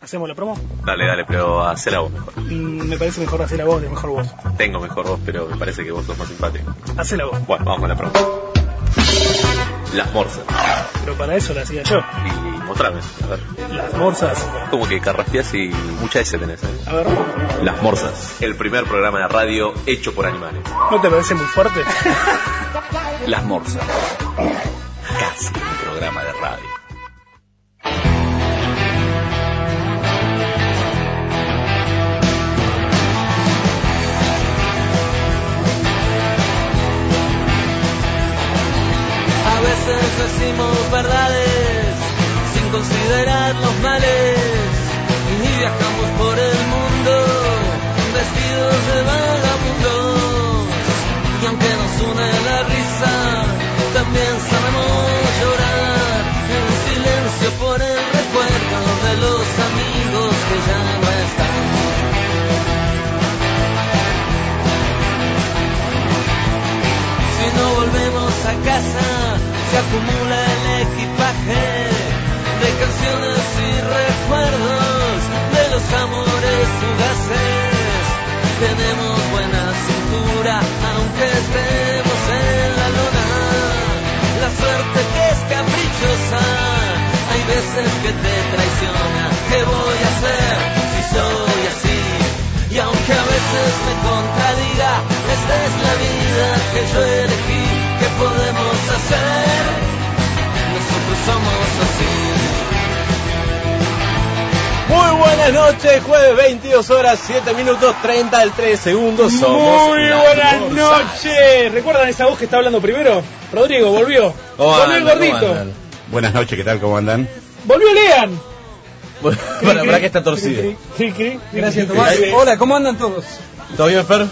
¿Hacemos la promo? Dale, dale, pero hacé la voz mejor. Mm, me parece mejor hacer la voz de mejor voz. Tengo mejor voz, pero me parece que vos sos más simpático. Hacé la voz. Bueno, vamos a la promo. Las morsas. Pero para eso la hacía yo. Y mostrame, a ver. Las morsas. Como que carraspeás y mucha S tenés. ¿eh? A ver, Las morsas. El primer programa de radio hecho por animales. ¿no te parece muy fuerte? Las morsas. Casi un programa de radio. A veces decimos verdades sin considerar los males y viajamos por el mundo vestidos de vagabundos y aunque nos une la risa también sabemos llorar en silencio por el recuerdo de los amigos que ya no están. Si no volvemos a casa, se acumula el equipaje de canciones y recuerdos de los amores fugaces. Tenemos buena cintura, aunque estemos en la lona. La suerte que es caprichosa, hay veces que te traiciona. ¿Qué voy a hacer si soy así? Y aunque a veces me contradiga, esta es la vida que yo elegí, ¿qué podemos hacer? Nosotros somos así. Muy buenas noches, jueves 22 horas 7 minutos 33 segundos. Somos Muy las buenas morsas. noches. ¿Recuerdan esa voz que está hablando primero? Rodrigo, volvió. ¿Cómo Volvió el Oh, andan? ¿Cómo gordito. andan? Buenas noches, ¿qué tal? ¿Cómo andan? Volvió Lean. Para, para que está torcido. Cri, cri. Gracias, Tomás. Ay, Hola, ¿cómo andan todos? ¿Todo bien, Fer?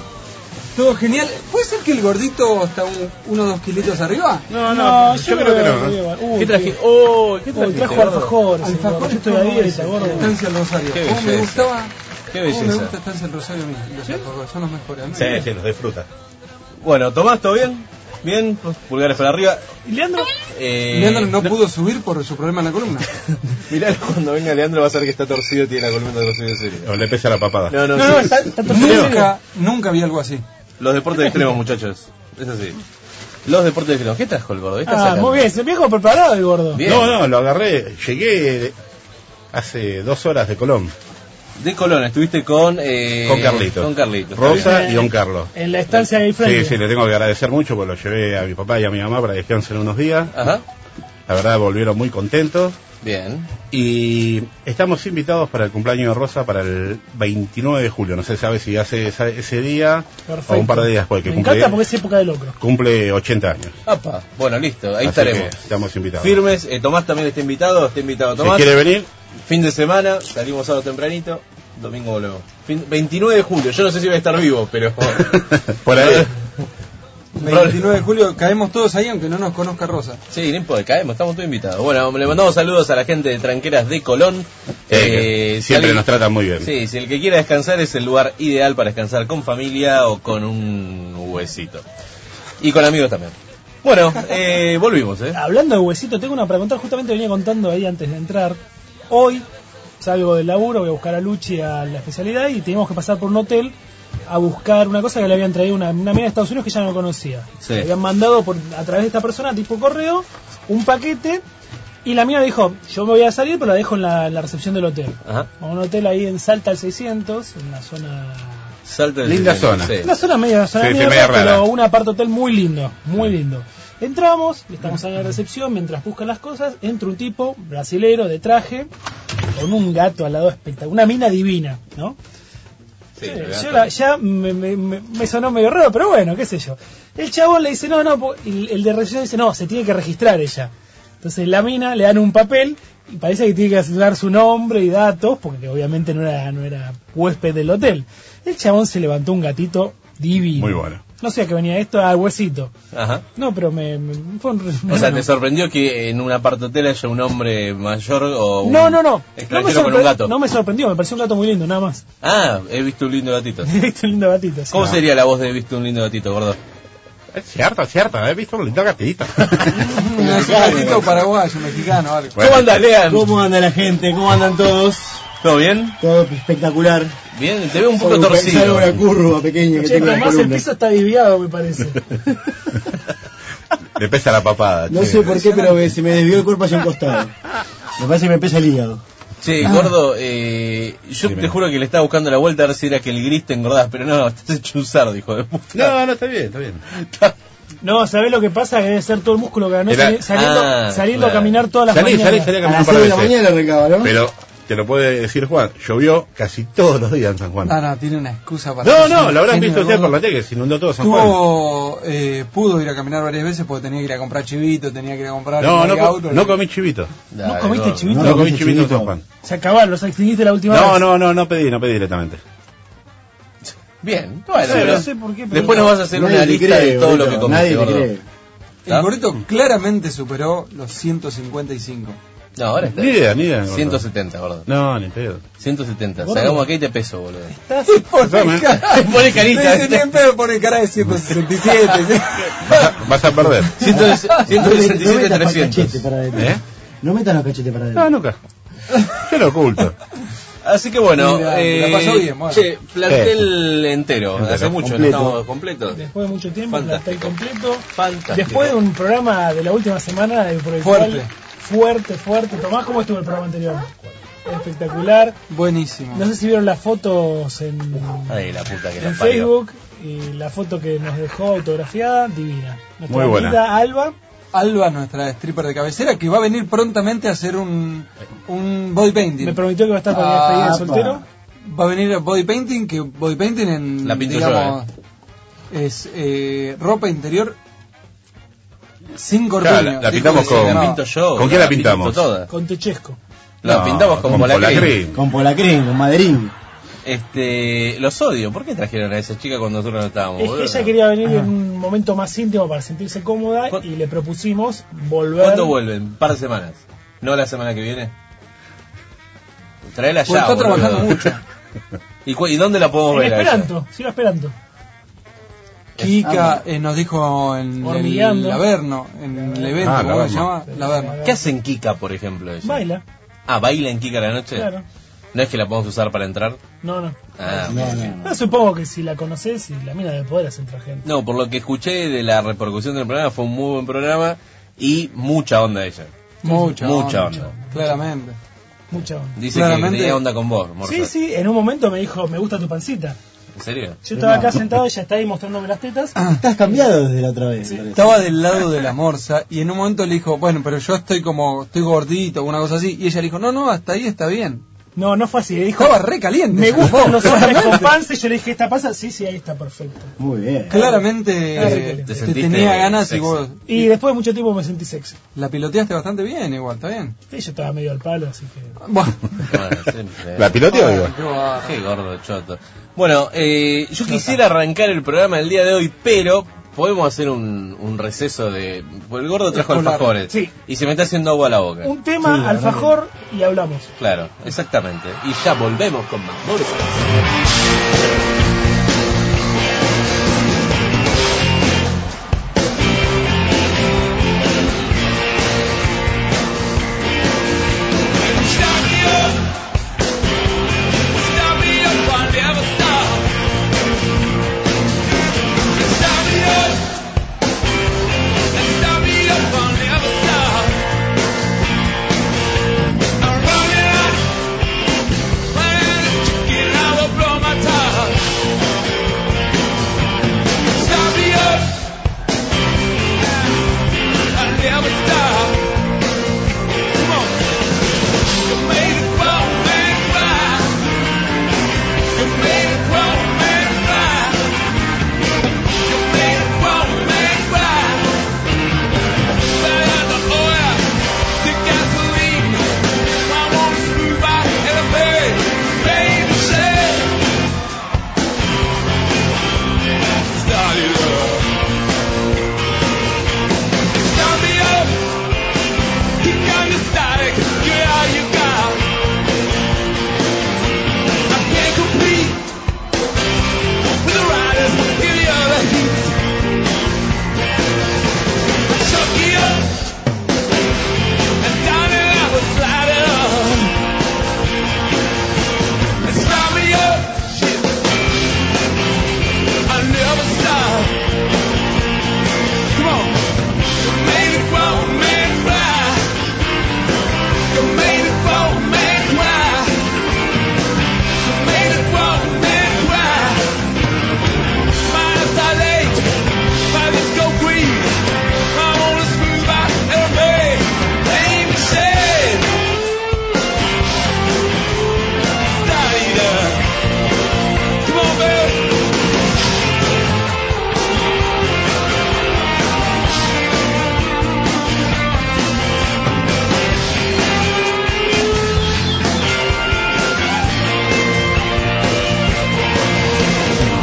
¿Todo genial? ¿Puede ser que el gordito está un- uno o dos kilitos arriba? No, no, yo creo que no, Uy, ¿Qué traje? ¡Oh! ¿Qué Uy, trajiste, trajo gordo? alfajores. Alfajor gordo. Yo estoy a dieta, gordo. Estancia del Rosario. Qué ¿Cómo me belleza. gustaba? ¡Qué ¿Cómo me belleza! gusta Estancia del Rosario a mí? Los alfajores son los mejores. A mí Sí, me sí, los de fruta. Bueno, Tomás, ¿todo bien? Bien, los pulgares para arriba. ¿Y Leandro? Eh, Leandro no pudo subir por su problema en la columna. Mirá, cuando venga Leandro va a ser que está torcido y tiene la columna torcida en serio. O le pesa la papada. No, no, No, sí. no, está, está torcido. nunca, nunca vi algo así. Los deportes extremos, muchachos. Es así. Los deportes extremos. ¿Qué trajo el gordo? ¿Qué estás Ah, sacando? muy bien. Se viejo preparado el gordo. Bien. No, no, lo agarré. Llegué hace dos horas de Colón. De Colón, estuviste con... eh, Con Carlitos. Con Carlitos. Rosa bien. y Don Carlos. En la estancia del frente. Sí, sí, le tengo que agradecer mucho porque lo llevé a mi papá y a mi mamá para que descansen unos días. Ajá. La verdad, volvieron muy contentos. Bien. Y estamos invitados para el cumpleaños de Rosa para el 29 de julio. No se sabe si hace esa- ese día o un par de días después, que Me cumple, encanta porque es época de locro. cumple 80 años. Apa. Bueno, listo. Ahí Así estaremos. que Estamos invitados. Firmes. eh, Tomás también está invitado. Está invitado Si Tomás. quiere venir, Fin de semana. Salimos sábado tempranito. Domingo volvemos. Fin- 29 de julio. Yo no sé si voy a estar vivo, pero... por ahí. 29 de julio caemos todos ahí aunque no nos conozca Rosa. Sí, no importa, caemos, estamos todos invitados. Bueno, le mandamos saludos a la gente de Tranqueras de Colón. Eh, Eh, si siempre alguien- nos tratan muy bien. Sí, si el que quiera descansar es el lugar ideal para descansar con familia o con un huesito. Y con amigos también. Bueno, eh, volvimos, ¿eh? Hablando de huesito, tengo una para contar. Justamente venía contando ahí antes de entrar. Hoy salgo del laburo, voy a buscar a Luchi a la especialidad y teníamos que pasar por un hotel a buscar una cosa que le habían traído una, una mina de Estados Unidos que ya no conocía. Sí. Le habían mandado por, a través de esta persona, tipo correo, un paquete y la mina dijo, yo me voy a salir pero la dejo en la, en la recepción del hotel. Ajá. A un hotel ahí en Salta al 600, en la zona Salta del Linda Cielo, zona. sí. una zona media, zona Sí, sí, mierda, media rara. pero un apart hotel muy lindo, muy lindo. Entramos, estamos en la recepción, mientras buscan las cosas, entra un tipo brasilero de traje, con un gato al lado espectacular, una mina divina, ¿no? Sí, Eh, legal. yo la- ya me, me- me- me sonó medio raro, pero bueno, qué sé yo. El chabón le dice, no, no, po- y el, el de recepción dice, no, se tiene que registrar ella. Entonces la mina le dan un papel y parece que tiene que dar su nombre y datos, porque obviamente no era, no era huésped del hotel. El chabón se levantó un gatito divino. Muy bueno. No sé a qué venía esto, al huesito. Ajá. No, pero me, me- fue un... O sea, ¿te sorprendió que en un apartotel haya un hombre mayor o un No, no, no. No me, extranjero con un sorpre- gato? no me sorprendió, me pareció un gato muy lindo, nada más. Ah, he visto un lindo gatito. Viste un lindo gatito. sí. ¿Cómo sería la voz de he visto un lindo gatito, gordo? Es cierta, es cierta, he visto una linda gatita. Un gatito paraguayo, mexicano, algo. Bueno. ¿Cómo andas, Lean? ¿Cómo anda la gente? ¿Cómo andan todos? ¿Todo bien? Todo espectacular. Bien, te veo un poco Solo torcido. una curva pequeña que Che, tengo en la nomás el columna. piso está desviado, me parece. Le pesa la papada. No che. sé por qué, pero me- se me desvió el cuerpo hacia un costado. Me parece que me pesa el hígado. Che, Ah. gordo, eh, yo Dime. te juro que le estaba buscando la vuelta a ver si era que el gris te engordás, pero no, estás hecho un sardo, hijo de puta. No, no, está bien, está bien. No, ¿sabés lo que pasa? Que debe ser todo el músculo que ganó Era- sali- saliendo, Ah, saliendo claro. a caminar todas las Salí, salí, mañanas. salí a A caminar un las par 6 de la de veces. mañana arrancaba, ¿no? Pero te lo puede decir Juan, llovió casi todos los días en San Ah, Juan. No, no, tiene una excusa para... No, ser no, un lo habrán genio, visto ustedes gordo. por la tele, que se inundó todo San Juan. Tuvo, eh, pudo ir a caminar varias veces porque tenía que ir a comprar chivito, tenía que ir a comprar No, un no, auto. co- no comí chivito. ¿No comiste chivito? No, No comí comiste chivito en chivito. San Juan. Se acabaron, los extinguiste la última No, vez. no, no, no pedí, no pedí directamente. Bien, bueno, Sí, pero no sé por qué, pero- después nos vas a hacer Nadie una te lista cree, de todo lo boludo, que comiste, Nadie te gordo. cree. El gorrito claramente superó los 155. No, ahora está. Ni idea, ni idea. gordo. 170, gordo. No, ni pedo. 170. Gordo. Sacamos acá y te peso, boludo. Y pone Dame. cara- Pone carita, Sí, sí, ¿viste? sí, pero pone cara de 167. ¿sí? Vas a, vas a perder. 167, metas los cachetes 300. para adentro. ¿Eh? Ah, No metas los cachetes para No, adentro. nunca. Yo lo oculto. Así que bueno, Mira, eh, la pasó bien, bueno. che, plantel Este. entero, hace mucho completo. no estamos completos. Después de mucho tiempo, hasta Fantástico. el completo. Fantástico. Después de un programa de la última semana, eh, por el Fuerte. cual- fuerte, fuerte. Tomás, ¿cómo estuvo el programa anterior? Espectacular. Buenísimo. No sé si vieron las fotos en, Ay, la puta que en la parió. Facebook y la foto que nos dejó autografiada, divina. Nuestra Muy buena. amiga Alba, Alba, nuestra stripper de cabecera, que va a venir prontamente a hacer un, un body me painting. Ah, prometió que va a estar para mi despedida de Apa. soltero. Va a venir a body painting, que body painting en... La pinto yo, Es eh, ropa interior sin Claro, corpiño. la- la pintamos Dijo que con- se La llamaba. pinto yo. ¿Con qué la pintamos? pinto toda. Con Techesco. La No, pintamos con, con Polacrín. Polacrín. Con Polacrín, con Madrid. Este, los odio. ¿Por qué trajeron a esa chica cuando nosotros no estábamos? Es que boludo? ella quería venir Ah. en un momento más íntimo para sentirse cómoda ¿Cu- y le propusimos volver. ¿Cuándo vuelven? Un par de semanas. ¿No la semana que viene? Traela Porque ya. está boludo. trabajando mucho. ¿Y, cu- y dónde la podemos En ver? Ah, a ella? Esperanto, sí, lo Esperanto. Kika eh, nos dijo en Hormigueando. el Averno, en el evento, Ah, la ¿cómo se Verma. llama? La Verma. ¿Qué hace en Kika, por ejemplo? ella? Baila, Ah, baila en Kika a la noche. claro. ¿No es que la podemos usar para entrar? No, no. Ah, No, no, no. No, supongo que si la conoces y la mina debe poder hacer gente. No, por lo que escuché de la repercusión del programa, fue un muy buen programa y mucha onda ella. Mucha, Mucha onda, onda. Claramente. Mucha onda. Dice Claramente. que tenía onda con vos, Morsa. Sí, sí, en un momento me dijo, me gusta tu pancita. ¿En serio? Yo estaba acá sentado, ella está ahí mostrándome las tetas. Ah, Estás cambiado desde la otra vez. parece. Estaba del lado de la morsa y en un momento le dijo, bueno, pero yo estoy como, estoy gordito, una cosa así. Y ella le dijo, no, no, hasta ahí está bien. No, no fue así, le dijo, Estaba re caliente. me esa gustan morsa. los hombres con panza. Y yo le dije, ¿esta pasa? Sí, sí, ahí está, perfecto. Muy bien. Claramente Ah, sí, eh, te, te sentiste tenía ganas y sexy. vos Y después de mucho tiempo me sentí sexy. la piloteaste bastante bien igual, ¿está bien? Y yo estaba medio al palo, así que... Bueno. Bueno, sí, ¿La Ah, piloteo digo? Qué va- Qué gordo choto. Bueno, eh, yo quisiera arrancar el programa el día de hoy, pero podemos hacer un, un receso de... porque El gordo trajo Escolar. alfajores Sí. y se me está haciendo agua a la boca. Un tema, alfajor y hablamos. Claro, exactamente. Y ya volvemos con más. Morsa. Running out, running out, chicken, I will blow my top.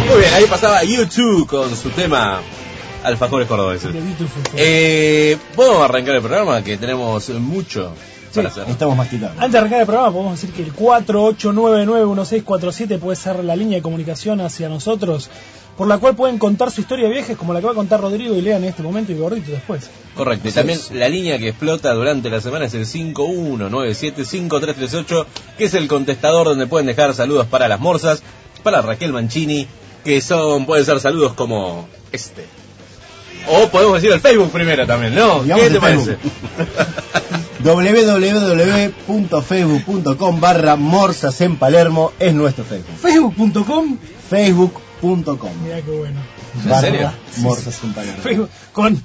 Muy bien, ahí pasaba YouTube con su tema Alfajores Cordobeses. The Beautiful People. Eh, Podemos arrancar el programa que tenemos mucho para hacer. Estamos masticando. Antes de arrancar el programa, podemos decir que el 48991647 puede ser la línea de comunicación hacia nosotros, por la cual pueden contar su historia de viajes, como la que va a contar Rodrigo y Lea en este momento y Gordito después. Correcto, y también la línea que explota durante la semana es el 5197-5338, que es el contestador donde pueden dejar saludos para las morsas, para Raquel Mancini, que son pueden ser saludos como este. O podemos decir el Facebook primero también, ¿no? Digamos ¿Qué te el parece? www.facebook.com barra morsas en Palermo es nuestro Facebook. Facebook.com. Facebook.com Mirá qué bueno. serio? barra morsas en Palermo. Facebook, con,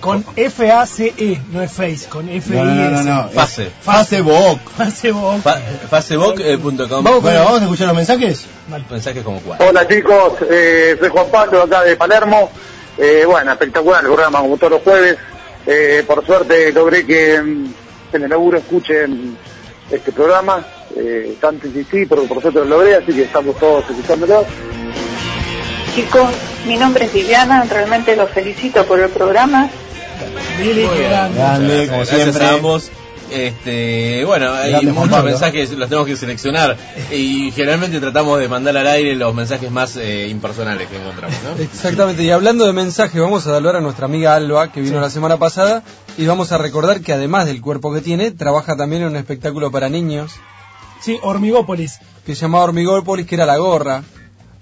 con F-A-C-E, E, no es Face, con No, no, no, no, F-I-S. no. Fase. Facebook. Facebook. Fa- eh, Facebook.com. Vamos, bueno, vamos a escuchar los mensajes. Mensajes como cuál. Hola chicos, eh, soy Juan Pablo acá de Palermo. Eh, bueno, espectacular el programa como todos los jueves. Eh, por suerte logré que mm, en el laburo escuchen este programa. Eh, tanto insistí, pero por suerte lo logré, así que estamos todos escuchándolo. Chicos, mi nombre es Viviana, realmente los felicito por el programa. Lili, qué grande. Grande, Muchas como gracias, siempre. a ambos. Este, bueno, hay Grande, Juan muchos Pablo. mensajes, los tenemos que seleccionar y generalmente tratamos de mandar al aire los mensajes más eh, impersonales que encontramos, ¿no? Exactamente, y hablando de mensajes, vamos a saludar a nuestra amiga Alba, que vino la semana pasada, y vamos a recordar que además del cuerpo que tiene, trabaja también en un espectáculo para niños, Sí, Hormigópolis. que se llamaba Hormigópolis, que era la gorra.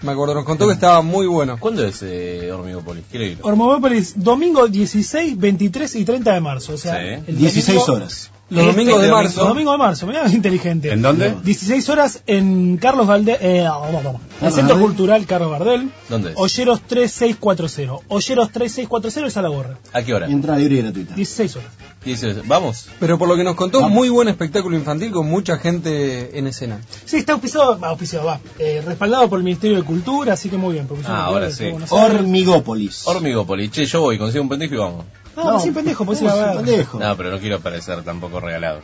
Me acuerdo, nos contó que estaba muy bueno. ¿Cuándo es eh, Hormigópolis? Quiero ir. Hormigópolis, domingo 16, 23 y 30 de marzo. O sea, Sí. el 16 domingo- horas. Los Este domingos de domingo. Los marzo, domingos de marzo, mirá, inteligente. ¿En dónde? 16 horas en Carlos Valdel, eh, no, no, no, el Ah, Centro ¿eh? Cultural Carlos Gardel. ¿Dónde es? Olleros 3640. Olleros 3640 es a la gorra. ¿A qué hora? Entrada libre y gratuita. 16 horas. Dices, vamos. pero por lo que nos contó, Vamos. muy buen espectáculo infantil con mucha gente en escena. Sí, está auspiciado, va, auspiciado, va. eh, respaldado por el Ministerio de Cultura, así que muy bien. porque yo Ah, no ahora creo que sí. Buenos Aires- Hormigópolis. Hormigópolis, che, yo voy, consigo un pendejo y vamos. No, no, sin pendejo, podés ir a sin ver. pendejo. No, pero no quiero parecer tampoco regalado.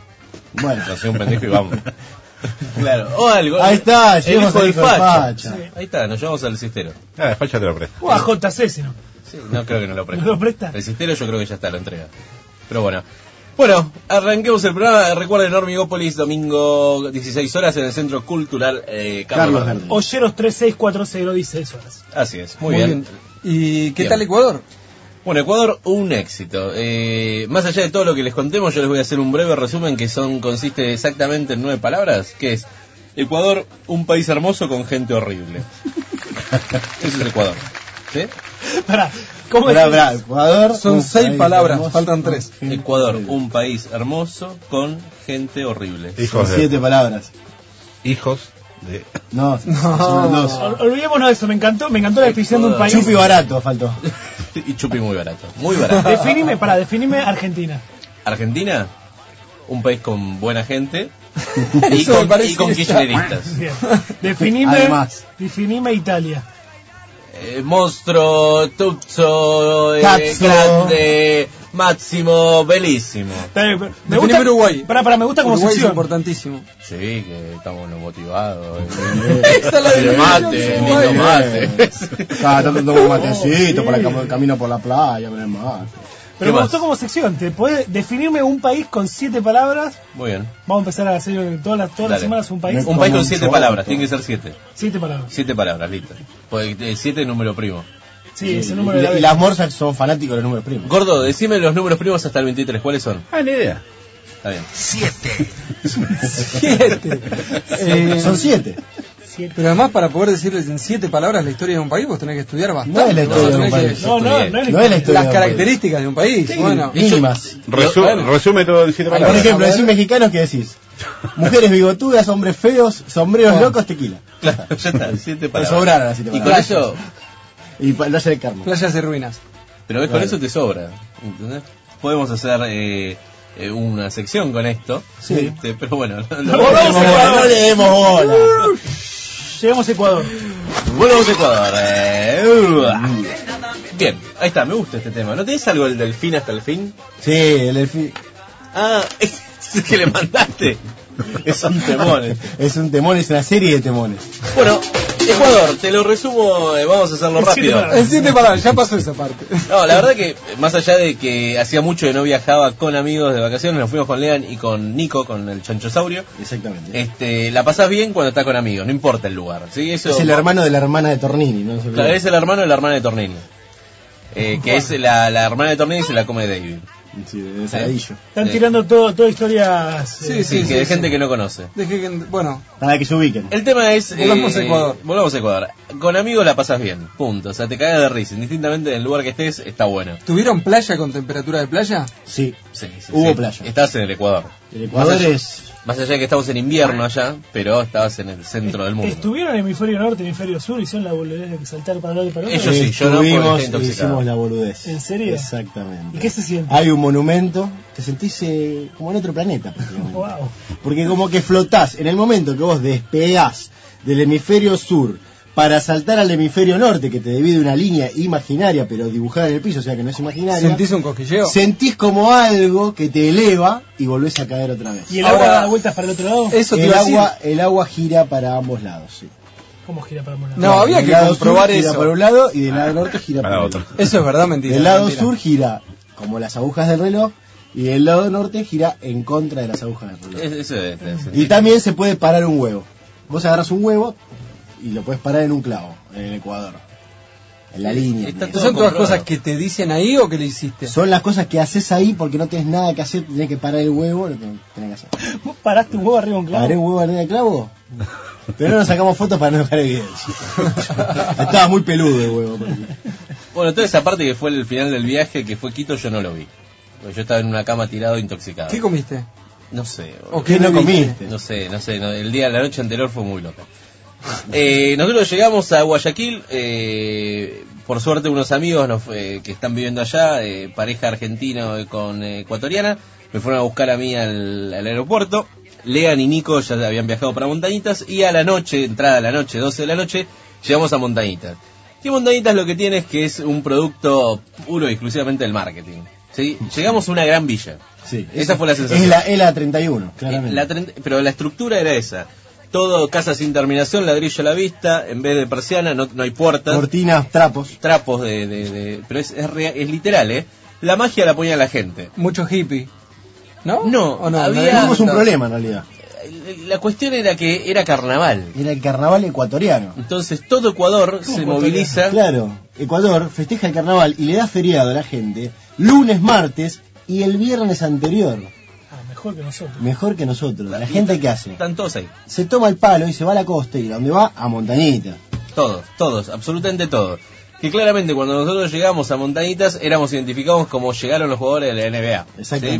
Bueno, Consigo un pendejo y vamos. claro, o algo. ahí está, el hijo llegamos al del hijo del facha. facha. Ahí está, nos llevamos al cistero. Ah, despacha te lo presto. O a JC, si no. Sí, no creo que no lo preste. ¿No lo presta? El cistero yo creo que ya está, lo entrega. Pero bueno. Bueno, arranquemos el programa. Recuerden Hormigópolis, domingo 16 horas en el Centro Cultural eh, Carlos Gardel. Gardel. Olleros 3640, 16 horas. Así es, muy, bien. ¿Y qué Bien. tal Ecuador? Bueno, Ecuador, un éxito. Eh, más allá de todo lo que les contemos, yo les voy a hacer un breve resumen que son consiste exactamente en nueve palabras, que es Ecuador, un país hermoso con gente horrible. Eso es Ecuador. ¿Sí? Pará, ¿cómo Pará, decís? pará, Ecuador, Son un seis país palabras, hermoso. faltan tres. Ecuador, un país hermoso con gente horrible. Son Hijos de, siete palabras. hijos de. No, son dos. Ol- Olvidémonos de eso, me encantó, me encantó la definición de un país. Chupi barato faltó. y chupi muy barato. Muy barato. Definime, pará, definime Argentina. Argentina, un país con buena gente y Eso me con, parece y con que ya- kirchneristas. Bien. Definime, Además. definime Italia. Eh, monstruo, Tuzzo, eh, Cazzo. Grande, Máximo, Belísimo. Está bien, pero- Me Definime gusta, Eh, Uruguay. Pará, pará, me gusta como Uruguay es sección. importantísimo. Sí, que estamos los motivados. Esa es la el mate, definición, lindo Uruguay. mate. Ah, tanto tomo un matecito sí. para el cam- camino por la playa, por el mar. Pero ¿Qué me más? gustó como sección. ¿Te puedes definirme un país con siete palabras? Muy bien. Vamos a empezar a hacer todas las, todas dale. las semanas un país. Un país con siete Como palabras, Toronto. tiene que ser siete. Siete palabras. Siete palabras, listo. Porque, eh, Siete número primo. Sí, ese número de y, la y las morsas son fanáticos de los números primos. Gordo, decime los números primos hasta el 23, ¿cuáles son? Ah, ni idea. Está bien. Siete. Eh, Son siete. Pero además para poder decirles en siete palabras la historia de un país, vos tenés que estudiar bastante. No es la historia de un Tenés que- país. No, no, no es No es la historia. Las de un país. características de un país. Bueno, Mínimas. Resu- Resume todo en siete Ay, Por palabras. ejemplo, decís mexicanos que decís. Mujeres bigotudas, hombres feos, sombreros locos, tequila. Claro, ya está, siete Te palabras. sobraron las siete Y con palabras. eso, Y pa- playa de Carmen. playas y ruinas. pero ves, con Claro. eso te sobra. ¿entendés? Podemos hacer eh, eh, una sección con esto. Sí. Este, pero bueno, lo- No, lo- no. No, no le demos bola. Llegamos a Ecuador. volvamos a Ecuador. eh, uh. Bien, ahí está, me gusta este tema. ¿No tenés algo del delfín hasta el fin? Sí, el delfín. Ah, es el que le mandaste. Es un temor. Es un temón, es una serie de temones. Bueno, Ecuador, te lo resumo, eh, vamos a hacerlo rápido. El 7 para, ya pasó esa parte. No, la verdad que más allá de que hacía mucho que no viajaba con amigos de vacaciones, nos fuimos con Lean y con Nico, con el chanchosaurio. Exactamente. Este, la pasás bien cuando estás con amigos, no importa el lugar. ¿sí? Eso, Es el hermano de la hermana de Tornini, ¿no? Claro, es el hermano de la hermana de Tornini. Eh, que es la, la hermana de Tornini se la come David. Sí, de Saladillo. Están tirando todo, todo historias. eh, Sí, sí, que de gente que no conoce. Deje que- bueno, Para que se ubiquen. El tema es. eh, Volvamos a Ecuador. Volvamos a Ecuador. Con amigos la pasas bien, punto. O sea, te cagas de risa. Indistintamente del lugar que estés, está bueno. ¿tuvieron playa con temperatura de playa? Sí. Sí, sí, Hubo sí. playa. Estás en el Ecuador. El Ecuador Más allá- es. Más allá de que estamos en invierno allá, pero estabas en el centro del mundo. Estuvieron en el hemisferio norte, hemisferio sur, hicieron la boludez de saltar para un lado y para el otro. Ellos sí, yo no, porque Estuvimos estoy y intoxicado. hicimos la boludez. ¿En serio? ¿Y Exactamente. qué se siente? Hay un monumento, te sentís eh, como en otro planeta. prácticamente. Wow. Porque como que flotás, en el momento que vos despegás del hemisferio sur para saltar al hemisferio norte, que te divide una línea imaginaria, pero dibujada en el piso, o sea que no es imaginaria, ¿Sentís un cosquilleo? sentís como algo que te eleva y volvés a caer otra vez. ¿Y el Ahora- agua da vueltas para el otro lado? Eso te El iba a decir. agua, el agua gira para ambos lados, sí. ¿Cómo gira para el otro No, lado? había Del que lado comprobar sur Gira eso. para un lado y del lado norte gira Para para, el otro. otro. Eso es verdad, mentira. Del lado mentira. sur gira como las agujas del reloj y del lado norte gira en contra de las agujas del reloj. Es- eso es- es- Y también se puede parar un huevo. Vos agarras un huevo y lo puedes parar en un clavo, en el Ecuador. En la línea. Está mira. todo ¿Son todas comprobado. cosas que te dicen ahí o que le hiciste? Son las cosas que haces ahí porque no tenés nada que hacer, tenés que parar el huevo, lo tenés tenés que hacer. ¿Vos paraste un huevo arriba de un ¿Paré clavo? un huevo arriba del clavo? Pero no nos sacamos fotos para no dejar evidencia. Estaba muy peludo el huevo. por ejemplo. Bueno, toda esa parte que fue el final del viaje, que fue Quito, yo no lo vi. Porque yo estaba en una cama tirado intoxicado. ¿Qué comiste? No sé. ¿O ¿Qué no comiste? No sé, no sé, no, el día, la noche anterior fue muy loca. Eh, nosotros llegamos a Guayaquil, eh, por suerte unos amigos nos, eh, que están viviendo allá, eh, pareja argentina con eh, ecuatoriana, me fueron a buscar a mí al, al aeropuerto. Lean y Nico ya habían viajado para Montañitas y a la noche, entrada a la noche, 12 de la noche, llegamos a Montañitas. Y Montañitas lo que tiene es que es un producto puro y exclusivamente del marketing. ¿sí? Llegamos a una gran villa. Sí, Esa fue la sensación. Es la, es la 31, claramente. La treinta- pero la estructura era esa. Todo casa sin terminación, ladrillo a la vista, en vez de persiana, no, no hay puertas, Cortinas, trapos. trapos de... de- de- pero es, es, rea- es literal, ¿eh? La magia la ponía la gente. Mucho hippie. ¿No? No, ¿O no? había- ¿No Tuvimos un no. problema en realidad. La cuestión era que era carnaval. Era el carnaval ecuatoriano. Entonces todo Ecuador se moviliza... Claro, Ecuador festeja el carnaval y le da feriado a la gente lunes, martes y el viernes anterior. Ah, mejor que nosotros. Mejor que nosotros. La gente que hace. Están todos ahí. Se toma el palo y se va a la costa y donde va a montañita. Todos, todos, absolutamente todos. Que claramente cuando nosotros llegamos a Montañitas éramos identificados como llegaron los jugadores de la NBA. Exactamente.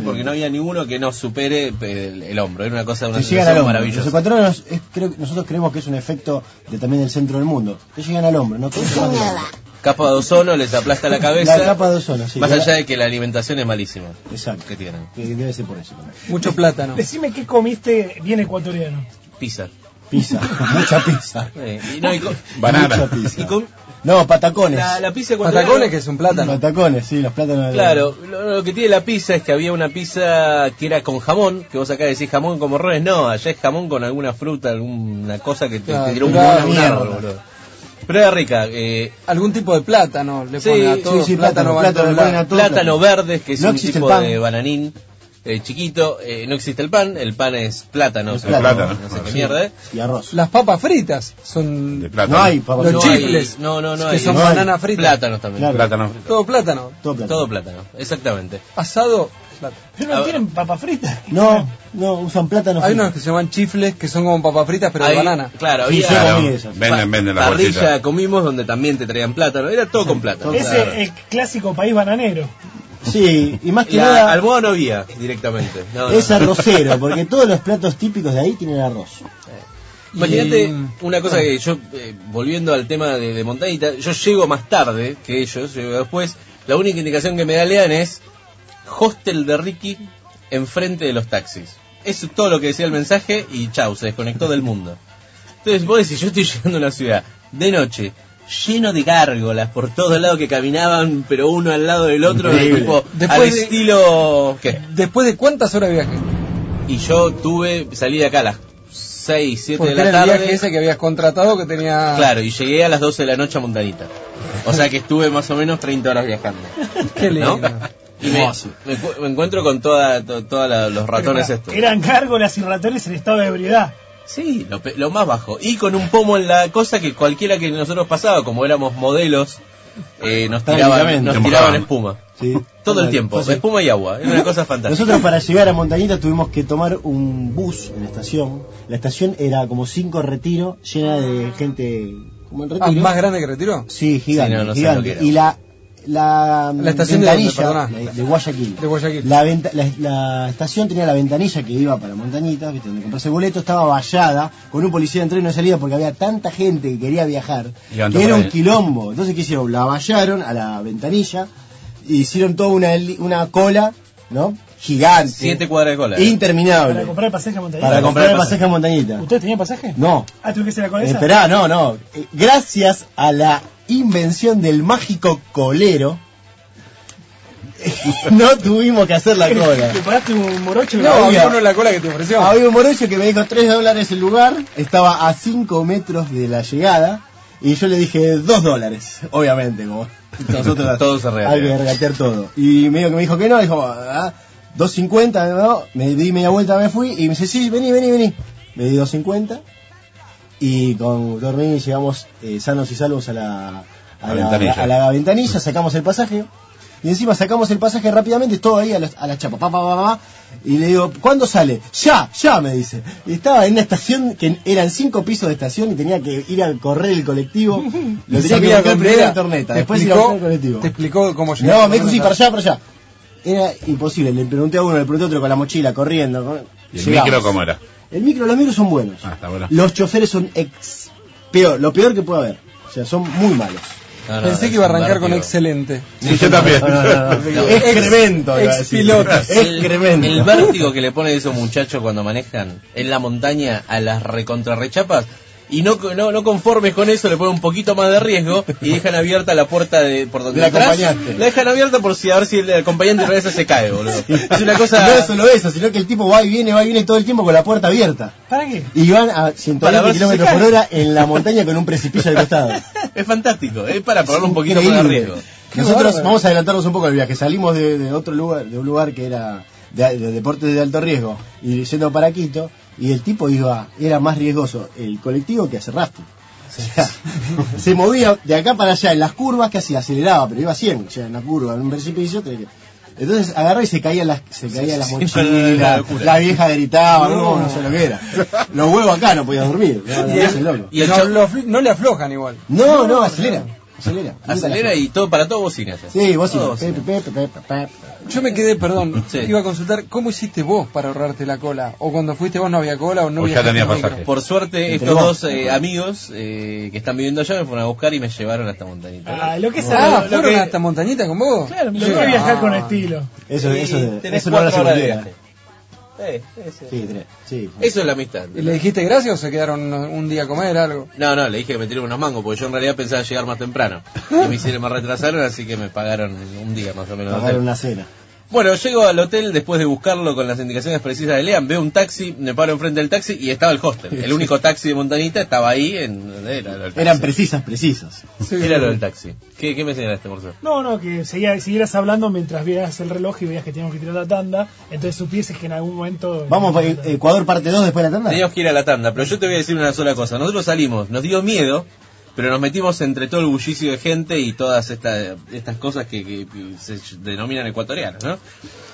¿sí? Porque no había ninguno que nos supere eh, el, el hombro. Era una cosa, una Te llegan al sensación hombro. maravillosa. Los ecuatorianos, es- creo, nosotros creemos que es un efecto de, también del centro del mundo. Te llegan al hombro, ¿no? Te llegan al hombro. Capa de ozono les aplasta la cabeza. La capa de ozono, sí. Más La- allá de que la alimentación es malísima Exacto. que tienen. Que debe ser por eso también. Mucho plátano. Decime qué comiste bien ecuatoriano. Pizza. Pizza, mucha pizza. Eh, y no, y co- Banana. Mucha pizza. y con- No, patacones. la, la pizza cuando Patacones que es un plátano. Patacones, sí, los plátanos. de- Claro, lo, lo que tiene la pizza es que había una pizza que era con jamón, que vos acá decís jamón como rones, no, allá es jamón con alguna fruta, alguna cosa que te, Claro, te tiró un, claro, un mierda. árbol, boludo. Pero era rica, eh, Algún tipo de plátano le Sí, ponen a todo. sí, sí, plátano, va en plátano, todos ponen lados. a todo plátano verdes, que es No un existe tipo el pan. de bananín eh, chiquito, eh, no existe el pan, el pan es plátano, Es o sea, plátano. no sé qué mierda, eh. Y arroz. Las papas fritas son De plátano. No hay papas Los no fritas. hay- chifles, no, no, no que hay. son No hay. banana frita. Plátanos también. Claro. Plátano. Todo plátano. Todo plátano. Todo plátano, exactamente. Asado, plátano. Pero A no ver. tienen papas fritas. No, no, usan plátano. Hay frito. unos que se llaman chifles que son como papas fritas pero de Ahí, banana. Claro, Sí, había sí, Claro. comí esas. Venden, venden las parrilla bolsitas. comimos donde también te traían plátano, era todo con plátano. Ese es el clásico país bananero. Sí, y más eh, que La nada almohada no había directamente. No, no. es arrocero, porque todos los platos típicos de ahí tienen arroz. Imagínate Y- una cosa que yo, eh, volviendo al tema de, de Montañita, yo llego más tarde que ellos, llego después. La única indicación que me da Lean es hostel de Ricky enfrente de los taxis. Eso es todo lo que decía el mensaje y chau, se desconectó del mundo. Entonces vos decís, yo estoy llegando a una ciudad de noche, lleno de gárgolas por todos lados que caminaban, pero uno al lado del otro, Increíble. tipo, al Después de- estilo... ¿Qué? Después de cuántas horas de viaje. Y yo tuve, salí de acá a las 6, 7 Porque de la era el tarde. viaje ese que habías contratado que tenía... Claro, y llegué a las 12 de la noche a Montanita. O sea que estuve más o menos 30 horas viajando. Qué lindo. Y me, me encu- me encuentro con todos los ratones estos. Eran gárgolas y ratones en estado de ebriedad. Sí, lo, pe- lo más bajo. Y con un pomo en la cosa que cualquiera que nosotros pasaba, como éramos modelos, eh, nos tiraban, Prácticamente. nos Te tiraban mojaban. espuma. Sí. Todo el tiempo, espuma y agua. Es una cosa fantástica. Nosotros para llegar a Montañita tuvimos que tomar un bus en la estación. La estación era como cinco retiros llena de gente como en Ah, retiro. ¿Más grande que retiró? Sí, gigante, Sí, no, no sé gigante. lo que era. Y la la, mm, La estación de dónde, ventanilla perdona. la- de Guayaquil. De Guayaquil. La, venta- la, la estación tenía la ventanilla que iba para Montañita, ¿viste? donde comprase el boleto, estaba vallada, con un policía de entrada y una salida porque había tanta gente que quería viajar, Y andó que era para un él. quilombo. Entonces, ¿qué hicieron? La vallaron a la ventanilla, e hicieron toda una, li- una cola, ¿no? Gigante. Siete cuadras de cola. eh. Interminable. Para comprar el pasaje a Montañita. Para comprar el comprar pasaje a Montañita. ¿Ustedes tenían pasaje? No, Ah, tuve que hacer la cola esa? Eh, Esperá, no, no. Eh, Gracias a la invención del mágico colero, no tuvimos que hacer la cola. ¿Te paraste un morocho? No, había había- uno en la cola que te ofreció. Había un morocho que me dijo 3 dólares el lugar, estaba a 5 metros de la llegada, y yo le dije 2 dólares, obviamente, como nosotros Todo se regatea. hay que regatear todo. Y medio que me dijo que no, dijo, ah, 2.50, ¿no? Me di media vuelta, me fui, y me dice, sí, vení, vení, vení. Me di 2.50, y con Dormini llegamos eh, sanos y salvos a la, a, La la, ventanilla. a la ventanilla, sacamos el pasaje. Y encima sacamos el pasaje rápidamente, todo ahí a la, a la chapa, pa, pa, pa, pa, y le digo, ¿cuándo sale? Ya, ya, me dice. Y estaba en una estación que eran cinco pisos de estación y tenía que ir a correr el colectivo. Lo tenía que buscar primero en Torneta, Te después ir a buscar explicó, el colectivo. te explicó cómo llegar. No, me dijo, sí, para allá, para allá. Era imposible, le pregunté a uno, le pregunté a otro con la mochila, corriendo. con- ¿Y el Llegamos. micro cómo era? El micro, los micros son buenos. Ah, está bueno. Los choferes son ex peor, lo peor que puede haber. O sea, son muy malos. No, no, Pensé es que iba a un arrancar con vértigo. excelente. Sí, yo también. Excremento, iba a decir. Expilotos. Excremento. El vértigo que le ponen esos muchachos cuando manejan en la montaña a las recontrarrechapas. Y no, no, no conformes con eso, le ponen un poquito más de riesgo y dejan abierta la puerta de por donde Del atrás. acompañante. La dejan abierta por si a ver si el acompañante regresa se cae, boludo. Es una cosa. No es solo eso, sino que el tipo va y viene, va y viene todo el tiempo con la puerta abierta. ¿Para qué? Y van a Para ver si 120 kilómetros se por cae. hora en la montaña con un precipicio al costado. Es fantástico, es para probarlo un poquito más de Increíble. riesgo. Qué Nosotros bárbaro. vamos a adelantarnos un poco del viaje. Salimos de, de otro lugar, de un lugar que era de, de deportes de alto riesgo, y yendo para Quito, y el tipo iba, era más riesgoso el colectivo que hacer rafting. O sea, se movía de acá para allá en las curvas que hacía, aceleraba, pero iba a 100, o sea, en una curva, en un precipicio. tenía que- Entonces agarraba y se caían las, se caían las sí, no, no, no, una mochilas, locura. la vieja gritaba, no, no sé lo que era. Los huevos acá no podía dormir, no, no, no, es loco. Y el no, chavo- lo afli- no le aflojan igual. No, no, acelera, acelera. acelera y todo para todo bocinas. Sí, vos sí. Todo Pe, bocina. pe, pe, pe, pe, pe. Yo me quedé, perdón, Sí. iba a consultar cómo hiciste vos para ahorrarte la cola. O cuando fuiste vos no había cola o no O ya viajaste tenía en micro. pasaje. Por suerte, Entre estos vos. dos eh, amigos eh, que están viviendo allá me fueron a buscar y me llevaron hasta Montanita. Ah, lo que es Ah, lo- lo ¿fueron que- hasta Montañita con vos? Ah. Claro, lo que es viajar con estilo. Eso, Y eso, eso, tenés no lo hace cuatro horas de cualquiera. viaje. Eh, eh, sí. Sí, tres. Sí. Eso es la amistad. ¿Y le dijiste gracias o se quedaron un día a comer algo? No, no, le dije que me tiré unos mangos, porque yo en realidad pensaba llegar más temprano. Y me hicieron, me retrasaron, así que me pagaron un día más o menos. de Pagar hotel. una cena. Bueno, llego al hotel después de buscarlo con las indicaciones precisas de Lean, veo un taxi, me paro enfrente del taxi y estaba el hostel. El único taxi de Montanita estaba ahí en... Era, lo del taxi. Eran precisas, precisas. Era lo del taxi. ¿Qué, qué me señalaste, Morzo? No, no, que seguía, siguieras hablando mientras vieras el reloj y veías que teníamos que tirar la tanda, entonces supieses que en algún momento... Vamos para Ecuador parte 2 después de la tanda. Teníamos que ir a la tanda, pero yo te voy a decir una sola cosa. Nosotros salimos, nos dio miedo, pero nos metimos entre todo el bullicio de gente y todas esta- estas cosas que, que- que se denominan ecuatorianas, ¿no?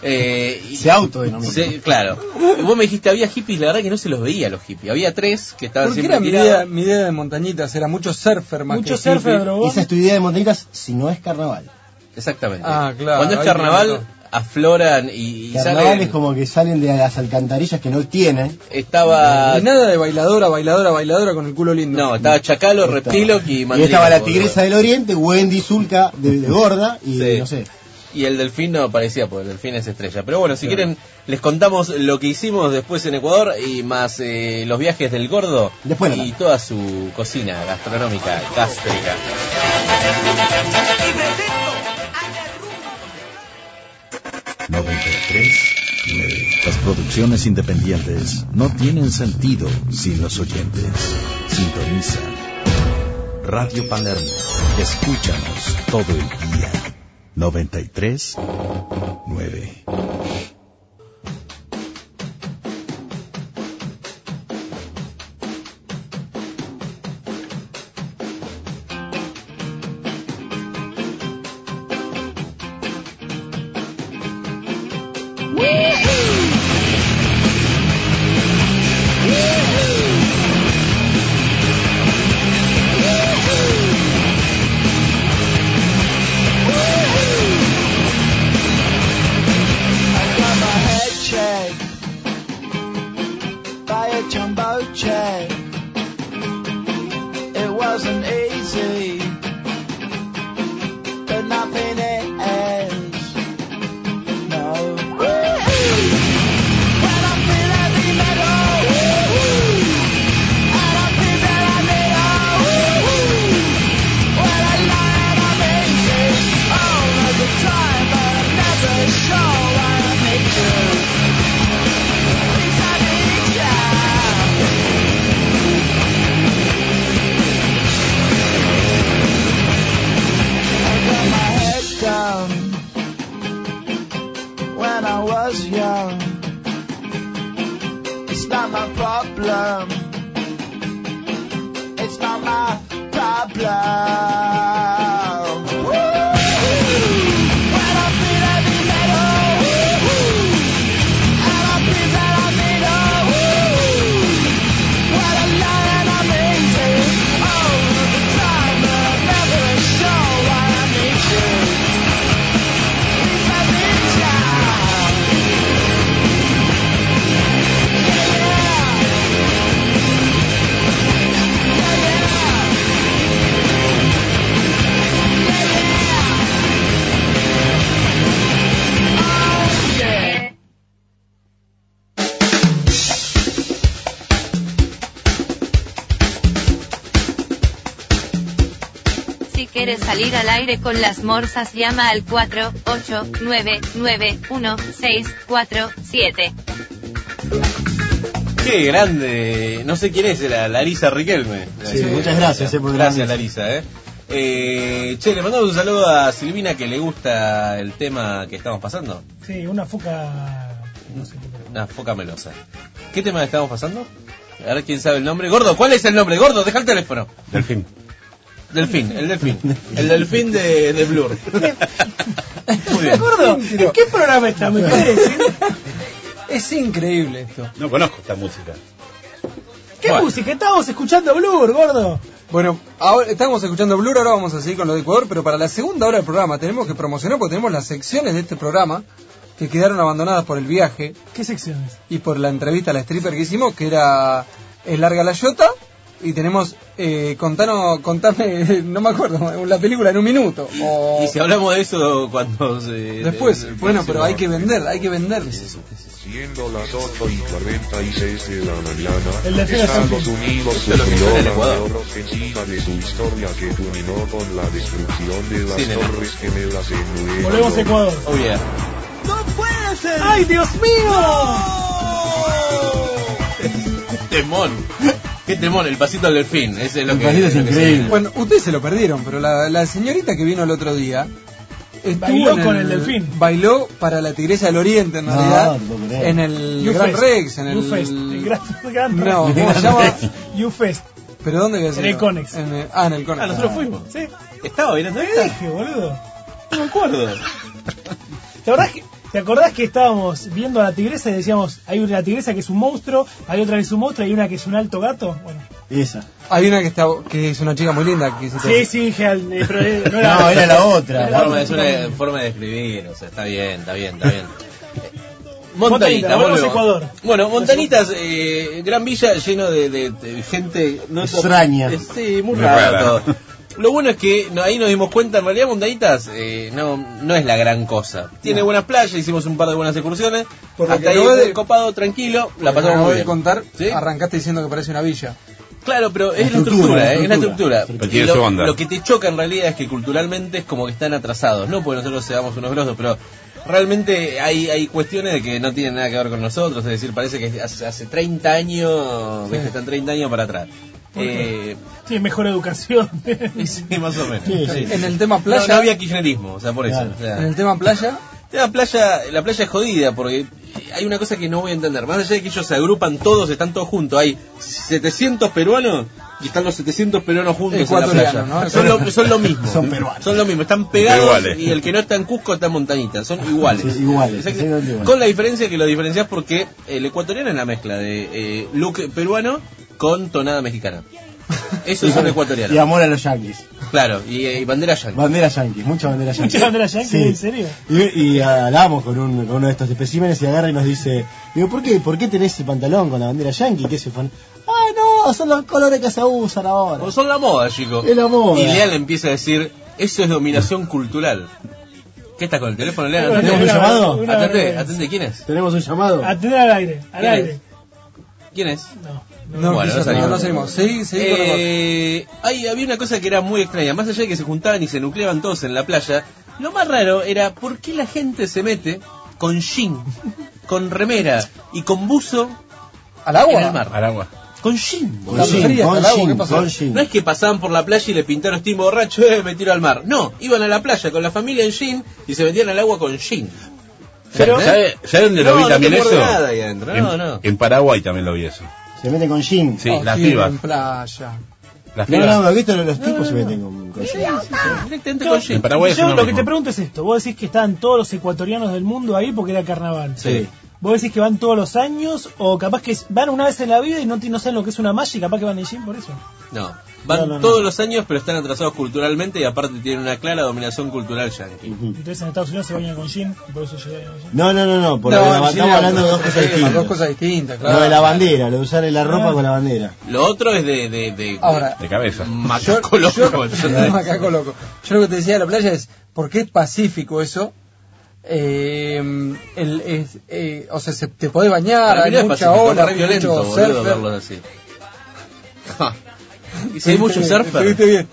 Eh, y- Se autodenomina. se- claro. Y vos me dijiste, había hippies, la verdad que no se los veía los hippies. Había tres que estaban Porque siempre era mi tirados. idea, mi idea de montañitas, era mucho surfer más Mucho que surfer, hippie. drogón. Esa es tu idea de montañitas si no es carnaval. Exactamente. Ah, claro, Cuando es ahí carnaval, tiene afloran y, y Carnaval salen. es como que salen de las alcantarillas que no tienen. Estaba... Y nada de bailadora, bailadora, bailadora con el culo lindo. No, estaba Chacalo, Estaba- Reptilo y Y Mandrilo, estaba la boludo. tigresa del oriente, Wendy Zulka de, de gorda y Sí. no sé. Y el delfín no aparecía, porque el delfín es estrella. Pero bueno, si quieren, les contamos lo que hicimos después en Ecuador y más eh, los viajes del gordo Después de la y toda su cocina gastronómica, gástrica. Las producciones independientes no tienen sentido sin los oyentes. Sintoniza. Radio Palermo. Escúchanos todo el día. 93 9. got my head checked by a jumbo check. It wasn't easy, but nothing ends. No. When I feel heavy metal, and I feel that I need all. When I lie and I'm easy, all of the time, but I'm never sure why I need you. Please, I need ya. I got my head down when I was young. It's not my problem. It's not my problem. Woo! When I feel heavy metal, woo! and I feel that I'm in a woo! When I'm lying and I'm easy, all of the time, but I'm never sure why I need you. Please let me down. Si quieres salir al aire con las morsas, llama al 48991647. Qué grande. No sé quién es, era Larisa Riquelme. Sí, muchas gracias, eh, por el Gracias, Larisa, eh. Eh, che, le mandamos un saludo a Silvina que le gusta el tema que estamos pasando. Sí, una foca. Una foca melosa. ¿Qué tema estamos pasando? A ver quién sabe el nombre. Gordo, ¿cuál es el nombre? Gordo, deja el teléfono. Delfín. Delfín, el delfín. El delfín de, de Blur. Muy bien. ¿En qué programa estamos? ¿Qué decir? Es increíble esto. No conozco esta música. ¿Qué música? Estamos escuchando Blur, gordo. Bueno, ahora estamos escuchando Blur, ahora vamos a seguir con lo de Ecuador, pero para la segunda hora del programa tenemos que promocionar porque tenemos las secciones de este programa que quedaron abandonadas por el viaje ¿Qué secciones? y por la entrevista a la stripper que hicimos, que era El Larga la Yota, y tenemos eh, contano, contame, no me acuerdo, la película en un minuto. o- Y si hablamos de eso cuando se... Eh, Después, del- del bueno, pero próximo- hay que vender, hay que vender. Siendo las 8 y 46 de la El mañana, desfile Estados argentino. Unidos Esto es lo que sufrió suena en la Ecuador. peor ofensiva de su historia que culminó con la destrucción de las Sí, nena. torres gemelas en Nueva Volvemos a York. Ecuador. Oh, yeah. ¡No puede ser! ¡Ay, Dios mío! Temón. Qué temón, el pasito al delfín. Ese es lo que, lo que se viene. Eh, Bueno, ustedes se lo perdieron, pero la, la señorita que vino el otro día estuvo Bailó en con el delfín. Bailó para la Tigresa del Oriente, en No, realidad. no creo. en el You Gran Fest. Rex, en You Fest. El el. gran, gran No, Rex. ¿cómo se llama? YouFest. ¿Pero dónde voy a En el Conex. En el- ah, en el Conex. Ah, nosotros fuimos. Sí, Estaba bien, ¿no? te dije, boludo. No me acuerdo. ¿Te acordás, que, ¿Te acordás que estábamos viendo a la tigresa y decíamos, hay una tigresa que es un monstruo, hay otra que es un monstruo, hay una que es un alto gato? Bueno, Esa. Hay una que está que es una chica muy linda. Que se te- sí, sí, dije, al- eh, pero eh, no era... No, era la otra. la Forma, otra. es una forma de escribir, o sea, está bien, está bien, está bien. Montanita, Montanita, volvemos a volvemos. Ecuador. Bueno, Montanitas, eh, gran villa lleno de, de- de gente no Extraña. Eh, Sí, muy Muy raro rara. todo. Lo bueno es que no- ahí nos dimos cuenta, en realidad Montanitas eh, no, no es la gran cosa. Tiene buenas playas, hicimos un par de buenas excursiones. Por lo que hasta ahí acabas de- de... copado, tranquilo, la Porque me pasamos acabo muy de bien. contar, ¿Sí? arrancaste diciendo que parece una villa. Claro, pero es la estructura, estructura, la eh, es la estructura. estructura. Pero tiene Y lo, su onda. lo que te choca en realidad es que culturalmente es como que están atrasados, no porque nosotros seamos unos grosos, pero realmente hay, hay cuestiones de que no tienen nada que ver con nosotros, es decir, parece que hace, hace 30 años, Sí. ¿viste? están 30 años para atrás. ¿Por qué? Eh, Tiene mejor educación. sí, más o menos. Sí, sí. En el tema playa- No, no había kirchnerismo, o sea, por eso. Claro. o sea. En el tema playa, La playa, la playa es jodida porque hay una cosa que no voy a entender. Más allá de que ellos se agrupan todos, están todos juntos. Hay 700 peruanos y están los 700 peruanos juntos en la playa. Ecuatorianos, ¿no? Son, lo, son lo mismo. Son peruanos. Son lo mismo. Están pegados Iguales. y el que no está en Cusco está en Montañita. Son iguales. Sí, iguales, Exacto. exactamente iguales. Con la diferencia que lo diferencias porque el ecuatoriano es la mezcla de eh, look peruano con tonada mexicana. Eso es un ecuatoriano. Y amor a los yanquis. Claro, y, eh, y bandera yanqui. Banderas yanquis, mucha bandera yanquis. Mucha bandera yankee, Sí. ¿en serio? Y, y hablamos con, un- con uno de estos especímenes y agarra y nos dice, digo, ¿por qué, ¿por qué tenés ese pantalón con la bandera yankee? ¿Qué es fan? Ah, no, son los colores que se usan ahora. Pues son la moda, chicos. Es la moda. Y Leal empieza a decir, eso es dominación cultural. ¿Qué estás con el teléfono, Leal? Una- ¿Tenemos un llamado? una Atende, vergüenza. atende, ¿quién es? Tenemos un llamado. Atender al aire, al ¿Quién aire. es? ¿Quién es? no, Bueno, quizás no salimos. no, no salimos. Sí, sí, con el bote. Eh, ay, había una cosa que era muy extraña. Más allá de que se juntaban y se nucleaban todos en la playa, lo más raro era por qué la gente se mete con jean, con remera y con buzo ¿Al en el agua? mar. Al agua. Con jean, Con boludo. La jean, fría, con hasta el agua, jean, ¿qué pasó? con jean. No es que pasaban por la playa y le pintaron steam borracho, eh, me tiro al mar. No, iban a la playa con la familia en jean y se metían al agua con jean. ¿Sabe- ¿Sabe, sabe dónde lo No, vi no también te muerde eso? nada ahí adentro, no, en, no. en Paraguay también lo vi eso. Se mete con jean. Sí, Oh, las sí, pibas. En playa. Las No, pibas. no, no, viste, los tipos se meten con, con jean. Directamente Yo, con jean. En Paraguay es yo uno lo que mismo. te pregunto es esto. Vos decís que estaban todos los ecuatorianos del mundo ahí porque era carnaval. Sí. Vos decís que van todos los años o capaz que van una vez en la vida y no, ti- no saben lo que es una malla y capaz que van en gym por eso. No, van No, no, no. todos los años pero están atrasados culturalmente y aparte tienen una clara dominación cultural yankee. Ujú. Entonces en Estados Unidos se bañan con gym y por eso llegan con jean. No, no, no, no, porque No, la- en estamos general, hablando de dos sí, cosas distintas. Dos cosas distintas, claro. Lo de la bandera, lo de usar la Ah. ropa con la bandera. Lo otro es de... de, de Ahora, De cabeza. macaco yo- loco, yo- ¿entendés? macaco loco. Yo lo que te decía de la playa es, ¿por qué es pacífico eso? Eh, el- es- eh, o sea, se- te podés bañar, Para mí no hay es mucha pacífico, ola, re violento, mucho boludo, surfer. verlos así. Ja. y si hay mucho Estuviste bien, surfer... estuviste bien.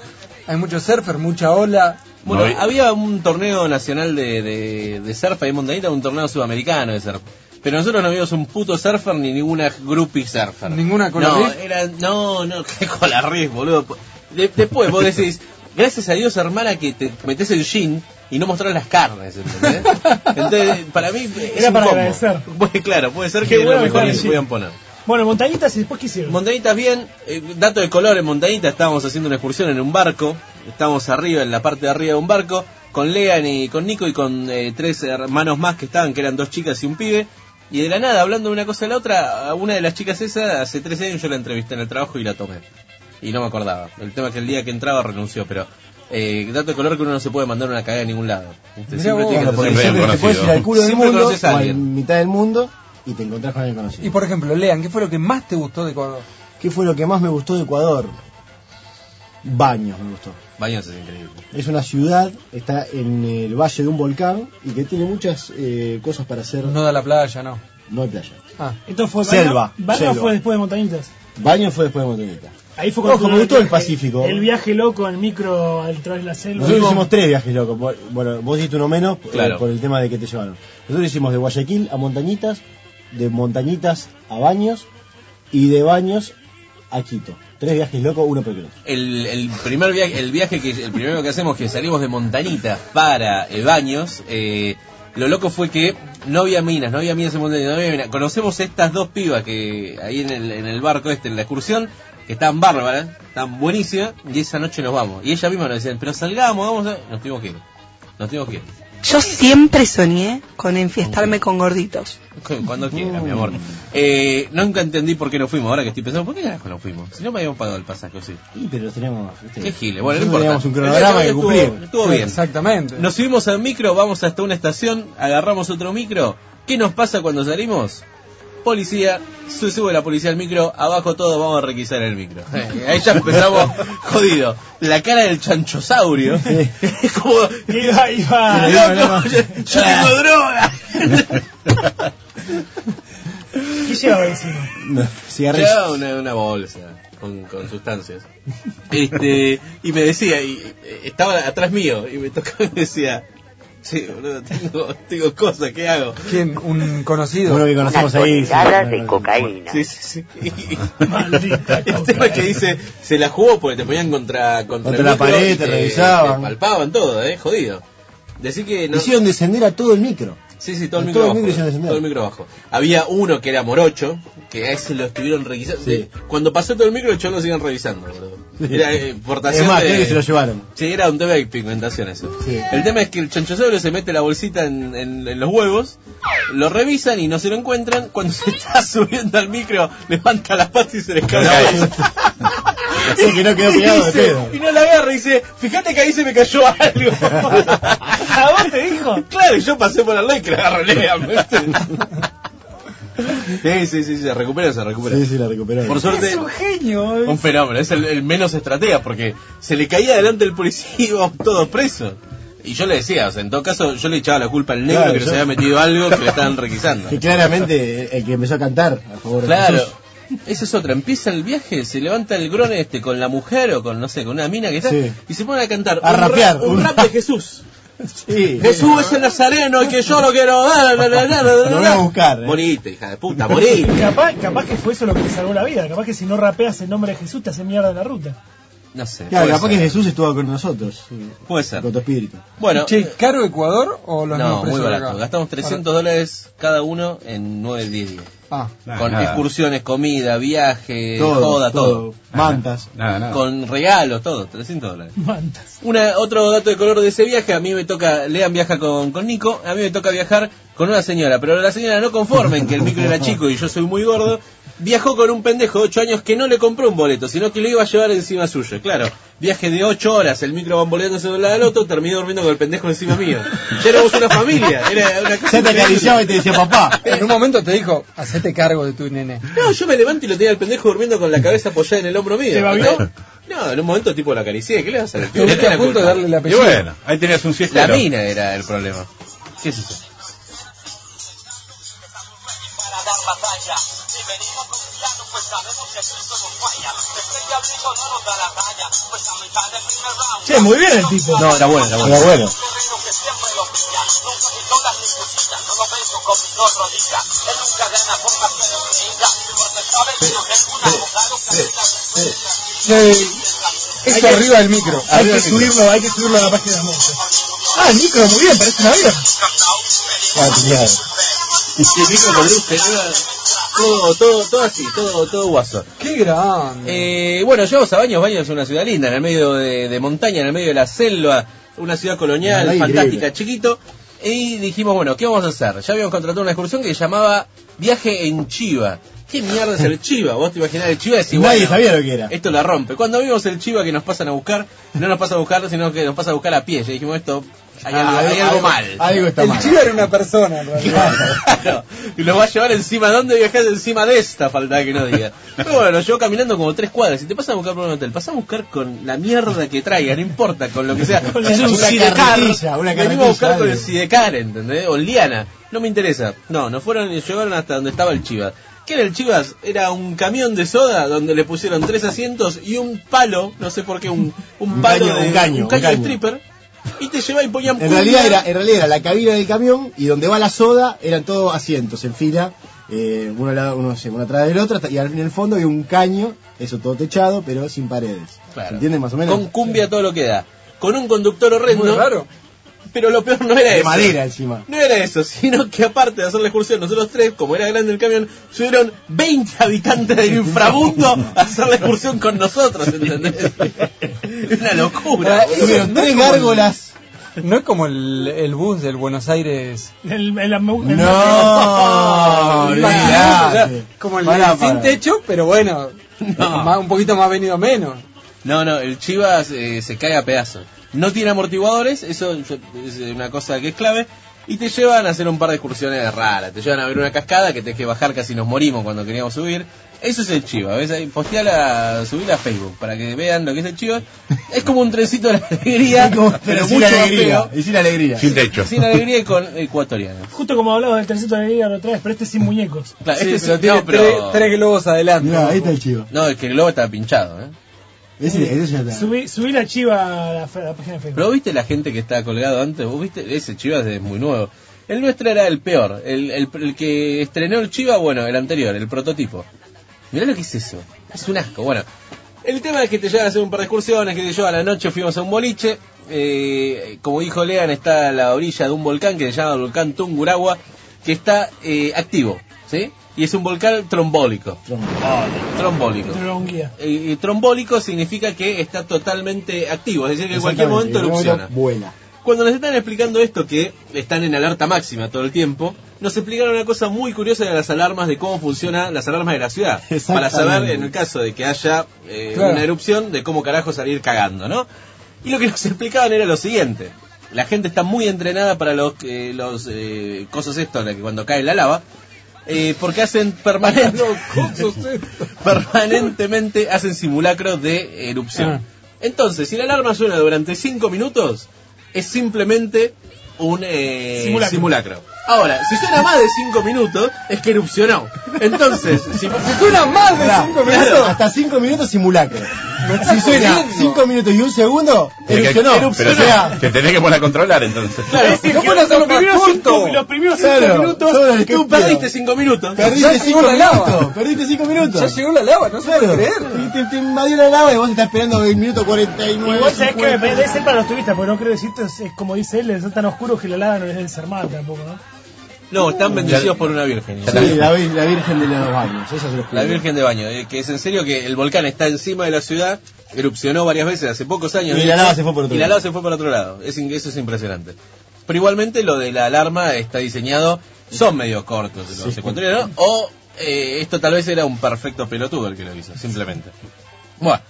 Hay mucho surfer, mucha ola. Bueno, No, y- había un torneo nacional de, de, de surf ahí en Montañita, un torneo sudamericano de surf. Pero nosotros no vimos un puto surfer ni ninguna groupie surfer. ¿Ninguna con no, la riff? era, no, no, que con la riff, boludo. De- después vos decís, gracias a Dios, hermana, que te metes el jean y no mostrar las carnes, ¿entendés? Entonces, para mí es Era un para combo. agradecer. Pues, claro, puede ser Qué que bueno lo que mejor juegue que el se jean. podían poner. Bueno, montañitas y después qué hicieron. Montañitas bien, eh, dato de color en Montañitas estábamos haciendo una excursión en un barco, estábamos arriba, en la parte de arriba de un barco, con Lean y con Nico y con eh, tres hermanos más que estaban, que eran dos chicas y un pibe, y de la nada, hablando de una cosa a la otra, a una de las chicas esa, hace tres años yo la entrevisté en el trabajo y la tomé, y no me acordaba, el tema es que el día que entraba renunció, pero eh, dato de color que uno no se puede mandar una cagada a ningún lado, Este, Mirá siempre vos. tiene que Bueno, porque hacer- siempre- siempre te reconocido. puedes ir al culo del Siempre mundo conoces a o alguien. en mitad del mundo y te encontrás con alguien conocido. Y por ejemplo, lean, ¿qué fue lo que más te gustó de Ecuador? ¿Qué fue lo que más me gustó de Ecuador? Baños me gustó. Baños es increíble. Es una ciudad, está en el valle de un volcán y que tiene muchas eh, cosas para hacer. No da la playa, no. No hay playa. Ah, Esto fue Selva, Baño- Baño selva. fue después de montañitas. Baños fue después de Montañita. Ahí fue cuando Ojo, me tuvieron gustó el Pacífico. El viaje loco en micro al través de la selva. Nosotros hicimos tres viajes, loco. Por- Bueno, vos hiciste uno menos eh, Claro. por el tema de que te llevaron. Nosotros hicimos de Guayaquil a Montañitas, de Montañitas a Baños y de Baños a Quito. Tres viajes locos, uno por el otro. El, el primer viaje, el viaje que el primero que hacemos que salimos de Montanita para eh, Baños, eh, lo loco fue que no había minas, no había minas en Montanita, no había minas. Conocemos estas dos pibas que ahí en el, en el barco este, en la excursión, que están bárbaras, están buenísimas, y esa noche nos vamos. Y ella misma nos decían, pero salgamos, vamos a... Nos tuvimos que ir, nos tuvimos que ir. Yo siempre soñé con enfiestarme con gorditos. Cu- Cuando quiera, mi amor. Eh, nunca entendí por qué no fuimos, ahora que estoy pensando, ¿por qué carajo no fuimos? Si no me habíamos pagado el pasaje, ¿o sí. Y pero tenemos. ¿viste? Qué giles, bueno, no importa. Nosotros Teníamos un cronograma que Estuvo- cumplir. estuvo bien. Exactamente. Nos subimos al micro, vamos hasta una estación, agarramos otro micro. ¿Qué nos pasa cuando salimos? Policía, se sube la policía al micro, abajo todos vamos a requisar el micro. Eh, Ahí ya empezamos jodido. La cara del chanchosaurio. Es como... Iba, iba. "Loco, yo, yo tengo droga. ¿Qué llevaba encima? No, cigarrillos. Llevaba una, una bolsa con, con sustancias. Este, y me decía, y, eh, estaba atrás mío, y me tocaba y me decía, Che, boludo, tengo, tengo cosas, ¿qué hago? ¿Quién? ¿Un conocido? Uno que conocemos Unas ahí, sí. toneladas de cocaína. Sí, sí, sí. Maldita El tema que dice, se la jugó porque te ponían contra, contra, Contra la micro pared, y te revisaban. Te palpaban todo, eh, jodido. Decir que no. Hicieron descender a todo el micro. Sí, sí, todo el a micro todo el abajo. micro hicieron descender. todo el micro abajo. Había uno que era morocho, que a ese lo estuvieron revisando. Sí. Cuando pasó todo el micro, el chabón lo siguen revisando, boludo. Era eh, importación Es más, de- creo que se lo llevaron. Sí, era un tema de pigmentación eso. El tema es que el chanchosaurio se mete la bolsita en, en- en los huevos, lo revisan y no se lo encuentran. Cuando se está subiendo al micro, levanta las patas y se le cae la bolsa. Así que no quedó Y pegado de dice- pedo. Y no la agarra y dice, fíjate que ahí se me cayó algo. ¿A vos te dijo? Claro, y yo pasé por el lado y que la Este agarré. Sí, sí, sí, se recupera, se recupera. Sí, sí, la recuperaron. Por Es suerte, un genio. un fenómeno, es el, el menos estratega porque se le caía delante el policía y iba todo preso. Y yo le decía, o sea, en todo caso, yo le echaba la culpa al negro Claro, que yo- se había metido algo que le estaban requisando. Que claramente eh, el que empezó a cantar a favor de Claro. Jesús. Esa es otra, empieza el viaje, se levanta el grone este con la mujer o con, no sé, con una mina que está Sí. y se pone a cantar. A un ra- rapear. Un rap de Jesús. Sí. Jesús es el nazareno y que yo no quiero. Lo voy a buscar. ¿eh? Morite, hija de puta, morite. Capaz, capaz que fue eso lo que te salvó la vida. Capaz que si no rapeas el nombre de Jesús te hace mierda en la ruta. No sé. Claro, puede capaz que ser, Jesús estuvo con nosotros. sí, Puede ser. Con tu espíritu. Bueno, Che, ¿caro Ecuador o los no, mismos muy precios de acá? barato. Gastamos 300 dólares cada uno en 9, 10 días. Ah, Nada, con nada. excursiones, comida, viaje, Todo, joda, todo. todo. Mantas. Nada, nada. Con regalos, todo, 300 dólares. Mantas. Una, otro dato de color de ese viaje, a mí me toca, Lean viaja con, con Nico, a mí me toca viajar con una señora, pero la señora no conforme en que el micro era chico y yo soy muy gordo, viajó con un pendejo de 8 años que no le compró un boleto, sino que lo iba a llevar encima suyo. Claro, viaje de 8 horas, el micro bamboleándose de un lado al otro, terminé durmiendo con el pendejo encima mío. Ya éramos una familia, era una cosa Ya te increíble. acariciaba y te decía papá. En un momento te dijo, hacete cargo de tu nene. No, yo me levanto y lo tenía al pendejo durmiendo con la cabeza apoyada en el hombro mío. ¿Se babió? No, en un momento tipo la acaricié, ¿qué le vas a hacer? Estuviste Era a punto culpa. de darle la Y bueno, ahí tenías un La siestero. mina era el problema. ¿Qué es eso? Che, muy bien el tipo. No, era bueno, era bueno. Pero bueno, Che, eso arriba del micro. Hay que subirlo, hay que subirlo a la página de Monster. Ah, el micro, muy bien, parece un avión. ah, claro. Y que Nico Rodríguez era todo, todo, todo así, todo, todo guaso. Qué grande. Eh, bueno, llegamos a Baños. Baños es una ciudad linda, en el medio de, de montaña, en el medio de la selva, una ciudad colonial, Ah, increíble. fantástica, chiquito. Y dijimos, bueno, ¿qué vamos a hacer? Ya habíamos contratado una excursión que se llamaba Viaje en Chiva. ¿Qué mierda es el Chiva? Vos te imaginás el Chiva es igual. Nadie sabía lo que era. Esto la rompe. Cuando vimos el Chiva que nos pasan a buscar, no nos pasa a buscar, sino que nos pasa a buscar a pie. Ya dijimos, esto hay algo, Ah, hay algo mal. Algo está El mal. chivo era una persona, en realidad. Claro. Y lo va a llevar encima. ¿Dónde viajas encima de esta? Falta que no diga. Pero bueno, nos llevó caminando como tres cuadras. Si te pasas a buscar por un hotel, pasás a buscar con la mierda que traiga, no importa, con lo que sea. Con la Es un luz, una sidecar. carretilla, una Venimos a buscar carretilla, con el algo. sidecar, ¿entendés? O liana. No me interesa. No, nos fueron y llegaron hasta donde estaba el Chivas. ¿Qué era el Chivas? Era un camión de soda donde le pusieron tres asientos y un palo, no sé por qué, un, un Un palo caño, de un caño, un un caño de caño. stripper. Y te llevaba y ponían En realidad, cumbia. era, en realidad era la cabina del camión y donde va la soda eran todos asientos en fila, eh, uno, al lado- uno, no sé, uno atrás del otro, hasta- y al- en el fondo había un caño, eso todo techado, pero sin paredes. Claro. ¿Entienden más o menos? con cumbia todo lo que da, con un conductor horrendo, Muy raro. pero lo peor no era de eso. madera encima. No era eso, sino que aparte de hacer la excursión, nosotros tres, como era grande el camión, subieron 20 habitantes del inframundo a hacer la excursión con nosotros, ¿entendés? Una locura. Ah, eso Tuvieron no es tres como el- gárgolas. No es como el, el bus del Buenos Aires. El, el, el- el- No, olvidate. Como el Pará, del sin pará. techo, pero bueno, No. más- un poquito más venido menos. No, no, el Chivas eh, se cae a pedazos. No tiene amortiguadores, eso yo- es una cosa que es clave. Y te llevan a hacer un par de excursiones raras. Te llevan a ver una cascada que tenés que bajar, casi nos morimos cuando queríamos subir. Eso es el Chivas, ¿ves? Ahí, Posteala, subila a Facebook para que vean lo que es el Chivas. Es como un trencito de la alegría, pero Pero sin mucho más alegría. feo. Y sin alegría. Sin techo. Sin alegría y con ecuatorianos. Justo como hablabas del tercero de la liga la otra vez, pero este sin muñecos. Claro, Sí, este es- pero tiene no, pero- tres, tres globos adelante. Mirá, ahí está el chivo. no, el que el globo está pinchado, ¿eh? Ese- ese ya está. Subí, subí la chiva a la, fe- a la página de Facebook. Pero viste la gente que estaba colgado antes, vos viste, ese Chivas es muy nuevo. El nuestro era el peor, el, el- el que estrenó el Chivas, bueno, el anterior, el prototipo. Mirá lo que es eso, es un asco. Bueno, el tema es que te llevan a hacer un par de excursiones, que yo a la noche fuimos a un boliche, eh, como dijo Lean, está a la orilla de un volcán que se llama el volcán Tunguragua, que está eh, activo, ¿sí? Y es un volcán trombólico. Trombólico. Tronguía. Eh, eh, trombólico significa que está totalmente activo, es decir, que en cualquier momento erupciona. Buena. Cuando nos están explicando esto, que están en alerta máxima todo el tiempo, nos explicaron una cosa muy curiosa de las alarmas, de cómo funcionan las alarmas de la ciudad. Para Exactamente. saber, en el caso de que haya eh, Claro. una erupción, de cómo carajo salir cagando, ¿no? Y lo que nos explicaban era lo siguiente. La gente está muy entrenada para los, eh, los eh, cosas estos, la que cuando cae la lava, eh, porque hacen permanente, permanentemente hacen simulacros de Ah. erupción. Entonces, si la alarma suena durante 5 minutos, es simplemente un eh, Simulacro. simulacro. Ahora, si suena más de 5 minutos, es que erupcionó. Entonces, si, suena más Pará, claro, Hasta 5 minutos simulacro. Si suena 5 minutos y un segundo, Te- que- erupcionó. pero O sea, te, te tenés que poner a controlar entonces. Claro, Es decir, ¿cómo que no son los más primeros cortos? cinco- los primeros cinco Claro, minutos, todo tú estúpido. perdiste cinco minutos. Perdiste Ya llegó 5 la lava. minutos. Perdiste 5 minutos. Ya llegó la lava, no se puede creer. Te, te invadió la lava y vos estás esperando el minuto 49. Igual sabés que 50. debe ser para los turistas, porque no creo decirte, es, es como dice él, es tan oscuro que la lava no les debe ser mal tampoco, ¿no? No, están bendecidos por una virgen. Sí, la, vi- la Virgen de los Baños. Esa se los La juro. Virgen de Baño, eh, que es en serio que el volcán está encima de la ciudad, erupcionó varias veces hace pocos años. Y de la hecho, lava se fue por otro y la lado. lava se fue para otro lado. Es, in- eso es impresionante. Pero igualmente lo de la alarma está diseñado, son medio cortos los ecuatorianos, o eh, esto tal vez era un perfecto pelotudo el que lo hizo, simplemente.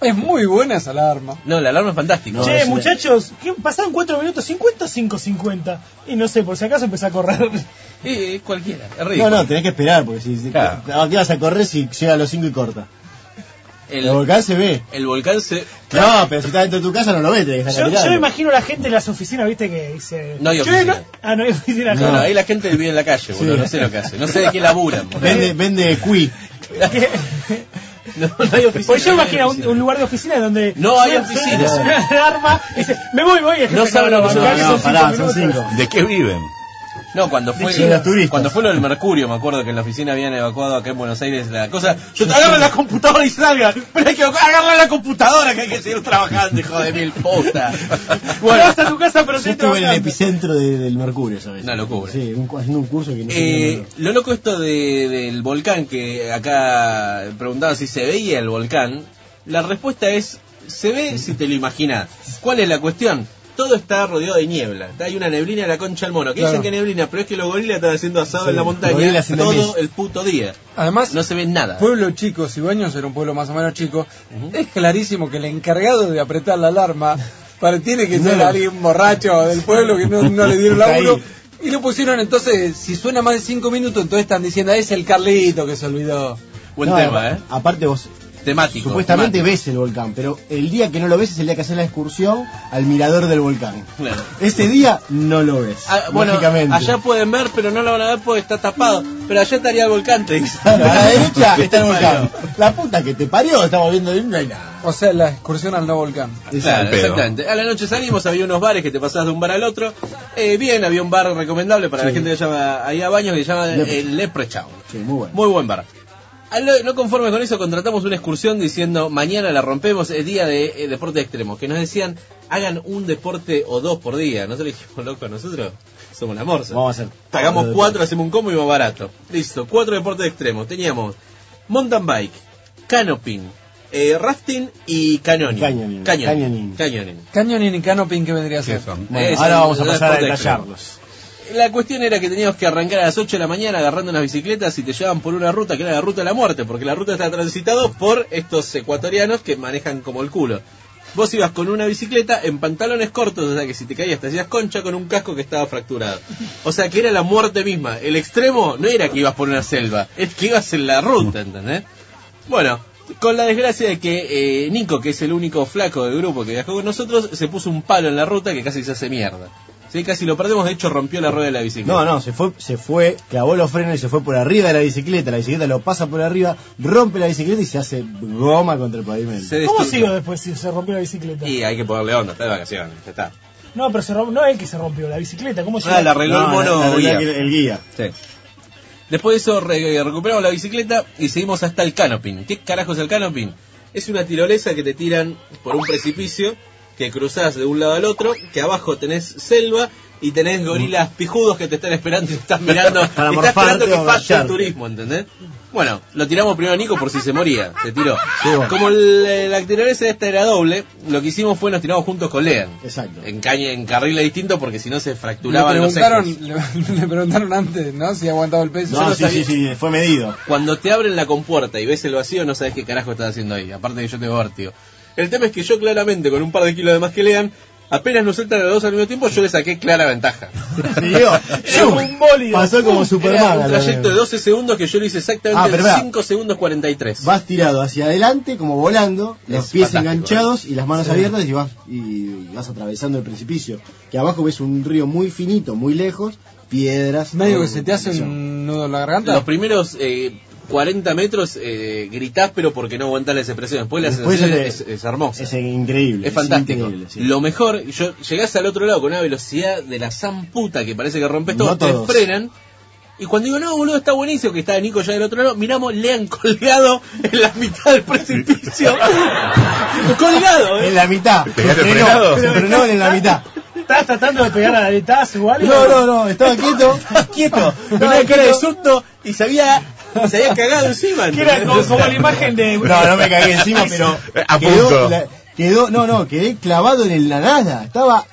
Es muy buena esa alarma. No, la alarma es fantástica. che, muchachos, ¿qué, pasaron 4 minutos 50 o 5.50. Y no sé, por si acaso empecé a correr. Eh, cualquiera, es No, ridículo. no, tenés que esperar, porque si, si Claro. ¿a qué vas a correr si llega a los 5 y corta? El, El volcán se ve. el volcán se... No, pero si estás dentro de tu casa no lo ves, tenés que estar Yo, yo mirando. me imagino la gente en las oficinas, viste, que dice. No hay "Che, oficina". Ah, no hay oficina. No, no, ahí la gente vive en la calle, boludo, no sé lo que hace, no sé de qué laburan. boludo. Vende, vende cuí. No, no hay oficina. Porque Pues yo no me hay imagino un, un lugar de oficina donde. No hay suena- oficina. suena la alarma, y dice, me voy, voy. y el No jefe, saben lo que bancar, son. son cinco minutos. ¿De qué viven? No, cuando fue, De los turistas. cuando fue lo del mercurio, me acuerdo que en la oficina habían evacuado acá en Buenos Aires la cosa. Yo te agarro la computadora y salga, pero hay que agarrar la computadora que hay que seguir trabajando, hijo de mil puta. Bueno, hasta tu casa, pero Yo estuve en el epicentro de- del Mercurio, ¿sabes? Una locura. Sí, un, haciendo un curso que no Eh, lo loco esto de- del volcán, que acá preguntaban si se veía el volcán, la respuesta es, se ve si te lo imaginas. ¿Cuál es la cuestión? Todo está rodeado de niebla. Hay una neblina en la concha del mono. Que Claro. dicen que neblina, pero es que los gorilas están haciendo asado Sí, en la montaña gorilas en la todo mesa. el puto día. Además, no se ve nada. Pueblo chico, si Baños era un pueblo más o menos chico, es clarísimo que el encargado de apretar la alarma para- tiene que ser No. alguien borracho del pueblo que no, no le dieron Está laburo. ahí. Y lo pusieron entonces, si suena más de cinco minutos, entonces están diciendo, es el Carlito que se olvidó. Buen No, tema, ¿eh? Aparte vos Temático. supuestamente ves el volcán, pero el día que no lo ves es el día que haces la excursión al mirador del volcán. Claro. Ese Este día no lo ves. Ah, bueno, lógicamente. allá pueden ver, pero no lo van a ver porque está tapado. Pero allá estaría el volcán, te dicen. Claro, a la derecha está el volcán. La puta que te parió, estamos viendo y no hay nada. O sea, la excursión al no volcán. Claro, exactamente. A la noche salimos, había unos bares que te pasabas de un bar al otro. Eh, bien, había un bar recomendable para la gente que llama ahí a baños que se llama Lepre- el Leprechaun. Sí, muy bueno. Muy buen bar. Al- No conforme con eso, contratamos una excursión diciendo mañana la rompemos, es día de eh, deporte extremo. Que nos decían, hagan un deporte o dos por día. Nosotros le dijimos, loco, nosotros somos la morsa. Vamos a hacer. Pagamos cuatro, hacemos un combo y más barato. Listo, cuatro deportes extremos. Teníamos mountain bike, canoping, eh, rafting y canyoning. Canyoning. Canyoning. Canyoning. Canyoning y canoping, ¿qué vendría a ser? Bueno, ¿eh? Es ahora el- vamos a el pasar a deporte extremo. detallarlos. La cuestión era que teníamos que arrancar a las 8 de la mañana agarrando unas bicicletas y te llevaban por una ruta que era la ruta de la muerte, porque la ruta está transitada por estos ecuatorianos que manejan como el culo. Vos ibas con una bicicleta en pantalones cortos, o sea que si te caías te hacías concha con un casco que estaba fracturado. O sea que era la muerte misma. El extremo no era que ibas por una selva, es que ibas en la ruta, ¿entendés? Bueno, con la desgracia de que eh, Nico, que es el único flaco del grupo que viajó con nosotros, se puso un palo en la ruta que casi se hace mierda. Sí, casi lo perdemos. De hecho, rompió la rueda de la bicicleta. No, no, se fue, se fue, clavó los frenos y se fue por arriba de la bicicleta. La bicicleta lo pasa por arriba, rompe la bicicleta y se hace goma contra el pavimento. ¿Cómo sigo después si se rompió la bicicleta? Y hay que ponerle onda, está de vacaciones, ya está. No, pero se romp- no él que se rompió la bicicleta. ¿Cómo Ah, la arregló el No, mono la- la- guía. la- la- el guía. Sí. Después de eso re- recuperamos la bicicleta y seguimos hasta el canoping. ¿Qué carajo es el canoping? Es una tirolesa que te tiran por un precipicio, que cruzás de un lado al otro, que abajo tenés selva y tenés gorilas pijudos que te están esperando y te están mirando. Mm. Para y estás esperando morfarte o que pase el garcharte. turismo, ¿entendés? Bueno, lo tiramos primero a Nico por si se moría, se tiró. Sí, bueno. Como el- eh, la tirolesa esta era doble, lo que hicimos fue nos tiramos juntos con Lean. Exacto. En, caña, en carriles distintos porque si no se Le fracturaban los ejes. preguntaron, le, le preguntaron antes, ¿no? Si aguantaba el peso. No, sí, sí, fue medido. Cuando te abren la compuerta y ves el vacío, no sabes qué carajo estás haciendo ahí. Aparte que yo tengo vértigo. El tema es que yo claramente, con un par de kilos de más que lean, apenas nos sueltan a los dos al mismo tiempo, yo le saqué clara ventaja. Siguió. un bólido. Pasó como Era Superman. a un la trayecto de 12 segundos que yo le hice exactamente Ah, en pero pará. 5 segundos 43. Vas tirado hacia adelante, como volando, los Es pies fantástico, enganchados y las manos Sí. abiertas y vas, y, y vas atravesando el precipicio. Que abajo ves un río muy finito, muy lejos, piedras. Medio todo que se te hace precipicio. un nudo en la garganta. Los primeros eh, 40 metros eh, gritás, pero porque no aguantás la expresión. Después la Después sensación se es, es hermosa. Es increíble. Es fantástico. increíble, sí. Lo mejor, yo llegás al otro lado con una velocidad de la zamputa que parece que rompes No todo, te todos. frenan. Y cuando digo, no, boludo, está buenísimo que está Nico ya del otro lado, miramos, le han colgado en la mitad del precipicio. colgado, ¿eh? En la mitad. pegaste Frenó, frenado? se frenó en la mitad. ¿Estás tratando de pegar a detalles o algo? No, no, no, estaba quieto. Quieto, con No, una cara de quieto. susto y se había, se había cagado encima. Que era como, ¿entendés? como la imagen de. No, no me cagué encima, pero Eh, A punto. quedó, la- quedó- no, no, quedé clavado en el- la nada. Estaba,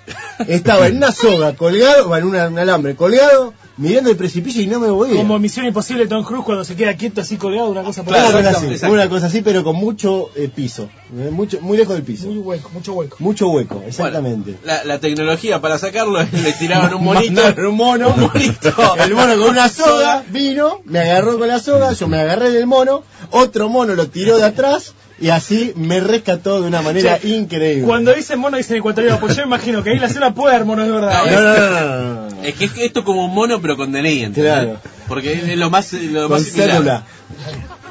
estaba en una soga colgado, bueno, una- un alambre colgado, mirando el precipicio y no me voy. Como Misión Imposible Tom Cruise cuando se queda quieto así colgado, una cosa por una, ahí. cosa así, exacto. una cosa así, pero con mucho eh, piso, eh, mucho, muy lejos del piso, Muy hueco, mucho hueco. mucho hueco, exactamente. La, la tecnología para sacarlo, le tiraban un monito. Mandaron un mono, Un monito. el mono con una soga vino, me agarró con la soga, yo me agarré del mono, otro mono lo tiró de atrás y así me rescató de una manera Che, increíble. Cuando dicen mono dicen ecuatoriano, pues yo me imagino que ahí la cena puede haber monos de verdad. ¿eh? No, No, no, no, no, no, no. Es que es- esto es como un mono pero con DNI, ¿entendés? Claro. Porque es lo más, lo Con más similar. célula.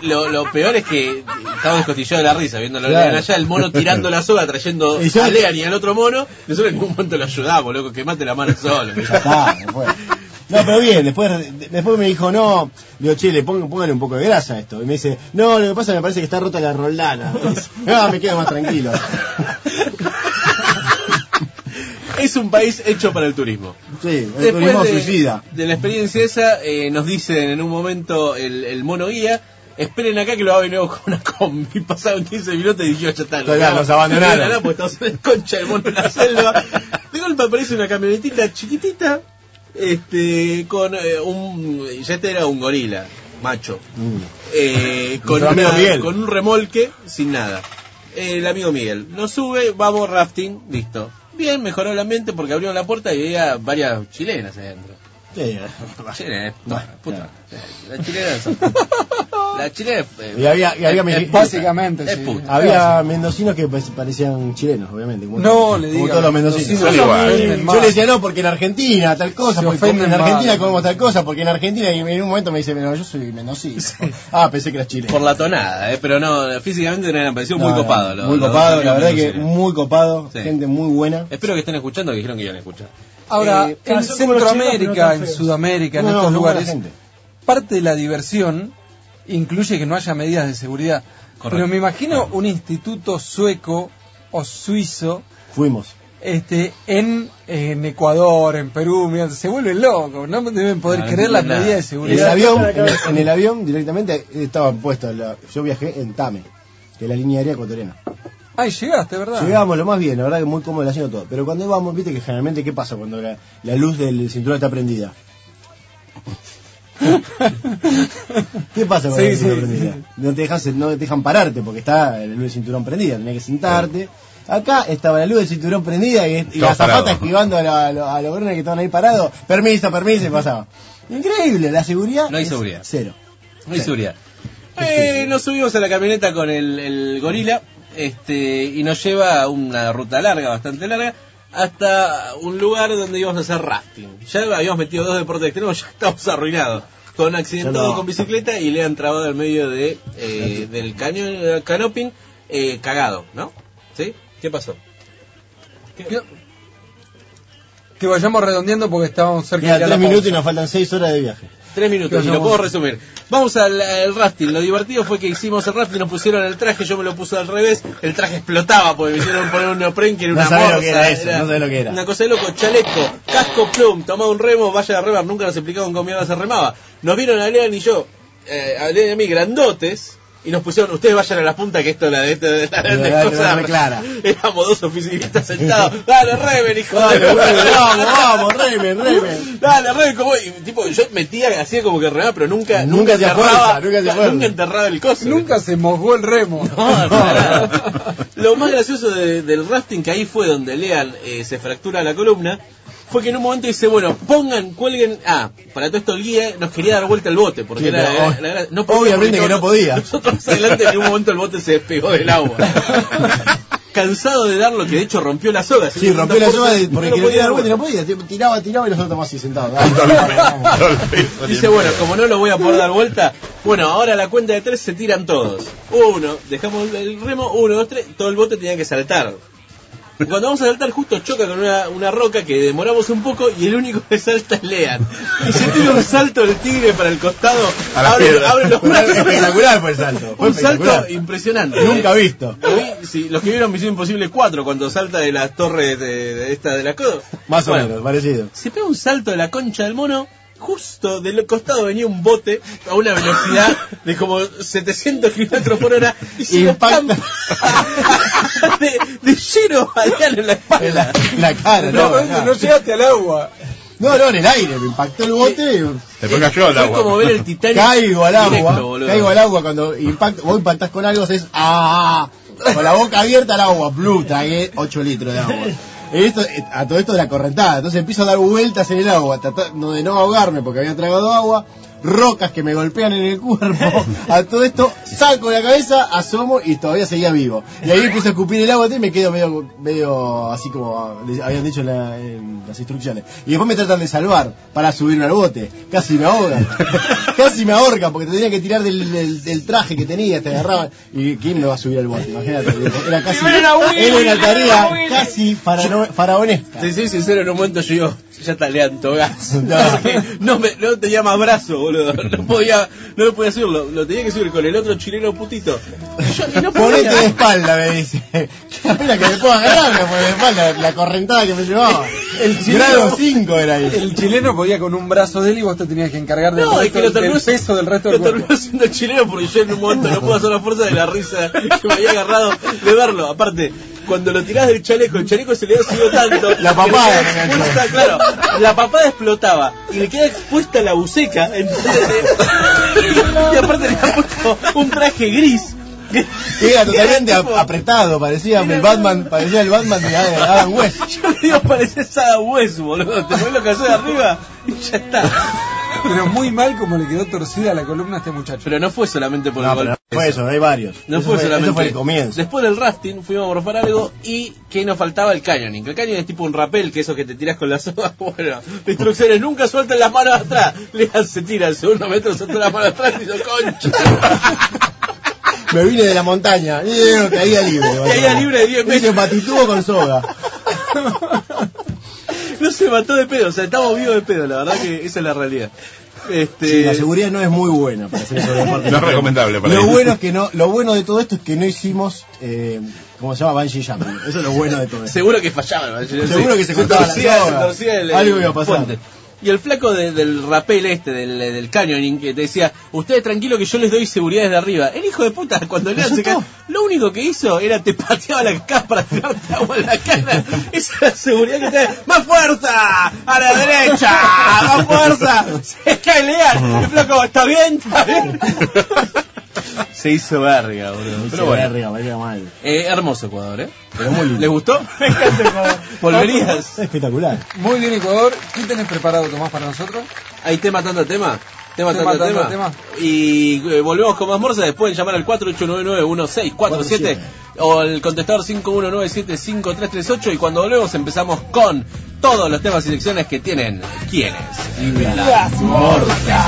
Lo, lo peor es que estaba descostillado de la risa viéndolo Claro. Lean allá, el mono tirando la soga, trayendo Y yo- a Lean y al otro mono. Nosotros en ningún momento lo ayudamos, loco, quemate la mano solo. Ya está, me fue. No, pero bien, después, de- después me dijo, no, digo, che, le pongo, póngale un poco de grasa a esto. Y me dice, no, lo que pasa es que me parece que está rota la roldana. Y dice, No, me quedo más tranquilo. es un país hecho para el turismo. Sí, el Después turismo de, suicida. de la experiencia esa, eh, nos dicen en un momento el, el mono guía, esperen acá que lo va a venir con una combi. Pasaron 15 minutos y dije, ya está. Ya, vamos". nos abandonaron. Y de la nada, pues estamos en el concha del mono en la selva. De golpe aparece una camionetita chiquitita, este, con eh, un, ya este era un gorila, macho, Mm. eh, con, Nuestro amigo una- Miguel. con un remolque sin nada. Eh, El amigo Miguel nos sube, vamos rafting, listo. Bien, mejoró el ambiente porque abrieron la puerta y veía varias chilenas ahí adentro. Sí, Chilenas, Bueno, puta, eh, puta. claro. Las chilenas son- Las chilenas. eh, Y había- y había es- mexi- es puta, Básicamente, Es sí. puta. Había mendocinos que pues, parecían chilenos, obviamente. Como, No, le como digas, todos los los mendocinos. igual. chinos se ofenden Yo más. le decía, no, porque en Argentina tal cosa, Se porque ofenden en mal. Argentina comemos tal cosa, porque en Argentina, y en un momento me dice, pero yo soy mendocino. Ah, pensé que eras chileno. Por la tonada, eh, pero no, físicamente me han parecido muy No, no, copado. los- Muy los copado, amigos la verdad que mendocinos. muy copado, Sí. gente muy buena. Espero que estén escuchando, que dijeron que iban a escuchar. Ahora, Eh, en son como los chinos, pero no Centroamérica, tan en feos. Sudamérica, en No, no, estos muy buena lugares, gente. parte de la diversión incluye que no haya medidas de seguridad. Correcto. Pero me imagino un instituto sueco o suizo Fuimos. este, en, en Ecuador, en Perú, mirá, se vuelven locos, no deben poder No, no creer las entienden nada. medidas de En el seguridad. avión, en el, en el avión directamente estaban puestos. la- yo viajé en Tame, que es la línea aérea ecuatoriana. Ay, llegaste, ¿verdad? Llegábamos lo más bien, la verdad que muy cómodo haciendo todo. Pero cuando íbamos, viste que generalmente, ¿qué pasa cuando la, la luz del cinturón está prendida? ¿Qué pasa cuando Sí, la luz está sí, prendida? sí. No, te dejas, no te dejan pararte porque está la luz del cinturón prendida, tenés que sentarte. Acá estaba la luz del cinturón prendida y, y la Todos parados. zapata esquivando a, la- a lo- a los grones que estaban ahí parados. Permiso, permiso, y pasaba. Increíble, la seguridad. No hay es seguridad. Cero. No hay seguridad. Eh, nos subimos a la camioneta con el, el gorila este, y nos lleva a una ruta larga, bastante larga, hasta un lugar donde íbamos a hacer rafting. Ya habíamos metido dos deportes extremos, ya estábamos arruinados. Con accidentado Ya no. con bicicleta y le han trabado al medio de eh, del cañón, eh, canoping, eh, cagado, ¿no? ¿Sí? ¿Qué pasó? Que vayamos redondeando porque estábamos cerca Mira, de ir a la tres minutos pausa. y nos faltan seis horas de viaje. Tres minutos, y lo puedo resumir. Vamos al, al rafting. Lo divertido fue que hicimos el rafting, nos pusieron el traje, yo me lo puse al revés. El traje explotaba porque me hicieron poner un neopren que era No una sabés morsa. lo que era eso, no sabés lo que era. Una cosa de loco, chaleco, casco plum, tomá un remo, vaya a remar. Nunca nos explicaron cómo mierda se remaba. Nos vieron a Lean y yo, eh, a Lean y a mí, grandotes. Y nos pusieron, ustedes vayan a la punta que esto la de, de- de- de- de- dale, cosa- dame clara. Éramos dos oficinistas sentados. Dale, remen, hijo de- Dale, dale, vamos, vamos, remen, remen. Dale, remen, como, y, tipo, yo metía, hacía como que remaba, pero nunca, Nunca se enterraba- afuerza, nunca se afuerza. nunca enterraba el coso. Nunca se mojó el remo. Lo más gracioso de- del rafting, que ahí fue donde Lean eh, se fractura la columna, fue que en un momento dice, bueno, pongan, cuelguen... Ah, para todo esto el guía nos quería dar vuelta el bote, porque Sí, era, pero ob- la- la- no podía, obviamente porque que no podía. Nosotros adelante en un momento el bote se despegó del agua. Cansado de dar lo que de hecho rompió la soga. Sí, rompió la soga de- porque no quería podía dar dar vuelta y vuelta. no podía. Tiraba, tiraba y nosotros estábamos así sentados. Dale, Dice, bueno, como no lo voy a poder dar vuelta, bueno, ahora a la cuenta de tres se tiran todos. Uno, dejamos el remo, uno, dos, tres, todo el bote tenía que saltar. Y Cuando vamos a saltar, justo choca con una, una roca que demoramos un poco y el único que salta es Lean. Y se tira un salto del tigre para el costado, A la abre, piedra. abre los brazos. Espectacular fue el salto, fue un salto espectacular. impresionante. Nunca visto. Lo vi- sí, los que vieron Misión Imposible 4, cuando salta de las torres de, de esta de la codo. Más o Bueno, menos, parecido. se pega un salto de la concha del mono, justo del costado venía un bote a una velocidad de como 700 kilómetros por hora y se impacta de, de lleno a Lean en la espalda. La cara, no. No, la cara. no llegaste al agua. No, no, en el aire, me impactó el bote. Después cayó al Fue agua. como ver el Titanic Caigo al directo, agua, boludo. caigo al agua cuando impacto, vos impactás con algo, haces ah, ah, con la boca abierta al agua, blue, tragué 8 litros de agua. Esto, eh, a todo esto de la correntada, entonces empiezo a dar vueltas en el agua, tratando de no ahogarme porque había tragado agua, rocas que me golpean en el cuerpo, a todo esto saco la cabeza, asomo y todavía seguía vivo. Y ahí empiezo a escupir el agua y me quedo medio, medio así como le- habían dicho en, la- en las instrucciones. Y después me tratan de salvar para subirme al bote, casi me ahogan. Casi me ahorca porque te tenía que tirar del, del- del traje que tenía, te agarraban. ¿Y quién me va a subir al bote? Imagínate. Era casi. Primero era Willy, Era una primero tarea era Willy. casi farano- faraonesca. Te soy sincero, en un momento yo digo, ya está Lean Togás. No. no, me, no tenía más brazo, boludo. No podía, no lo podía subirlo. Lo tenía que subir con el otro chileno putito. Y yo, y no podía. Ponete de espalda, me dice. Que apenas que me puedo agarrar, me pone de espalda la correntada que me llevaba. El Grado 5 era ahí. El chileno podía con un brazo de él y vos te tenías que encargar del, No, es resto- que lo del terminó- peso del resto del Lo cuerpo. terminó siendo chileno porque yo en un momento no puedo hacer la fuerza de la risa que me había agarrado de verlo. Aparte, cuando lo tirás del chaleco, el chaleco se le había subido tanto. La papada que le queda me enganchó. expuesta, claro. La papada explotaba y le queda expuesta la buceca. Entonces, y aparte le han puesto un traje gris. Era totalmente ap- apretado, parecía el Batman, parecía el Batman de Adam West. Yo le digo, parece Sada West, boludo. Te pones los calzones arriba y ya está. Pero muy mal como le quedó torcida la columna a este muchacho. Pero no fue solamente por el No, pero golpe. fue eso, hay varios. No Eso fue, eso solamente. fue el comienzo. Después del rafting fuimos a morfar algo y que nos faltaba el canyoning. El canyoning es tipo un rappel, que eso que te tiras con la soga. Bueno, instrucciones, nunca suelten las manos atrás. Lean se tira al segundo metro, suelta las manos atrás y yo, concha. Me vine de la montaña, y no, caía libre. Caía libre de 10 metros. patitubo con soga. No se mató de pedo, o sea, estamos vivos de pedo, la verdad que esa es la realidad. Este... Sí, la seguridad no es muy buena para hacer eso de deporte. No es recomendable para Lo mí. bueno, es que no, lo bueno de todo esto es que no hicimos, eh, ¿cómo se llama? Banshee Jumping. Eso es lo bueno de todo esto. Seguro que fallaba. ¿no? Yo Seguro sé. que se cortaba la torcía- soga. se torcía el- Algo el iba a pasar. puente. Y el flaco de- del rapel este, del, del canyoning, que te decía, ustedes tranquilo que yo les doy seguridad desde arriba. El hijo de puta, cuando le se ca- lo único que hizo era te pateaba la cara para tirarte agua en la cara. Esa es la seguridad que te ¡Más fuerza! ¡A la derecha! ¡Más fuerza! ¡Se cae Leal! El flaco, ¿está bien? ¿Está bien? Se hizo verga, boludo. Pero bueno. Arriba, valía mal. Eh, hermoso Ecuador, ¿eh? ¿Les gustó? ¿Volverías? Espectacular. Muy bien, Ecuador. ¿Qué tenés preparado, Tomás, para nosotros? ¿Hay tema, tanto tema? Tema, Tema, tanto tema, tanto Y eh, volvemos con más morsa. Después llamar al 4899-1647 o al contestador 5197-5338. Y cuando volvemos, empezamos con todos los temas y secciones que tienen. ¿Quiénes? Las morsas.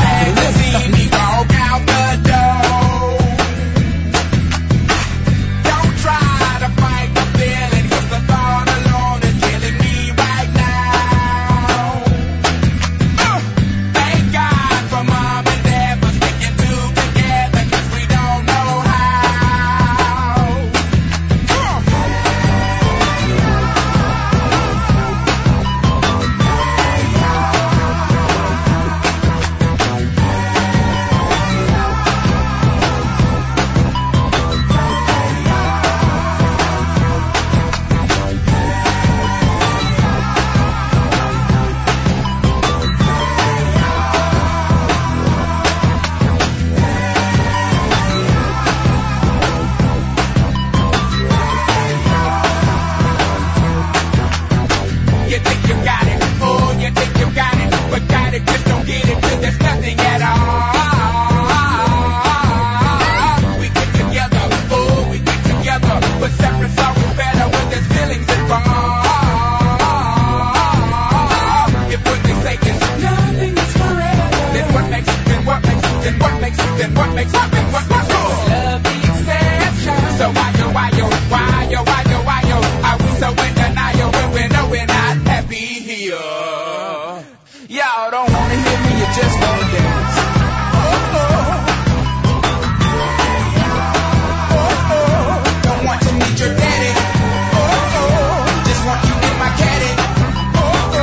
You think you got it, oh, you think you got it, but got it just don't get it 'cause there's nothing at all. We get together, oh, we get together, but separate's always better when there's feelings involved. If what they say is nothing is forever, then what makes, then what makes, then what makes, then what makes, what makes, what makes, love the exception. So why yo, why yo, why yo, why yo, why yo, are we so in denial when we know we're not happy here? Y'all don't wanna hear me, you just wanna dance. Oh, oh. Oh, oh. Don't want to meet your daddy. Oh, oh. Just want you in my caddy. Oh, oh.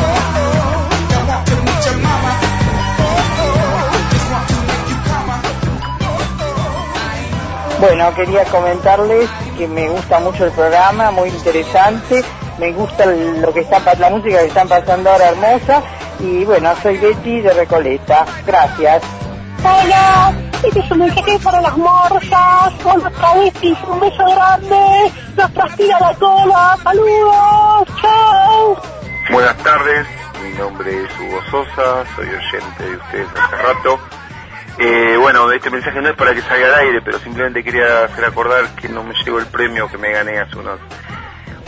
Oh, oh. Don't want to meet your mama. Oh, oh. Just want to make you come out. Bueno, quería comentarles que me gusta mucho el programa, muy interesante. Me gusta el- lo que está pa- la música que están pasando ahora hermosa. Y bueno, soy Betty de Recoleta. Gracias. Hola, este es un mensaje para las morsas, con los travestis, un beso grande, nos transpira la cola, saludos, chao. Buenas tardes, mi nombre es Hugo Sosa, soy oyente de ustedes hace rato. Eh, bueno, este mensaje no es para que salga al aire, pero simplemente quería hacer acordar que no me llegó el premio que me gané hace unos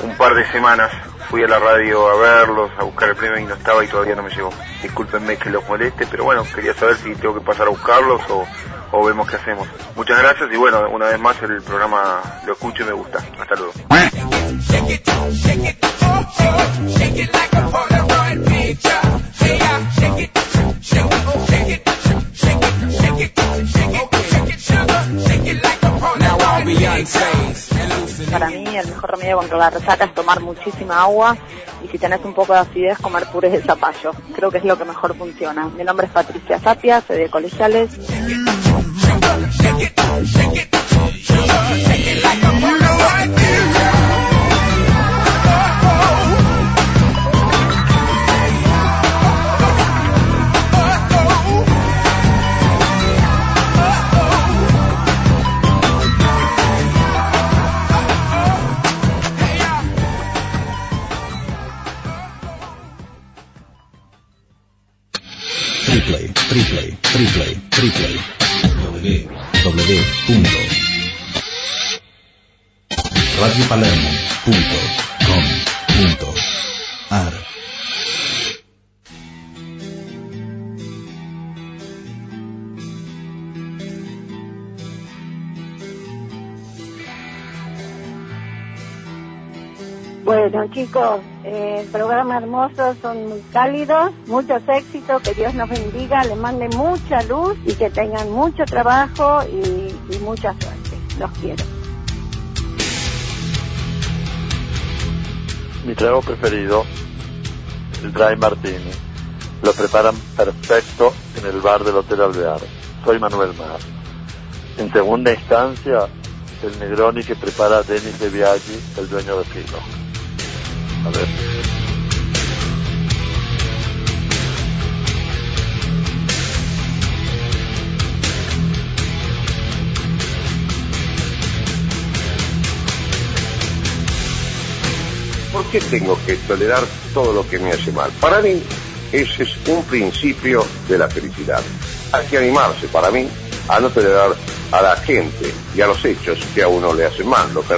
un par de semanas. Fui a la radio a verlos, a buscar el premio y no estaba y todavía no me llegó. Discúlpenme que los moleste, pero bueno, quería saber si tengo que pasar a buscarlos o, o vemos qué hacemos. Muchas gracias y bueno, una vez más el programa lo escucho y me gusta. Hasta luego. Para mí el mejor remedio contra la resaca es tomar muchísima agua y si tenés un poco de acidez comer purés de zapallo. Creo que es lo que mejor funciona. Mi nombre es Patricia Zapia, soy de Colegiales. Triple, triple, triple, triple. W. W. Punto. radiopalermo.com. Punto. Ar. Bueno, chicos, eh, programa hermoso, son muy cálidos, muchos éxitos, que Dios nos bendiga, les mande mucha luz y que tengan mucho trabajo y, y mucha suerte. Los quiero. Mi trago preferido, el Dry Martini, lo preparan perfecto en el bar del Hotel Alvear. Soy Manuel Mar. En segunda instancia, el Negroni que prepara Denis de Biaggi, el dueño de Pino. A ver. ¿Por qué tengo que tolerar todo lo que me hace mal? Para mí, Ese es un principio de la felicidad. Hay que animarse, para mí, a no tolerar a la gente y a los hechos que a uno le hacen mal, lo que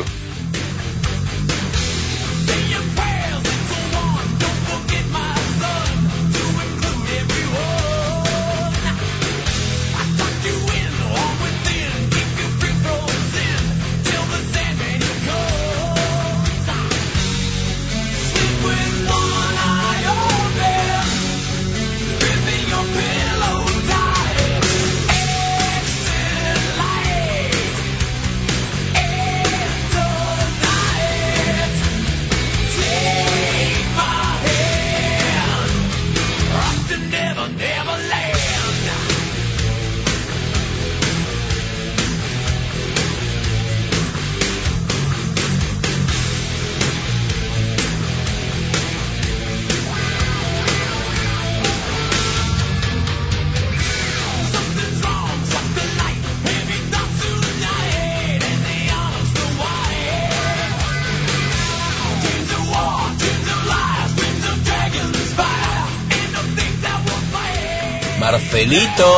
Marcelito.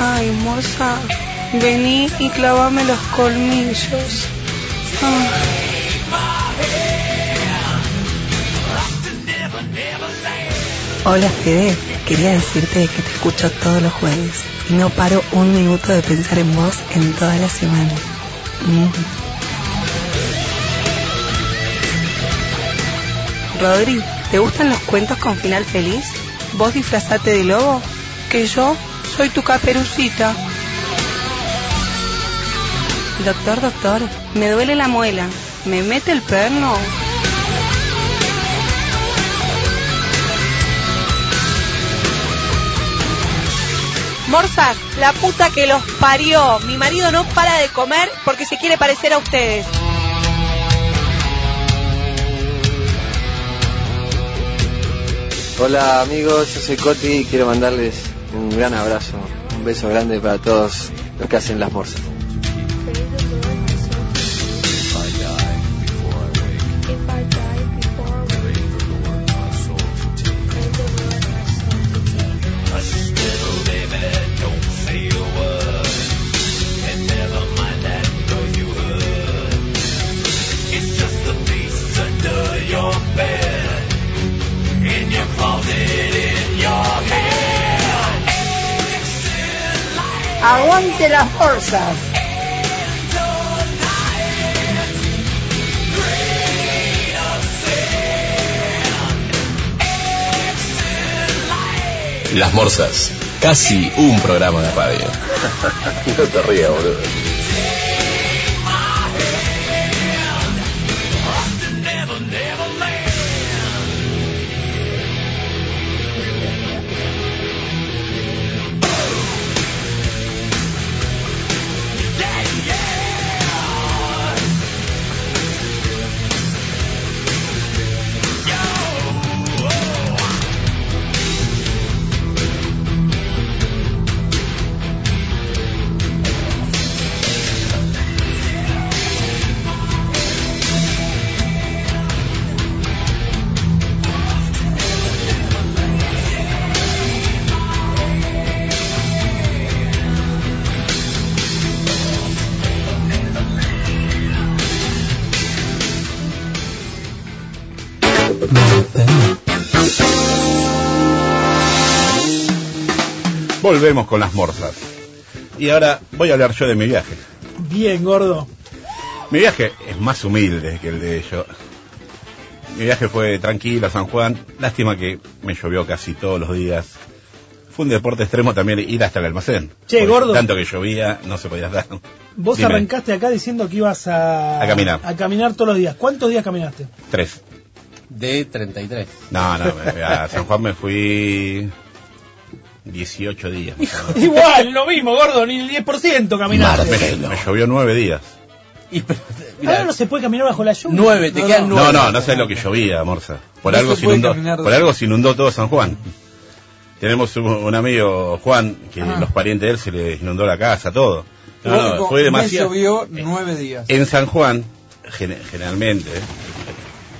Ay, morsa, vení y clavame los colmillos. Ah. Hola Fede, quería decirte que te escucho todos los jueves y no paro un minuto de pensar en vos en toda la semana. Mm. Rodri, ¿te gustan los cuentos con final feliz? ¿Vos disfrazate de lobo? Que yo soy tu caperucita. Doctor, doctor, me duele la muela. ¿Me mete el perno? Morsas, la puta que los parió. Mi marido no para de comer porque se quiere parecer a ustedes. Hola amigos, yo soy Coti y quiero mandarles un gran abrazo, un beso grande para todos los que hacen las morsas. Aguante las fuerzas. Las Morsas. Casi un programa de radio. no te rías, boludo. Volvemos con las morsas. Y ahora voy a hablar yo de mi viaje. Bien, gordo. Mi viaje es más humilde que el de ellos. Mi viaje fue tranquilo a San Juan. Lástima que me llovió casi todos los días. Fue un deporte extremo también ir hasta el almacén. Che, Porque gordo. Tanto que llovía, no se podía andar. Vos Dime. arrancaste acá diciendo que ibas a, A caminar. a caminar todos los días. ¿Cuántos días caminaste? Tres. De 33. No, no, me- a San Juan me fui 18 días. más o menos. Igual, lo mismo, gordo, ni el 10% caminaste. Me, me llovió nueve días. Ahora no se puede caminar bajo la lluvia. Nueve, te No, quedan no. No, no, no sé lo que llovía, Morsa. Por, No algo se se puede inundó, caminar. por algo se inundó todo San Juan. Tenemos un, un amigo, Juan, que los parientes de él se le inundó la casa, todo. No, no, Tipo, fue me demasiado. llovió nueve días. En San Juan, gen- generalmente, eh,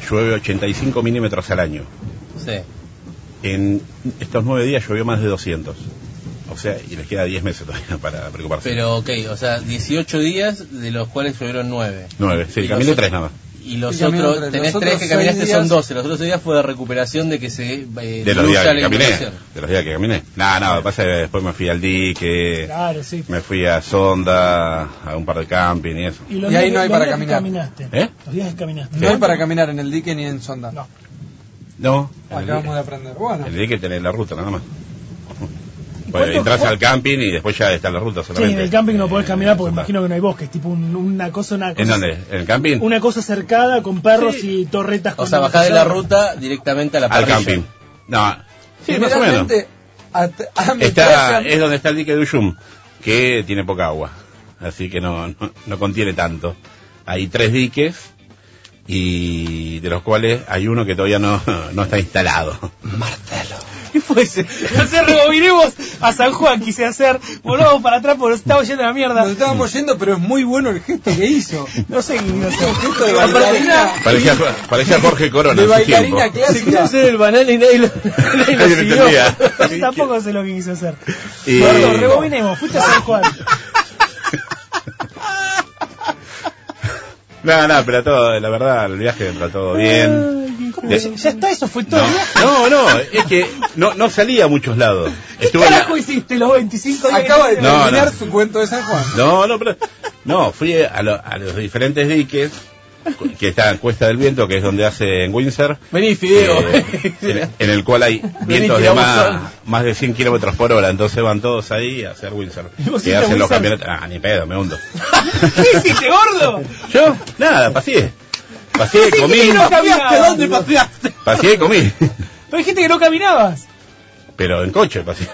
llueve 85 milímetros al año. Sí. En estos nueve días llovió más de 200. O sea, y les queda 10 meses todavía para preocuparse. Pero ok, o sea, 18 días de los cuales llovieron 9. 9, Y sí, los caminé otros- 3 nada más. Y los Y caminé otros, tres. tenés Los 3 otros que caminaste seis son días- 12. Los otros días fue de recuperación de que se. eh, De diluya los días que la caminé. inundación. De los días que caminé. No, no, lo que pasa es que después me fui al dique, Claro, sí. me fui a Sonda, a un par de camping y eso. los Y ahí días- no hay los para días que caminar. Caminaste. ¿Eh? Los días que caminaste. No hay para caminar en el dique ni en sonda. No. No, en el Acabamos dique, de aprender. Bueno. en el dique tenés la ruta nada más. Pues cuánto- entras cuánto- al camping y después ya está la ruta Sí, en solamente. el camping no podés caminar porque imagino que no hay bosque. Es tipo un- una cosa, una cosa. ¿En dónde? ¿En el camping? Una cosa cercada con perros y torretas. O sea, bajás de la ruta directamente a la Al parrilla. camping. No, sí, más o menos. Generalmente, at- a mi Está, casa- es donde está el dique de Uyum, que tiene poca agua, así que no, no, no contiene tanto. Hay tres diques y de los cuales hay uno que todavía no, no está instalado. ¿Qué fuese? Entonces rebobinemos a San Juan, quise hacer, volvamos para atrás porque nos estábamos yendo a la mierda. Nos estábamos yendo, pero es muy bueno el gesto que hizo. No sé, no sé. Un gesto de bailarina. Parecía, parecía Jorge Corona De en su tiempo. bailarina clásica. Se quiso hacer el banal y nadie lo, nadie lo Nadie lo siguió. entendía. Yo tampoco sé lo que quiso hacer. Y- Gordo, rebobinemos, fuiste a San Juan. No, no, pero todo, la verdad, el viaje pero todo bien. De- Ya está, eso fue Ah, todo. no, no, es que no, no salí a muchos lados. Estuve ¿Qué en la- carajo hiciste los 25 días? Acaba de No, no. terminar su cuento de San Juan. No, no, pero, no, fui a, lo- a los diferentes diques cu- que está en Cuesta del Viento, que es donde hace en Windsor. Vení, Fideo. eh, en, en el cual hay vientos de tiramos más, más de 100 kilómetros por hora, entonces van todos ahí a hacer Windsor. vos Que hiciste hacen los Windsor? campeonatos. Ah, ni pedo, me hundo. ¿Qué hiciste, gordo? Yo, nada, paseé. Paseé, comí, no caminaste? ¿Dónde paseaste? paseé y comí, Pero dijiste que no caminabas. pero en coche paseé.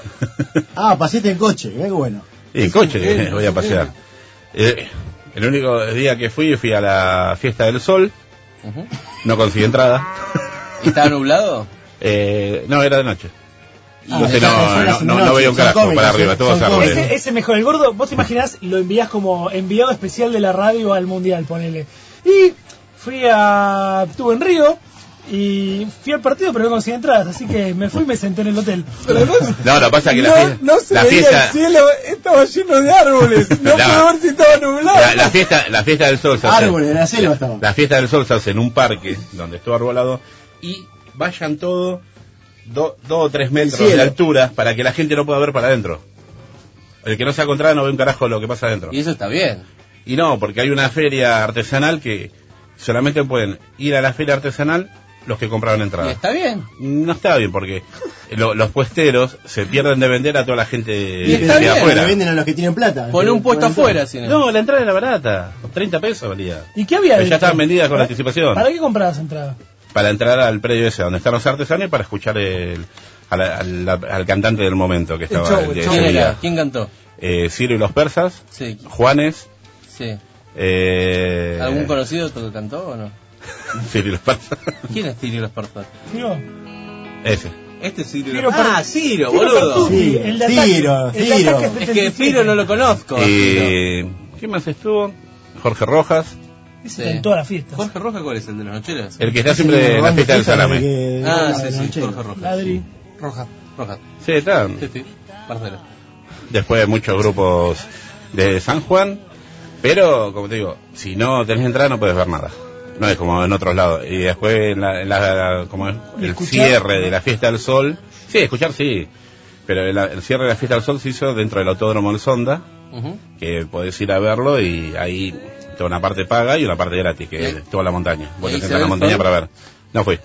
Ah, paseaste en coche, qué bueno. Y en coche voy a pasear. Eh, el único día que fui, fui a la fiesta del sol. Ujú. No conseguí entrada. ¿Y estaba nublado? Eh, no, era de noche. Ah, Entonces de no, noche, no, son no, las no noches, veía un son carajo cómicas, para arriba, son- todos son árboles. Ese, ese mejor. El gordo, vos te imaginás, lo envías como enviado especial de la radio al mundial, ponele. Y fui a. Estuve en Río y fui al partido, pero no conseguí entradas. Así que me fui y me senté en el hotel. No, lo que pasa es que la fiesta, No se la, veía fiesta el cielo, estaba lleno de árboles. No, No. pude ver si estaba nublado. la, la fiesta, la fiesta del sol se hace, Árboles, la selva estaba. la fiesta del sol se hace en un parque donde estuvo arbolado y vayan todo do- dos o tres metros cielo. de altura para que la gente no pueda ver para adentro. El que no se ha encontrado no ve un carajo lo que pasa adentro. Y eso está bien. Y no, porque hay una feria artesanal que solamente pueden ir a la feria artesanal los que compraron Y entrada. está bien. No está bien porque lo- los puesteros se pierden de vender a toda la gente Y Eh, de está bien, afuera. le venden a los que tienen plata. Poné un puesto Por eso. afuera, si no. No, la entrada era barata, 30 pesos valía. ¿Y qué había Pero ya dentro? estaban vendidas con ¿Para- anticipación ¿Para qué comprabas entradas? para entrar al predio ese donde están los artesanos y para escuchar el, a la- al, al cantante del momento que estaba show, el el- ese show. ¿Quién era? día. ¿Quién cantó? Eh, Ciro y los persas, Sí, Juanes, sí. eh, ¿Algún conocido que cantó o no? Ciro y los persas, ¿Quién es Ciro los Partos? Digo, ese. Este es Ciro. Ciro Par- ah, Ciro, Ciro boludo. Partucci, el de ataque- Ciro, el de Ciro. ataque Es que Ciro no lo conozco. a Ciro. Eh, ¿Quién más estuvo? Jorge Rojas, Ese Sí. está en todas las fiestas. Jorge Roja, ¿cuál es el de las nocheras? el que está siempre en la fiesta del salame. Porque- Ah, la- sí, la sí, lonchera. Jorge Roja. Ladri. Roja. Roja. Sí, está. Sí, sí. Marcelo. Después muchos grupos de San Juan, pero como te digo, si no tenés entrada no puedes ver nada. No es como en otros lados. Y después en la- en la- como es, ¿Y el escuchar? cierre de la fiesta del sol. Sí, escuchar sí. Pero el, el cierre de la fiesta del sol se hizo dentro del autódromo del Sonda, Ujú. que podés ir a verlo y ahí toda una parte paga y una parte gratis, que es toda la montaña. Vos ¿Y te ahí se sentás en ve la el montaña sol? para ver. No fui.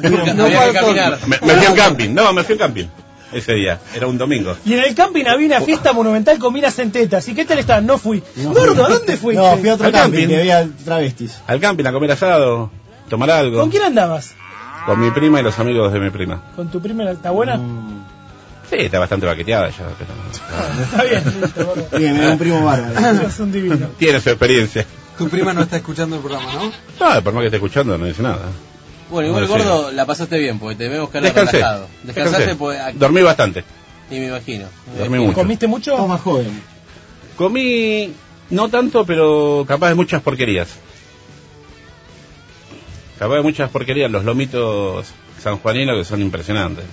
pudieron- Porque había que faltó. caminar. Me, me fui en camping, no, me fui en camping. Ese día, era un domingo. Y en el camping había una fiesta monumental con minas en tetas. ¿Y qué tal estás? este No fui. Gordo, ¿a dónde fuiste? No, fui a otro Al camping, camping. que había travestis. Al camping a comer asado, tomar algo. ¿Con quién andabas? Con mi prima y los amigos de mi prima. ¿Con tu prima? ¿Está buena? Sí, está bastante baqueteada ya. pero- Está bien, Mm. listo, gordo. Bien, era un primo bárbaro. Sos un divino. Tiene su experiencia. Tu prima no está escuchando el programa, ¿no? No, por más que esté escuchando, no dice nada. Bueno, igual No sé. gordo, la pasaste bien porque te vemos que era Descansé. relajado. pues, Descansaste descansé. porque. Dormí bastante. Y me imagino. Dormí mucho. ¿Comiste mucho? Estaba más joven. Comí, no tanto, pero capaz de muchas porquerías. Capaz de muchas porquerías, los lomitos sanjuaninos que son impresionantes.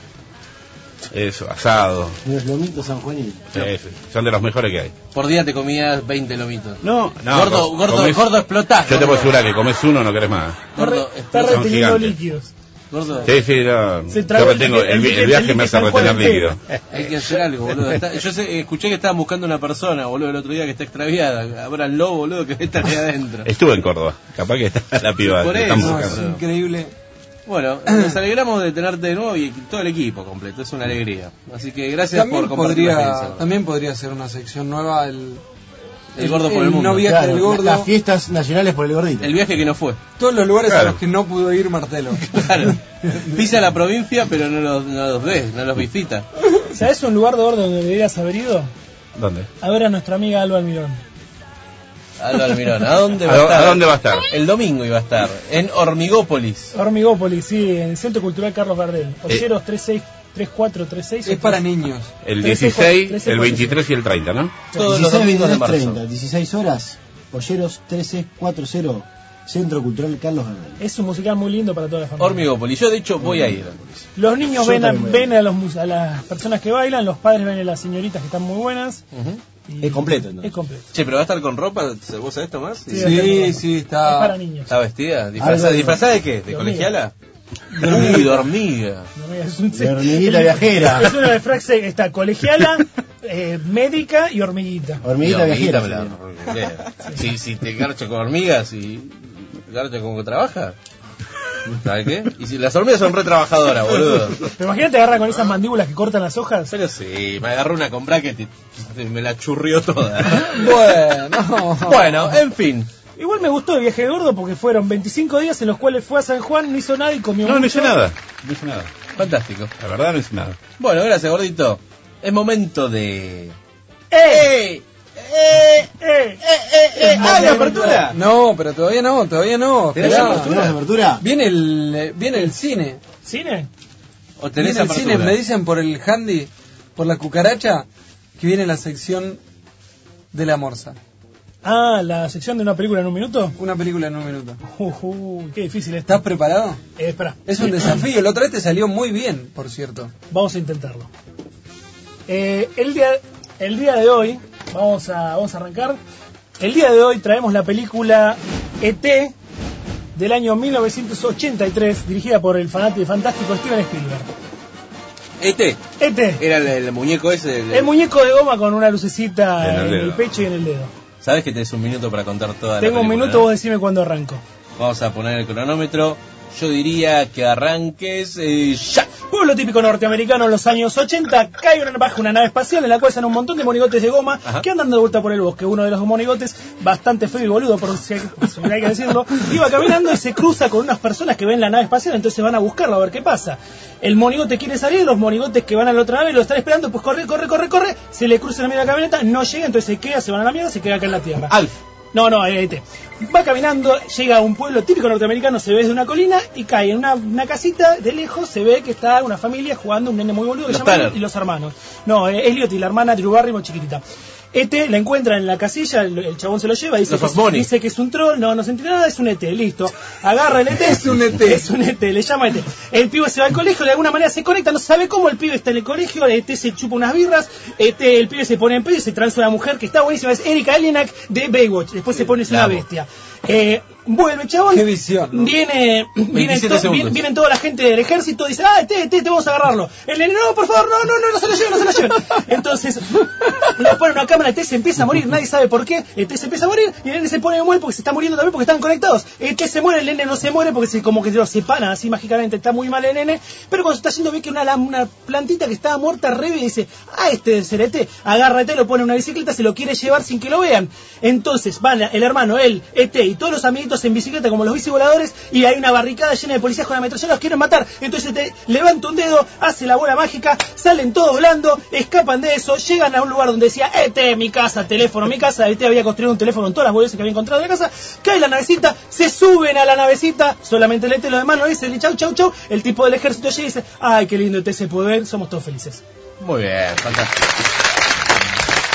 Eso, asado. Los lomitos sanjuaninos. Sí, sí, son de los mejores que hay. Por día te comías 20 lomitos. No, no. gordo, com- gordo, comés- gordo explotás. Yo te puedo gordo. asegurar que comes uno, no querés más. Gordo, Está Son reteniendo gigantes. líquidos. gordo. Sí, sí, no. Se Yo tragó el retengo, ticket- el, el vi- el ticket- viaje el me hace ticket retener San Juan líquido. Hay que hacer algo, boludo. Está- yo sé, escuché que estaban buscando una persona, boludo, el otro día que está extraviada. Habrá el lobo, boludo, que está ahí adentro. Estuve en Córdoba. Capaz que está la piba. Por que eso, están no, buscando. es increíble. Bueno, nos alegramos de tenerte de nuevo y todo el equipo completo, es una alegría. Así que gracias También por compartir la podría, experiencia. también podría ser una sección nueva el, El gordo por el mundo. No viaja Claro, el gordo. las fiestas nacionales por el gordito. El viaje que no fue. Todos los lugares Claro. a los que no pudo ir Martelo. Claro. Pisa la provincia, pero no los, no los ves, no los visitas. ¿Sabes un lugar de gordo donde deberías haber ido? ¿Dónde? A ver a nuestra amiga Alba Almirón. Aldo Almirón, ¿a dónde va ¿A a dó- estar? a dónde va a estar? El domingo iba a estar, en Hormigópolis. Hormigópolis, sí, en el Centro Cultural Carlos Gardel. Eh. Olleros 36 3436. Es para niños. El 13, 16, 13, el 23 y el 30, ¿no? Todos los domingos de marzo. 30, 16 horas, Polleros 3640, Centro Cultural Carlos Gardel. Es un musical muy lindo para toda la familia. Hormigópolis, yo de hecho voy a ir. Los niños Yo ven, a, también. ven a, los, mus- a las personas que bailan, los padres ven a las señoritas que están muy buenas. Es completo, entonces. Es completo. Che, pero va a estar con ropa, ¿se- ¿vos sabés Tomás? Sí, sí, está. Es para niños. ¿Está vestida? ¿Disfrazada, Algo- ¿disfrazada de qué? ¿De Dormida. colegiala? Dormida. Uy, de hormiga. No, es un- De hormiguita viajera. Es una de frases que está colegiala, eh, médica y hormiguita. Hormiguita Y viajera. me señor. la- ¿qué? Si, si te garcha con hormigas y garcha con que trabaja, ¿sabes qué? Y si las hormigas son re trabajadoras, boludo. Pero imagínate agarra con esas mandíbulas que cortan las hojas. Pero sí, me agarró una con bracket y y me la churrió toda. Bueno. Bueno, en fin. Igual me gustó el viaje de gordo porque fueron 25 días en los cuales fue a San Juan, no hizo nada y comió No, no mucho. hice nada. No hice nada. Fantástico. La verdad no hice nada. Bueno, gracias, gordito. Es momento de... ¡Eh! ¡Eh! ¡Eh! ¡Eh! ¡Ah, la apertura! No, pero todavía no, todavía no. ¿Tenés Esperá. ¿Tenemos apertura? Viene el, eh, viene el cine. ¿Cine? ¿O tenés Viene el apertura? cine, me dicen por el handy, por la cucaracha, que viene la sección de la morsa. Ah, la sección de una película en un minuto. Una película en un minuto. Ujú, qué difícil está. ¿Estás preparado? Eh, espera, Es un desafío. La otra vez te salió muy bien, por cierto. vamos a intentarlo. Eh, el, día, el día de hoy, vamos a, vamos a arrancar. El día de hoy traemos la película ET del año 1983, dirigida por el fanático fantástico Steven Spielberg. Este ET, era el, el muñeco ese. el- el muñeco de goma con una lucecita En el en el dedo. pecho y en el dedo. Sabes que tenés un minuto para contar toda la Tengo un película, ¿eh? minuto, eh. ¿no? vos decime cuándo arranco. Vamos a poner el cronómetro. Yo diría que arranques eh, ya. Pueblo típico norteamericano en los años 80, cae una, baja una nave espacial en la cual están un montón de monigotes de goma Ajá. que andan de vuelta por el bosque. Uno de los monigotes, bastante feo y boludo, por si hay, si hay que decirlo, iba caminando y se cruza con unas personas que ven la nave espacial, entonces van a buscarlo a ver qué pasa. El monigote quiere salir, los monigotes que van a la otra nave lo están esperando, pues corre, corre, corre, corre, se le cruza en la medio de la camioneta, no llega, entonces se queda, se van a la mierda, se queda acá en la Tierra. Alf. No, no, eh, este. Va caminando, llega a un pueblo típico norteamericano, se ve desde una colina y cae en una, una casita. De lejos se ve que está una familia jugando un nene muy boludo que Los se llama Tanner. Elliot y los hermanos. No, eh, Elliot y la hermana Drew Barrymore chiquitita. Este la encuentra en la casilla, el, el chabón se lo lleva, dice Los que, es, Osmoni. dice que es un troll, no, no se entiende nada, es un ET, listo. Agarra el ET, es un E ET. es un ET, le llama ET. El pibe se va al colegio, de alguna manera se conecta, no sabe cómo el pibe está en el colegio, el ET se chupa unas birras, ET, el pibe se pone en pedo y se transa una mujer que está buenísima, es Erika Elinak de Baywatch, después se pone es La una amo. bestia. Eh, vuelve el chabón, Qué visión, ¿no? viene, viene, 27 to- segundos. viene- vienen toda la gente del ejército, dice, ah, ET, ET, te vamos a agarrarlo. El nene, no, por favor, no, no, no, no se lo lleven, no se lo lleven. Entonces, le ponen una cámara, ET se empieza a morir, nadie sabe por qué, ET se empieza a morir, y el nene se pone muere porque se está muriendo también porque están conectados. ET se muere, el nene no se muere porque se, como que lo separan así mágicamente, está muy mal el nene, pero cuando se está yendo ve que una, lam- una plantita que estaba muerta revive y dice, ah, este es el ET, agarra ET, lo pone en una bicicleta, se lo quiere llevar sin que lo vean. Entonces van el hermano, él, ET y todos los amiguitos en bicicleta como los bicivoladores y hay una barricada llena de policías con ametralladoras, los quieren matar. Entonces te levanta un dedo, hace la bola mágica, salen todos volando, escapan de eso, llegan a un lugar donde decía ET, mi casa, teléfono, mi casa, ET había construido un teléfono en todas las boludeces que había encontrado en la casa, cae la navecita, se suben a la navecita, solamente el ET los demás no dicen chau chau chau, el tipo del ejército llega y dice, E ay qué lindo ET se puede ver, somos todos felices. Muy bien, fantástico.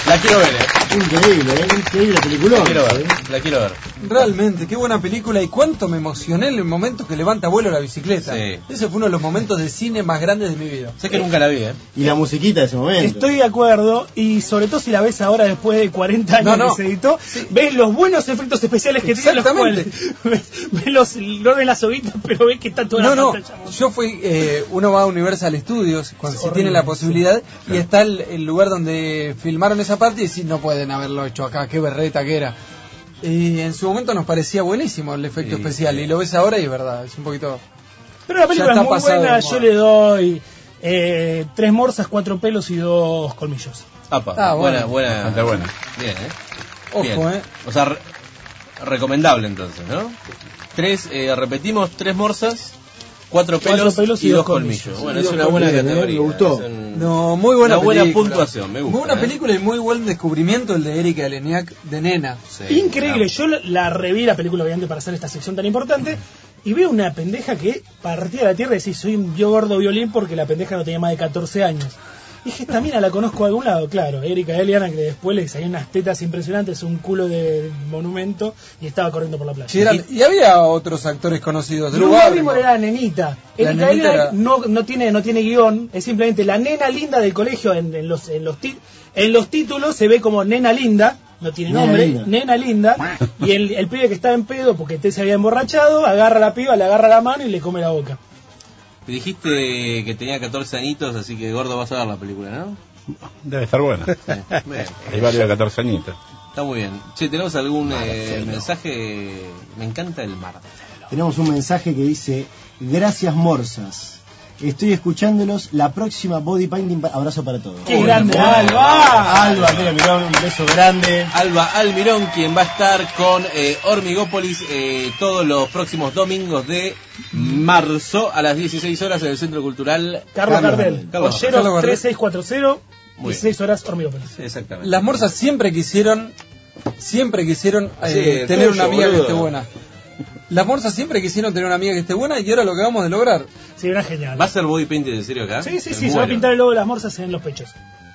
La quiero ver, eh. Increíble, ¿eh? increíble peliculón. La quiero ver, la quiero ver. Realmente, qué buena película y cuánto me emocioné en el momento que levanta a vuelo la bicicleta. Sí. Ese fue uno de los momentos de cine más grandes de mi vida. Sé que nunca la vi, eh. Y la musiquita de ese momento. Estoy de acuerdo, y sobre todo si la ves ahora después de 40 años No, no. que se editó, ves los buenos efectos especiales que tienen los Exactamente. cuales. Ves, ves los, no ves las hoguitas, pero ves que está toda No, la no, pantalla. yo fui, eh, uno va a Universal Studios, cuando si tiene la posibilidad, y está el, el lugar donde filmaron esa parte y decís, no pueden haberlo hecho acá, qué berreta que era. Y en su momento nos parecía buenísimo el efecto especial, y lo ves ahora y es verdad, es un poquito... Pero la película Ya es está muy pasado buena, de yo moda. le doy eh, tres morsas, cuatro pelos y dos colmillos. Apa, Ah, buena, bueno. buena. Bastante buena. Bien, eh. Ojo, Bien. eh. O sea, re- recomendable entonces, ¿no? Tres, eh, repetimos, tres morsas, cuatro pelos, Cuatro pelos y, dos colmillos. Bueno, Y es dos una buena colmillos, eh, categoría. me gustó. es un- No, muy buena Una buena película. puntuación, me gusta, Muy buena eh. película y muy buen descubrimiento el de Erika Aleniak de nena. Increíble, yo la- la reví la película obviamente para hacer esta sección tan importante y veo una pendeja que partía de la tierra y decía, soy un yo gordo violín porque la pendeja no tenía más de 14 años. Y dije, esta mina la conozco de algún lado, claro, Erika Eliana que después le salían unas tetas impresionantes, un culo de monumento y estaba corriendo por la playa. Sí, era- y había otros actores conocidos. Drew Drew Barrymore. Barrymore era la nenita. La Erika nenita Eliana era- no, no, tiene, no tiene guión, es simplemente la nena linda del colegio. En, en los, en, los ti- en los títulos se ve como nena linda, no tiene Nena nombre, linda. nena linda. y el, el pibe que estaba en pedo porque T se había emborrachado, agarra a la piba, le agarra la mano y le come la boca. Dijiste que tenía 14 añitos, así que gordo vas a ver la película, ¿no? Debe estar buena. Bien. Hay varios de 14 añitos. Está muy bien. Che, ¿tenemos algún eh, mensaje? Me encanta el mar. Tenemos un mensaje que dice, gracias morsas. Estoy escuchándolos. La próxima body painting. pa- Abrazo para todos. ¡Qué grande, Alba! Alba, mira, mirá, un beso grande. Alba Almirón, quien va a estar con eh, Hormigópolis eh, todos los próximos domingos de marzo a las 16 horas en el Centro Cultural Carlos Gardel, Carlos Ollero Gardel. 3640, Muy 16 horas hormigópolis. Exactamente. Las morsas siempre quisieron, siempre quisieron eh, Sí, tener tuyo, una amiga que boludo. esté buena. Las morsas siempre quisieron tener una amiga que esté buena y ahora lo acabamos de lograr. Sí, era genial. ¿Va a ser body painting en serio acá? Sí, sí, Me sí, se va a muero. pintar el logo de las morsas en los pechos.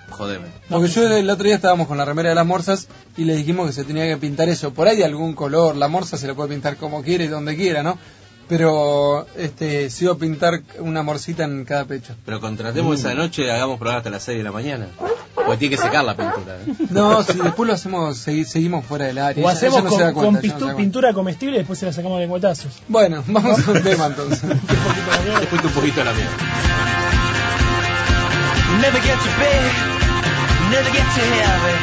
Jodeme. Porque yo el otro día estábamos con la remera de las morsas y le dijimos que se tenía que pintar eso. Por ahí de algún color, la morsa se la puede pintar como quiere y donde quiera, ¿no? Pero este, se iba a pintar una morsita en cada pecho. Pero contratemos esa noche, hagamos programa hasta las 6 de la mañana. Porque tiene que secar la pintura. ¿eh? No, si después lo hacemos, segui- seguimos fuera del área. O Ella- hacemos ella no se con, da cuenta, con ella no se da pistu- cuenta. pintura comestible y después se la sacamos de cuetazos. Bueno, vamos al tema entonces. Te fuiste un poquito a la mierda. Never get to bed, never get to heaven,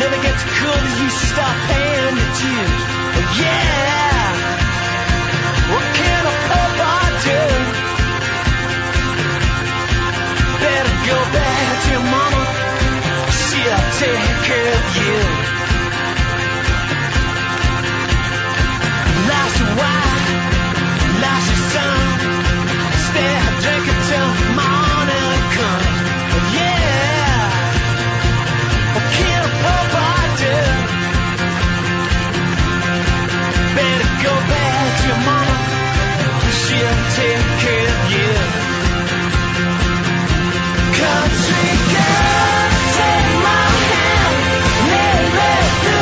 never get to cool as you stop paying the dues. Oh yeah, what can a poor boy do? Better go back to your mama, she'll take care of you. Life's a wife, life's a son, stay drink until morning comes. Country girl, take my hand, let me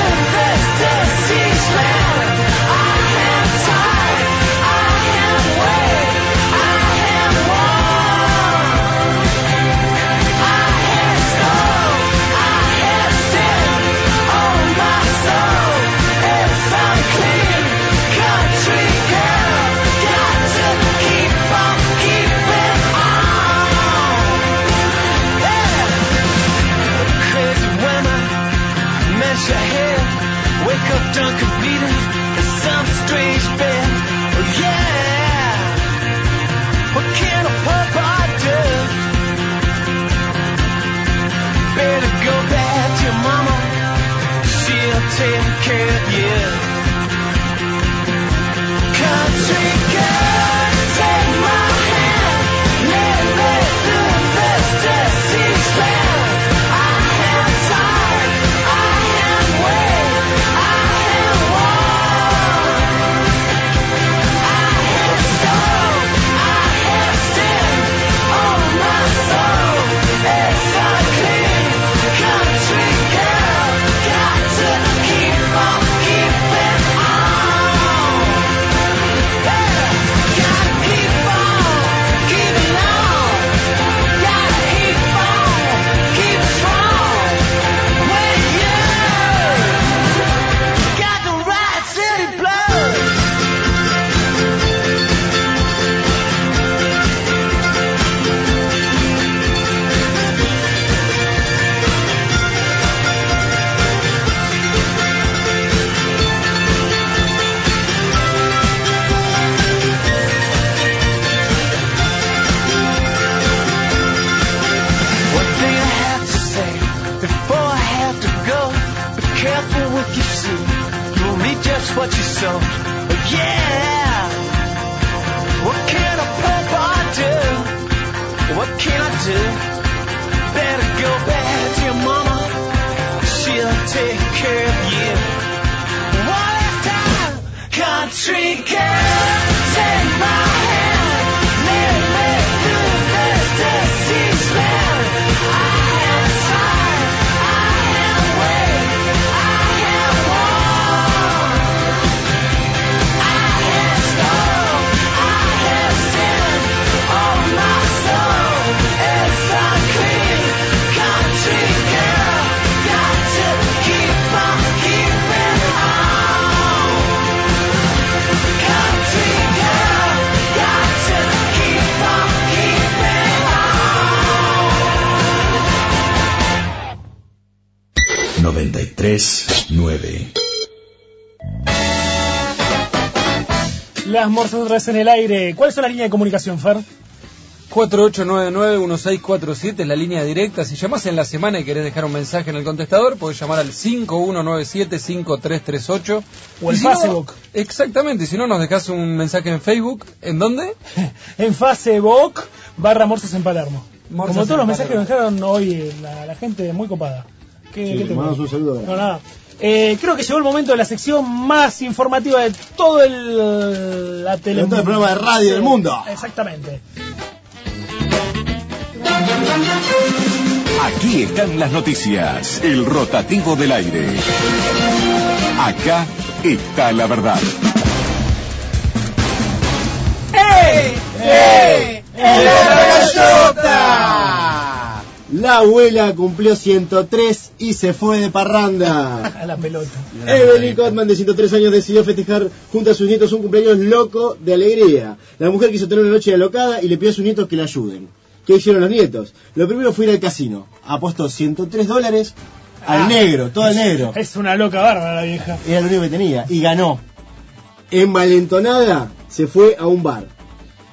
what you sow. Yeah. What can a poor boy do? What can I do? Better go back to your mama. She'll take care of you. One last time, country girl, take my hand. Let me through this disease land. I am tired. noventa y tres nueve Las morsas otra vez en el aire. ¿Cuál es la línea de comunicación, Fer? 4899-1647 es la línea directa. Si llamás en la semana y querés dejar un mensaje en el contestador, podés llamar al 5197-5338. O el Y si no- Facebook. exactamente, y si no, nos dejás un mensaje en Facebook. ¿En dónde? En Facebook barra morsas en Palermo. Morsas Como en todos los mensajes que Palermo. dejaron hoy, eh, la, la gente muy copada. ¿Qué, Sí, qué le te mandamos un saludo. No, nada. Eh, creo que llegó el momento de la sección más informativa de todo el, la tele... De todo el programa de radio del mundo. Exactamente. Aquí están las noticias, el rotativo del aire. Acá está la verdad. ¡Ey! ¡Ey! ¡Ey! La abuela cumplió 103 y se fue de parranda. A la pelota. Eh, Evelyn Cotman, de 103 años, decidió festejar junto a sus nietos un cumpleaños loco de alegría. La mujer quiso tener una noche alocada y le pidió a sus nietos que la ayuden. ¿Qué hicieron los nietos? Lo primero fue ir al casino. Apostó 103 dólares al Ah. negro, todo al negro. Es una loca bárbara la vieja. Era lo único que tenía. Y ganó. Envalentonada, se fue a un bar.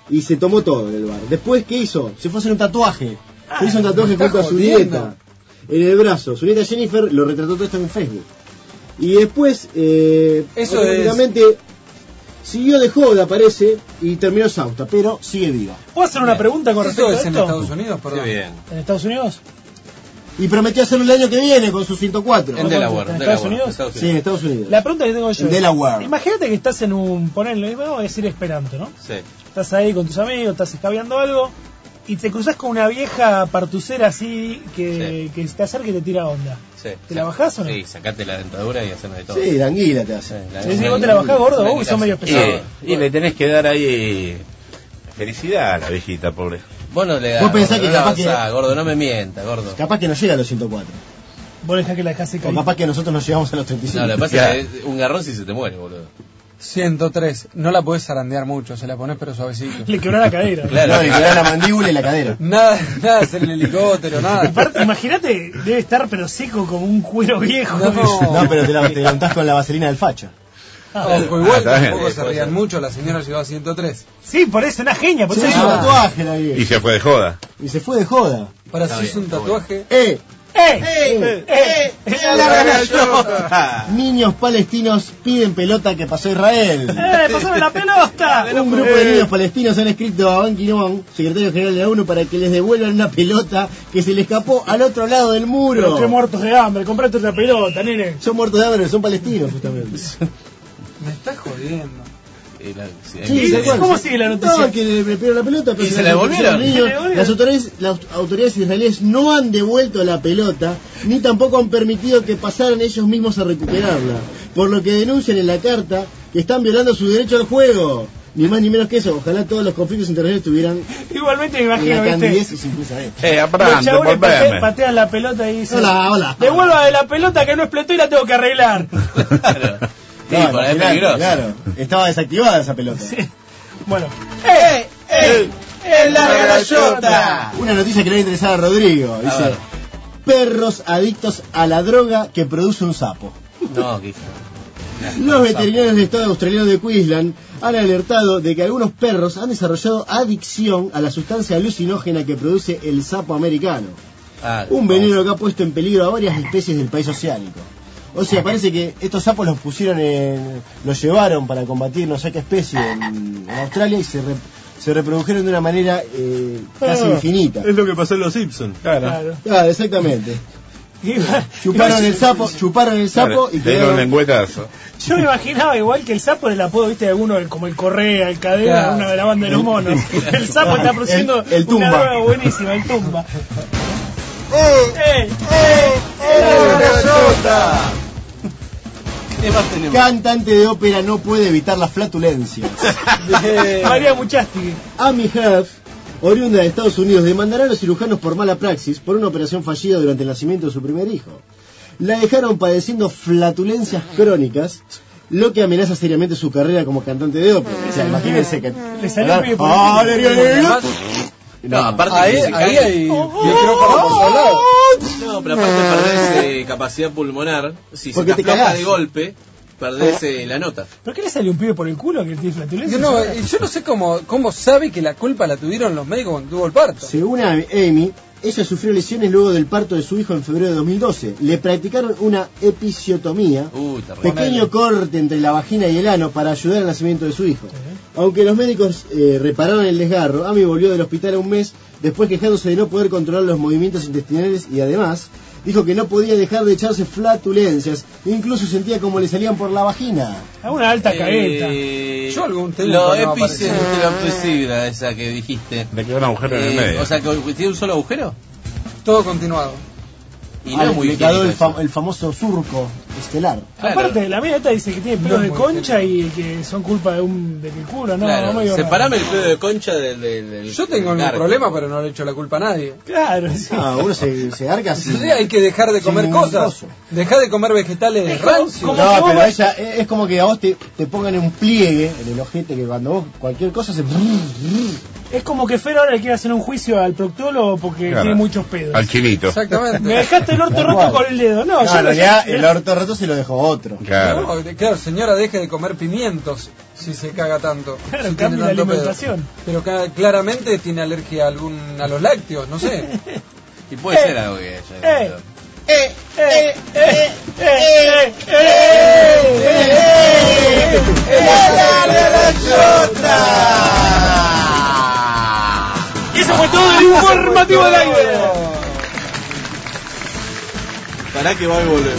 Y se tomó todo en el bar. Después, ¿qué hizo? Se fue a hacer un tatuaje. Ah, Se hizo un tatuaje me está junto a su jodiendo. nieta. En el brazo. Su nieta Jennifer lo retrató todo esto en Facebook. Y después, eh, Eso automáticamente, siguió de joda, parece, y terminó exhausta, pero sigue viva. ¿Puedo hacer una pregunta con Esto respecto a es en esto? Estados Unidos, perdón. ¿En Estados Unidos? Y prometió hacerlo el año que viene con sus 104. En Delaware, ¿En Delaware, Estados Unidos? Estados Sí, en Estados Unidos. La pregunta que tengo yo En es, Delaware. Imagínate que estás en un... Ponele, vamos a decir Esperanto, ¿no? Sí. Estás ahí con tus amigos, estás escabeando algo y te cruzas con una vieja partucera así que, que te acerca y te tira onda. Sí. ¿Te la bajás o no? Sí, sacate la dentadura y hacerme de todo. Sí, la anguila te hace. La- Sí, sí, vos te la bajás, gordo, vos que sos medio Sí. Eh. pesado. Y le tenés que dar ahí eh, felicidad a la viejita, pobre. Vos no le das. Vos pensás gordo, que no capaz la basás, que- gordo, no me mienta, gordo. Capaz que no llega a los 104. Vos dejás que la dejás secar. O capaz que nosotros nos llegamos a los 35. No, lo que pasa es que un garrón si se te muere, boludo. 103. No la podés zarandear mucho, se la ponés pero suavecito. Le quebró la cadera. Claro. No, le quedó la mandíbula y la cadera. Nada, nada, hacer el helicóptero, nada. Aparte, imagínate, debe estar pero seco como un cuero viejo. No, pero te la te la untás con la vaselina del facha. Ojo, Ah, igual está bien. tampoco Sí, se puede rían ser. mucho, la señora llegó a 103. Sí, por eso, una genia. Por Se eso hizo digo- un tatuaje la vieja. Y se fue de joda. Y se fue de joda. Para si es un tatuaje. ¡Eh! ¡Eh! ¡Eh! ¡Eh! ¡La gallota! Niños palestinos piden pelota que pasó Israel. ¡Eh, pasame la pelota! Eh. Un grupo de niños palestinos han escrito a Ban Ki-moon, secretario general de la ONU, para que les devuelvan una pelota que se le escapó al otro lado del Pero qué muro. muertos de hambre, comprate otra pelota, nene. Son muertos de hambre, son palestinos justamente. Me estás jodiendo. Y la- si- Sí, ¿Y tal cual. cómo sigue la noticia? No, que le, le pidieron la pelota, pero ¿Y se la devolvieron? ¿Se la devolvieron los niños. devolvieron? Las autoridades, las autoridades israelíes no han devuelto la pelota, ni tampoco han permitido que pasaran ellos mismos a recuperarla. Por lo que denuncian en la carta que están violando su derecho al juego. Ni más ni menos que eso. Ojalá todos los conflictos internacionales tuvieran Igualmente me la imagino, candidez ¿viste? y simpleza de esto. Eh, Los aprante, chabones pate- volveme. patean la pelota y dicen... Hola, hola. Devuelva de la pelota que no explotó y la tengo que arreglar. Claro. Sí, No, por ahí es imaginate, peligroso. Claro, estaba desactivada esa pelota. Bueno, ¡Ey! Eh, ¡Ey! ¡En la gallota! Una noticia que le va a interesar a Rodrigo. Dice, ver. perros adictos a la droga que produce un sapo. No, que- Los veterinarios del Estado australiano de Queensland han alertado de que algunos perros han desarrollado adicción a la sustancia alucinógena que produce el sapo americano, Ah, un veneno que ha puesto en peligro a varias especies del país oceánico. O sea, parece que estos sapos los pusieron en, los llevaron para combatir no sé qué especie en, en Australia y se, re- se reprodujeron de una manera eh, casi Ah, infinita. Es lo que pasó en Los Simpsons. Claro, exactamente. chuparon el sapo, chuparon el sapo Claro, y le dieron quedaron lengüetazo. Yo me imaginaba igual que el sapo era el apodo, viste, de alguno, como el Correa, el Cadena, Claro. una de la banda de los monos. El sapo está produciendo El- el tumba. una droga buenísima, el tumba. Oh. Eh, Eh, Cantante de ópera no puede evitar las flatulencias. María Muchasti. Amy Heff, oriunda de Estados Unidos, demandará a los cirujanos por mala praxis por una operación fallida durante el nacimiento de su primer hijo. La dejaron padeciendo flatulencias crónicas, lo que amenaza seriamente su carrera como cantante de ópera. O sea, imagínense que... Le salió un pibe por el Ah, culo. le dio el- Además, No, aparte Ahí- que se ahí cae. hay ¡Oh! micrófono por todos lados. No, pero aparte perdés eh, capacidad pulmonar. Si Porque se te te afloja cagás. de golpe, perdés eh, la nota. ¿Pero qué le salió un pibe por el culo que tiene Yo flatulencia? no, eh, yo no sé cómo, cómo sabe que la culpa la tuvieron los médicos cuando tuvo el parto. Según a- Amy, ella sufrió lesiones luego del parto de su hijo en febrero de 2012. Le practicaron una episiotomía, uh, pequeño corte entre la vagina y el ano para ayudar al nacimiento de su hijo. Aunque los médicos eh, repararon el desgarro, Amy volvió del hospital a un mes después quejándose de no poder controlar los movimientos intestinales y además dijo que no podía dejar de echarse flatulencias, incluso sentía como le salían por la vagina. A una Eh, alta cagueta. Yo algún tema Eh, Lo no aparece. epicentropesibra esa que dijiste. Le quedó un agujero en el Eh, medio. O sea, que tiene un solo agujero. Todo continuado. Y Ah, no es muy le quedó el, higiénico. fam- el famoso surco estelar. Aparte, la mía esta dice que tiene pelos No, de porque- concha y que son culpa de un de mi culo, no, Claro, no me digo nada. separame el pedo de concha del. Yo tengo ningún problema, pero no le echo la culpa a nadie. Claro, sí. Ah, uno se, se arca así. Sí, hay que dejar de comer Sin cosas. Dejar de comer vegetales rancios. no, pero ella, eh, es es como que a vos te, te pongan un pliegue en el ojete que cuando vos cualquier cosa se... Es como que Fer ahora le quiere hacer un juicio al proctólogo porque Claro. tiene muchos pedos. Al chinito. Me dejaste el orto roto con el dedo. No, yo en no- realidad el orto roto se lo dejó otro. Claro. No, de- claro, señora, deje de comer pimientos si se caga tanto. Claro, si cambie la tanto pedo. alimentación. Pero ca- claramente tiene alergia a, algún, a los lácteos, no sé. Y puede ser algo que haya. Eh, eh, eh, eh, eh, eh, eh, Y eso fue todo el informativo del aire. ¡Oh! Para que va y volver.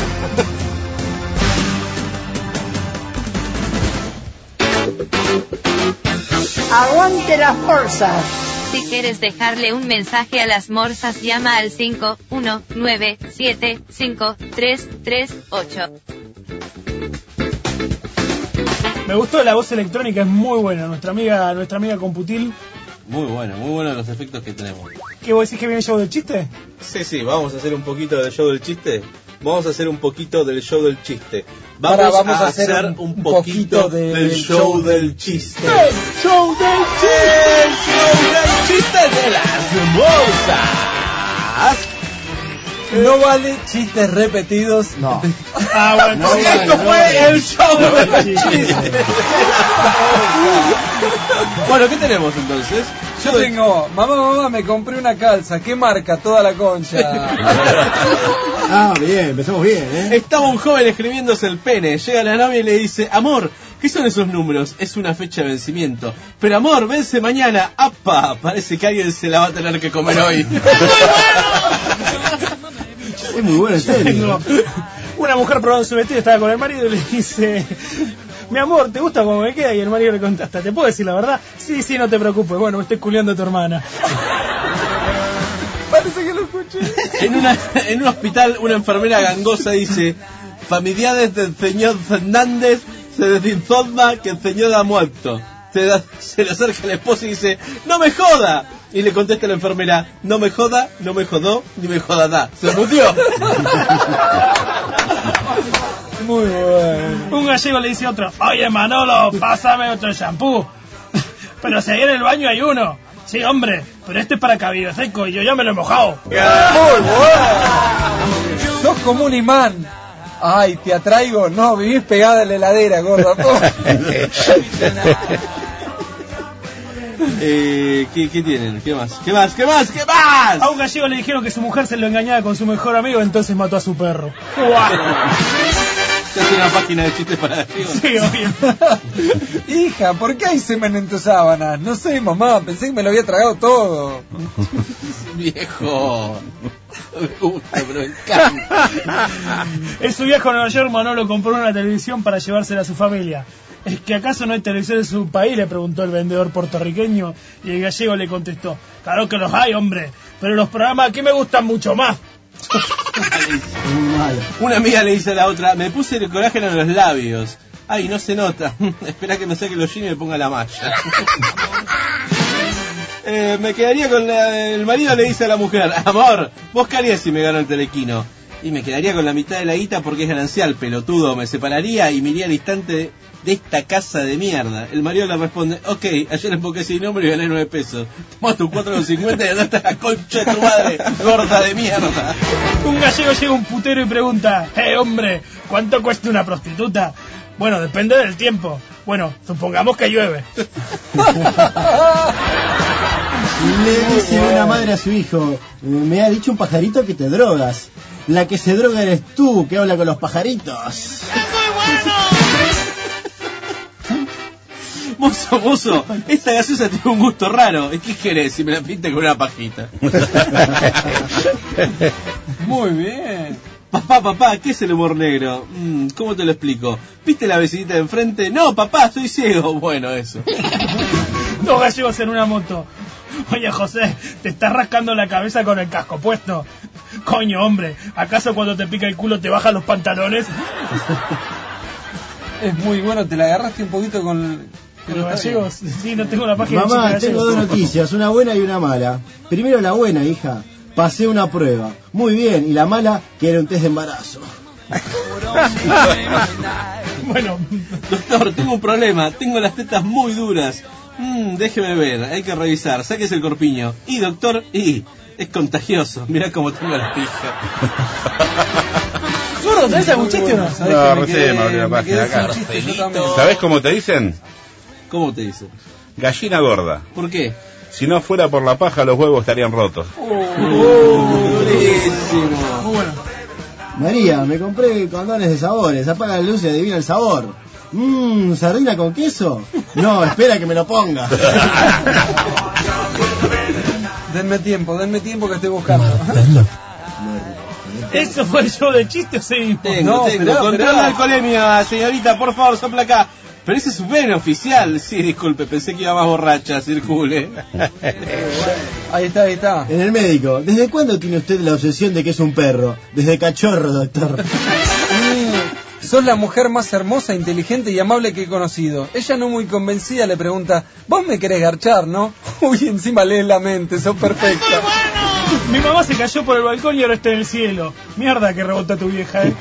Aguante las fuerzas. Si quieres dejarle un mensaje a las morsas, llama al 51975338. Me gustó la voz electrónica, es muy buena. Nuestra amiga, nuestra amiga Computil, Muy bueno, muy bueno los efectos que tenemos. ¿qué vos decís que viene show del chiste? Sí, sí, vamos a hacer un poquito del show del chiste. Vamos a hacer un poquito del show del chiste. Vamos, Ahora vamos a, a hacer hacer, un un, poquito, poquito de- del del show show del chiste. El show del chiste. El show del chiste de las morsas. Eh, No vale chistes repetidos. No. Ah, bueno, No, esto no, no, fue no. el show No, del no, no. chiste. Bueno, ¿qué tenemos entonces? Yo tengo, mamá, mamá, me compré una calza. ¿Qué marca? Toda la concha. Ah, bien, empezamos bien, ¿eh? Estaba un joven escribiéndose el pene. Llega la novia y le dice, amor, ¿qué son esos números? Es una fecha de vencimiento. Pero amor, vence mañana. ¡Apa! Parece que alguien se la va a tener que comer hoy. Es muy bueno, en serio. Una mujer probando su vestido estaba con el marido y le dice, mi amor, ¿te gusta cómo me queda? Y el marido le contesta, ¿te puedo decir la verdad? Sí, sí, no te preocupes. Bueno, me estoy culiando a tu hermana. Parece que lo escuché. En, una- en un hospital, una enfermera gangosa dice: Familiares del señor Fernández se les informa que el señor ha muerto. Se, da- se le acerca la esposa y dice: ¡No me joda! Y le contesta la enfermera: No me joda, no me jodó, ni me jodará. ¡Se murió! Muy bueno. Un gallego le dice a otro, oye Manolo, pásame otro shampoo. Pero si ahí en el baño hay uno. Sí, hombre, pero este es para cabello seco y yo ya me lo he mojado. Sos como un imán. Ay, te atraigo. No, vivís pegada en la heladera, gorda. Eh, ¿qué, qué tienen? ¿Qué más? ¿Qué más? ¿Qué más? ¿Qué más? A un gallego le dijeron que su mujer se lo engañaba con su mejor amigo, entonces mató a su perro. Ya tiene una página de chistes para chicos. Hija, ¿por qué hay semen en tus sábanas? No sé, mamá, pensé que me lo había tragado todo. Viejo. No me gusta, pero me encanta. En su viaje a Nueva York, Manolo compró una televisión para llevársela a su familia. ¿Es que acaso no hay televisión en su país? Le preguntó el vendedor puertorriqueño y el gallego le contestó, claro que los hay, hombre, pero los programas aquí me gustan mucho más. Una amiga le dice a la otra, me puse el colágeno en los labios. Ay, no se nota. Espera que me saque los jeans y me ponga la malla. Eh, me quedaría con la- el marido le dice a la mujer, amor, vos qué harías si me gano el telequino. Y me quedaría con la mitad de la guita porque es ganancial, pelotudo. Me separaría y me iría al instante de esta casa de mierda. El marido le responde, ok, ayer empoqué sin nombre y gané nueve pesos. Tomás tus 4,50 y andaste a la concha de tu madre, gorda de mierda. Un gallego llega a un putero y pregunta, eh, hombre, ¿cuánto cuesta una prostituta? Bueno, depende del tiempo. Bueno, supongamos que llueve. Le dice una madre a su hijo, eh, me ha dicho un pajarito que te drogas. La que se droga eres tú, que habla con los pajaritos. Mozo, mozo, esta gaseosa tiene un gusto raro. ¿Y ¿Qué querés si me la pinta con una pajita? Muy bien. Papá, papá, ¿qué es el humor negro? Mm, ¿Cómo te lo explico? ¿Viste la vecinita de enfrente? No, papá, estoy ciego. Bueno, eso. Dos gallegos en una moto. Oye, José, te estás rascando la cabeza con el casco puesto. Coño, hombre, ¿acaso cuando te pica el culo te bajan los pantalones? Es muy bueno, te la agarraste un poquito con... Con los gallegos, sí, no tengo la página Mamá, de chistes tengo dos gallegos. noticias, una buena y una mala. Primero la buena, hija. Pasé una prueba. Muy bien. Y la mala, que era un test de embarazo. bueno, doctor, tengo un problema. Tengo las tetas muy duras. Mm, déjeme ver, hay que revisar. Sáquese el corpiño. Y, doctor, y. Es contagioso. Mirá cómo tengo la pija. Gordo, ¿tenés algún chiste o no? No, recién me abrió la página acá. ¿Sabés cómo te dicen? ¿Cómo te dicen? Gallina gorda. ¿Por qué? Si no fuera por la paja, los huevos estarían rotos. Uh. Oh, Durísimo. María, me compré condones de sabores. Apaga la luz y adivina el sabor. Mmm, sardina con queso. No, espera que me lo ponga. Denme tiempo, denme tiempo que estoy buscando. ¿Eso fue el show de chistes o seguimos? Tengo, tengo. Control de alcoholemia, señorita, por favor, sopla acá. Pero ese es su veno oficial. Sí, disculpe, pensé que iba más borracha, circule. Ahí está, ahí está. En el médico, ¿desde cuándo tiene usted la obsesión de que es un perro? Desde cachorro, doctor. Sos la mujer más hermosa, inteligente y amable que he conocido. Ella no muy convencida le pregunta, vos me querés garchar, ¿no? Uy, encima lees la mente, sos perfecta. Mi mamá se cayó por el balcón y ahora está en el cielo. Mierda que rebota tu vieja, eh.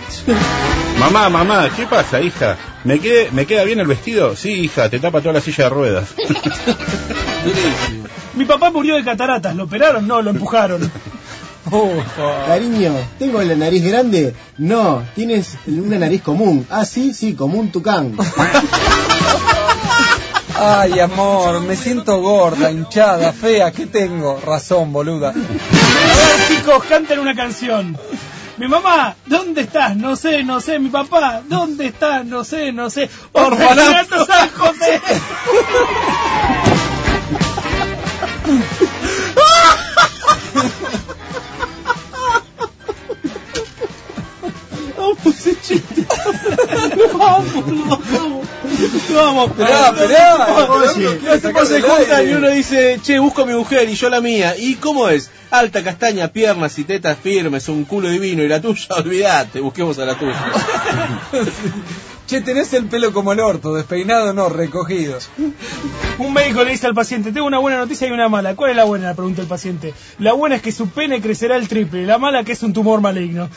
Mamá, mamá, ¿qué pasa, hija? ¿Me, quede- ¿Me queda bien el vestido? Sí, hija, te tapa toda la silla de ruedas. Mi papá murió de cataratas, ¿lo operaron? No, lo empujaron. Cariño, ¿tengo la nariz grande? No, tienes una nariz común. Ah, sí, sí, como un tucán. Ay, amor, me siento gorda, hinchada, fea, ¿qué tengo? Razón, boluda. A ver, chicos, canten una canción. Mi mamá, ¿dónde estás? No sé, no sé. Mi papá, ¿dónde estás? No sé, no sé. Orfanato San José. Vamos, ese chiste. Vamos, vamos. Vamos, Esperá, esperá. Oye, Después se sacame el juntan aire. y uno dice, che, busco a mi mujer y yo la mía. ¿Y cómo es? Alta castaña, piernas y tetas firmes, un culo divino y la tuya, olvídate, busquemos a la tuya. Che, tenés el pelo como el orto, despeinado no, recogido. Un médico le dice al paciente, tengo una buena noticia y una mala. ¿Cuál es la buena? Le pregunta el paciente. La buena es que su pene crecerá el triple. La mala que es un tumor maligno.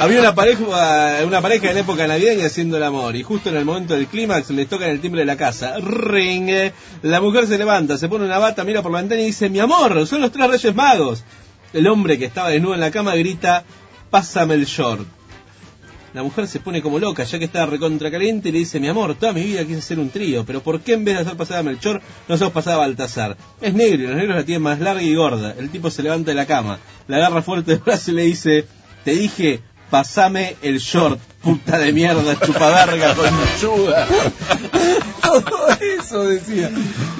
Había una pareja, una pareja en época navideña haciendo el amor y justo en el momento del clímax les tocan el timbre de la casa. Ring. eh. La mujer se levanta, se pone una bata, mira por la ventana y dice, mi amor, son los tres reyes magos. El hombre que estaba desnudo en la cama grita, pásame el short. La mujer se pone como loca, ya que está recontra caliente, y le dice, mi amor, toda mi vida quise hacer un trío, pero ¿por qué en vez de hacer pasada a Melchor, no sos pasada a Baltasar? Es negro, y los negros la tienen más larga y gorda. El tipo se levanta de la cama, la agarra fuerte del brazo y le dice, te dije, Pasame el short, puta de mierda, chupadarga, conchuda. Todo eso decía.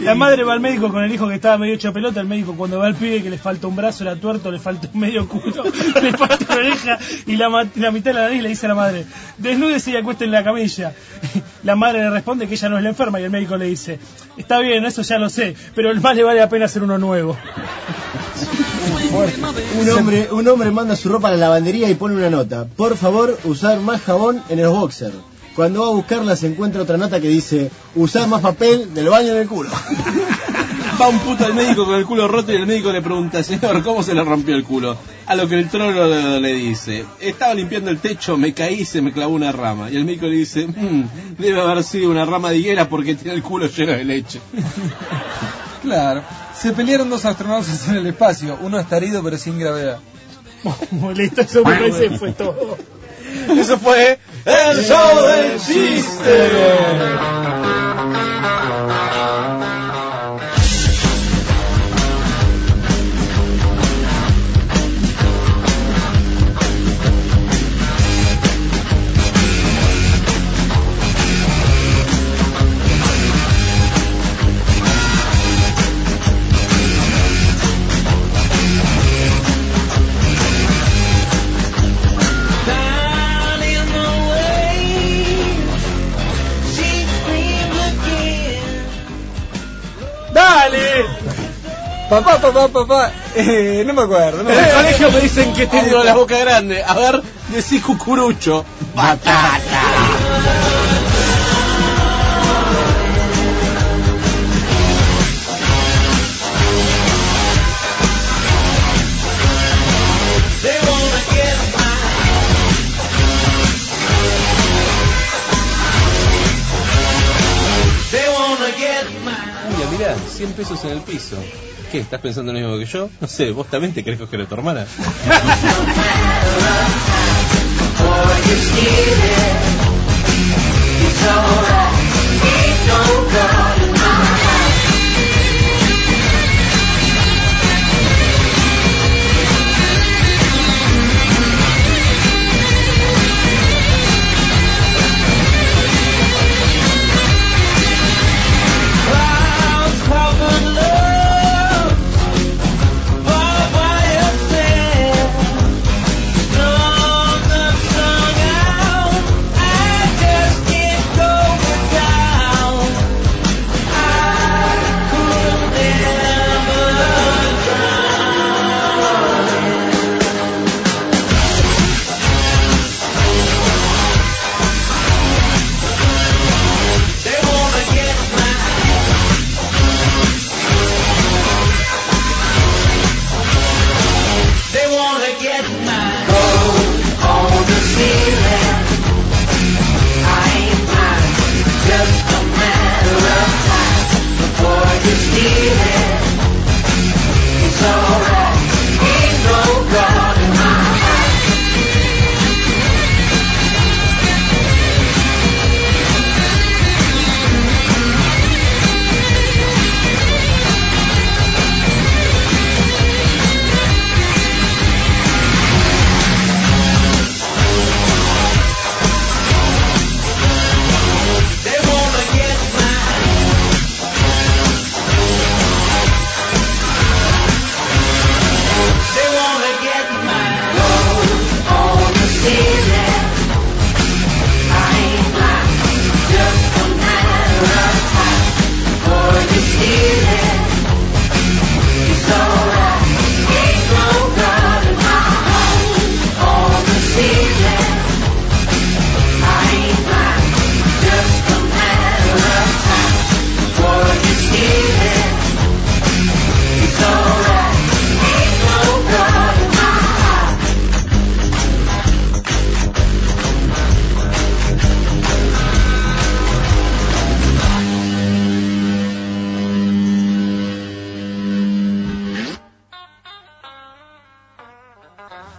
La madre va al médico con el hijo que estaba medio hecho pelota. El médico, cuando va al pibe que le falta un brazo, era tuerto, le falta un medio culo, le falta una oreja y la, ma- la mitad de la nariz le dice a la madre: Desnúdese y acueste en la camilla. La madre le responde que ella no es la enferma y el médico le dice: Está bien, eso ya lo sé, pero el más le vale la pena hacer uno nuevo. Un hombre, un hombre manda su ropa a la lavandería y pone una nota. Por favor, usar más jabón en los boxer. Cuando va a buscarla se encuentra otra nota que dice, usar más papel del baño en el culo. Va un puto al médico con el culo roto y el médico le pregunta, señor, ¿cómo se le rompió el culo? A lo que el trono le dice, estaba limpiando el techo, me caí y se me clavó una rama. Y el médico le dice, "Mm, debe haber sido una rama de higuera porque tiene el culo lleno de leche. Claro. Se pelearon dos astronautas en el espacio. Uno está herido pero sin gravedad. Molesto, eso me parece que fue todo. Eso fue É el show del chiste. ¡Dale! Papá, papá, papá. Eh, no me acuerdo. No En el colegio me dicen que tengo la boca grande. A ver, decís cucurucho. Batata. Mira, mirá, 100 pesos en el piso. ¿Qué? ¿Estás pensando lo mismo que yo? No sé, vos también te querés coger a tu hermana.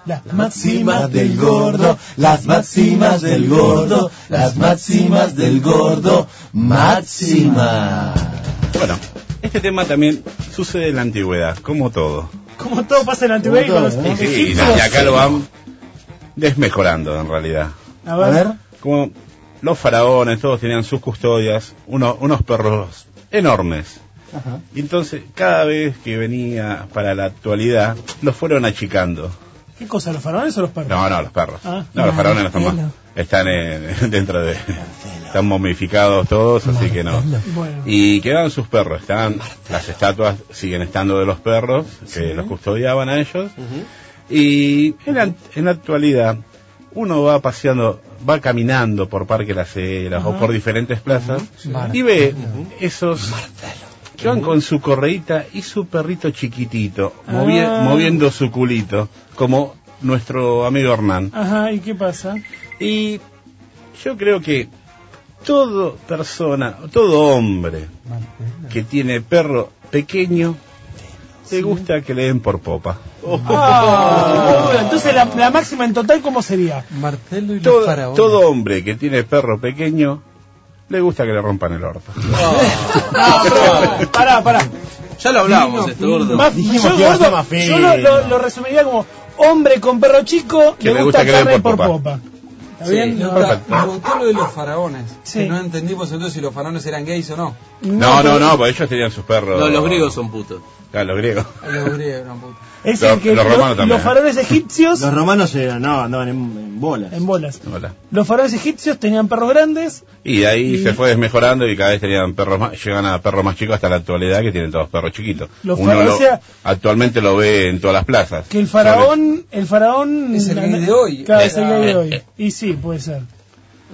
Las máximas del gordo, las máximas del gordo, las máximas del gordo, máxima. Bueno, este tema también sucede en la antigüedad, como todo. Como todo pasa en la antigüedad y con los Sí, y egipcios. acá lo van es mejorando en realidad. A ver. Como los faraones, todos tenían sus custodias, uno- unos perros enormes. Ajá. Y entonces, cada vez que venía para la actualidad, los fueron achicando. ¿Qué cosa, los faraones o los perros? No, no, los perros. Ah. no, los faraones no están más. Marcelo. Están en- dentro de. Están momificados todos, así que no. Bueno. Y quedan sus perros. Están, las estatuas siguen estando de los perros, que los custodiaban a ellos. Y en la, en la actualidad, uno va paseando, va caminando por Parque Las Heras o Ajá. por diferentes plazas y ve esos que van con su correíta y su perrito chiquitito, movi- Ah. moviendo su culito, como nuestro amigo Hernán. Ajá, ¿y qué pasa? Y yo creo que todo persona, todo hombre que tiene perro pequeño, le gusta que le den por popa. Ah, bueno, entonces la, la máxima en total, ¿cómo sería? Martelo y Todo, Ah, todo hombre que tiene perro pequeño, le gusta que le rompan el orto. Pará, pará. Ya lo hablamos, este gordo. Más- yo, que iba a ser gordo, más fino. yo lo, lo- lo resumiría como hombre con perro chico Que le le gusta gusta que le den carne por por popa. popa. ¿Está bien? no, Ahora, ahora, me gustó lo de los faraones. Sí. Que no entendimos entonces si los faraones eran gays o no. No, no, no, porque ellos tenían sus perros. No, los griegos son putos. Ah, los griegos. Los griegos eran putos. Es Los- el que los lo- romanos también. los faraones egipcios Los romanos eran, no, andaban en, en bolas. en bolas. Hola. Los faraones egipcios tenían perros grandes. Y de ahí Y- se fue desmejorando y cada vez tenían perros más, llegan a perros más chicos hasta la actualidad que tienen todos perros chiquitos. Los Uno faraones, lo- o sea- actualmente lo ve en todas las plazas. Que el faraón, el faraón Es el gay de hoy. Claro, es el Era- gay Ah, de eh, hoy. Y sí, puede ser.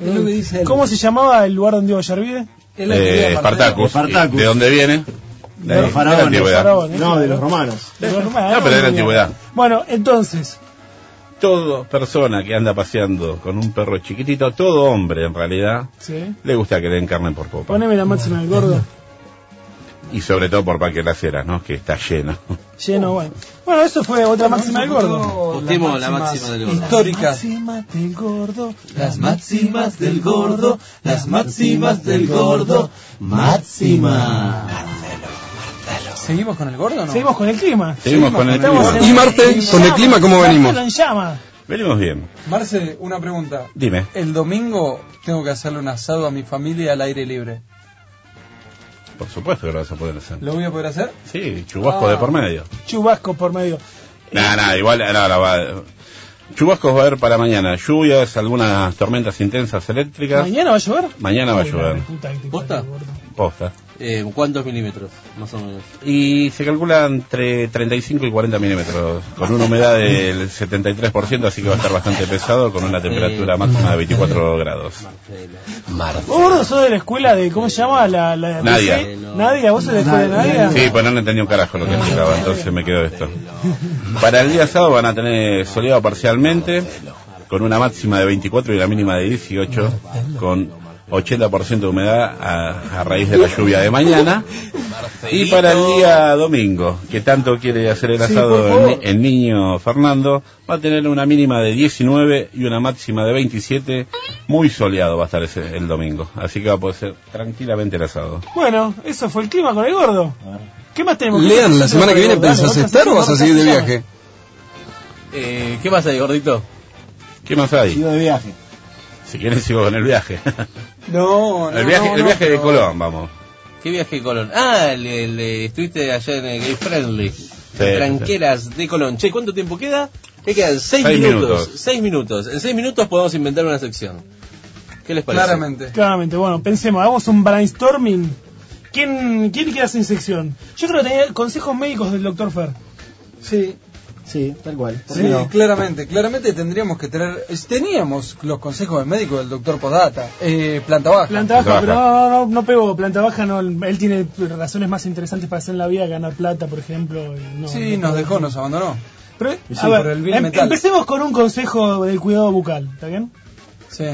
Es lo que dice él. ¿Cómo se llamaba el lugar donde iba Yarvide? Él Eh, escribía Martelo. Espartacus. Espartacus. ¿Y ¿De dónde viene? De, De la los faraones. antigüedad. faraones. No, de los romanos. De los romanos. No, pero de la antigüedad. Bueno, entonces, Toda persona que anda paseando con un perro chiquitito, todo hombre en realidad, ¿sí? le gusta que le den carne por popa. poneme la máxima del gordo. Y sobre todo por Parque Las Heras, ¿no? Que está lleno. Lleno, bueno. Bueno, eso fue otra máxima del gordo. Votemos la máxima del gordo. Históricas. Máxima del gordo. Las máximas del gordo, las máximas del gordo, máxima. ¿Seguimos con el gordo o no? Seguimos con el clima. Seguimos con el Estamos clima. en- Y Marte, con el clima, ¿cómo Marcelo venimos? en llama. Venimos bien. Marce, una pregunta. Dime. El domingo tengo que hacerle un asado a mi familia al aire libre. Por supuesto que lo vas a poder hacer. ¿Lo voy a poder hacer? Sí, chubasco de por medio. Chubasco por medio. Nada, nada, igual, nada, va. Chubascos va a haber para mañana. Lluvias, algunas tormentas intensas eléctricas. ¿Mañana va a llover? Mañana va a Uy, la llover. puta que te ¿Posta? parió, gordo. Posta. Eh, ¿Cuántos milímetros, más o menos? Y se calcula entre 35 y 40 milímetros, con una humedad del 73%, así que va a estar bastante pesado, con una temperatura máxima de 24 grados. Vos, gordo, sos de la escuela de. ¿Cómo se llama? La, la, Nadia. ¿sí? Nadia, ¿vos sos de la escuela de Nadia? Sí, pues no le entendí un carajo lo que explicaba, entonces me quedó esto. Para el día sábado van a tener soleado parcialmente, con una máxima de 24 y una mínima de 18, con 80% de humedad a, a raíz de la lluvia de mañana. Y para el día domingo, que tanto quiere hacer el Sí, asado por el, ni- favor. el niño Fernando, va a tener una mínima de 19 y una máxima de 27. Muy soleado va a estar ese- el domingo, así que va a poder ser tranquilamente el asado. Bueno, eso fue el clima con el gordo. ¿Qué más tenemos? Lean, la semana que viene Dale, pensás vos estar o vas a hacer seguir de llama. viaje. Eh, ¿Qué más hay, gordito? ¿Qué más hay? Sigo de viaje. Si quieren sigo con el viaje. No, no. el viaje, no, el no, viaje de pero- Colón, vamos. ¿Qué viaje de Colón? Ah, el, el, eh, estuviste allá en el Gay Friendly. Tranqueras de Colón. Che, ¿cuánto tiempo queda? ¿Qué quedan? Seis, Seis minutos. minutos. Seis minutos. En seis minutos podemos inventar una sección. ¿Qué les parece? Claramente. Claramente, bueno, pensemos, hagamos un brainstorming. ¿Quién, quién queda sin sección? Yo creo que tenía consejos médicos del doctor Fer. Sí, Sí, tal cual. ¿Por sí, qué no? claramente. Claramente tendríamos que tener... es- Teníamos los consejos del médico del doctor Podata. Eh, planta baja. Planta baja, Planta pero baja. no, no, no, no pegó. Planta baja, no. Él tiene razones más interesantes para hacer en la vida, ganar plata, por ejemplo. y no, sí, no nos puede. dejó, nos abandonó. Pero, Sí, a ver, por el bien em- metal. empecemos con un consejo del cuidado bucal, ¿está bien? Sí.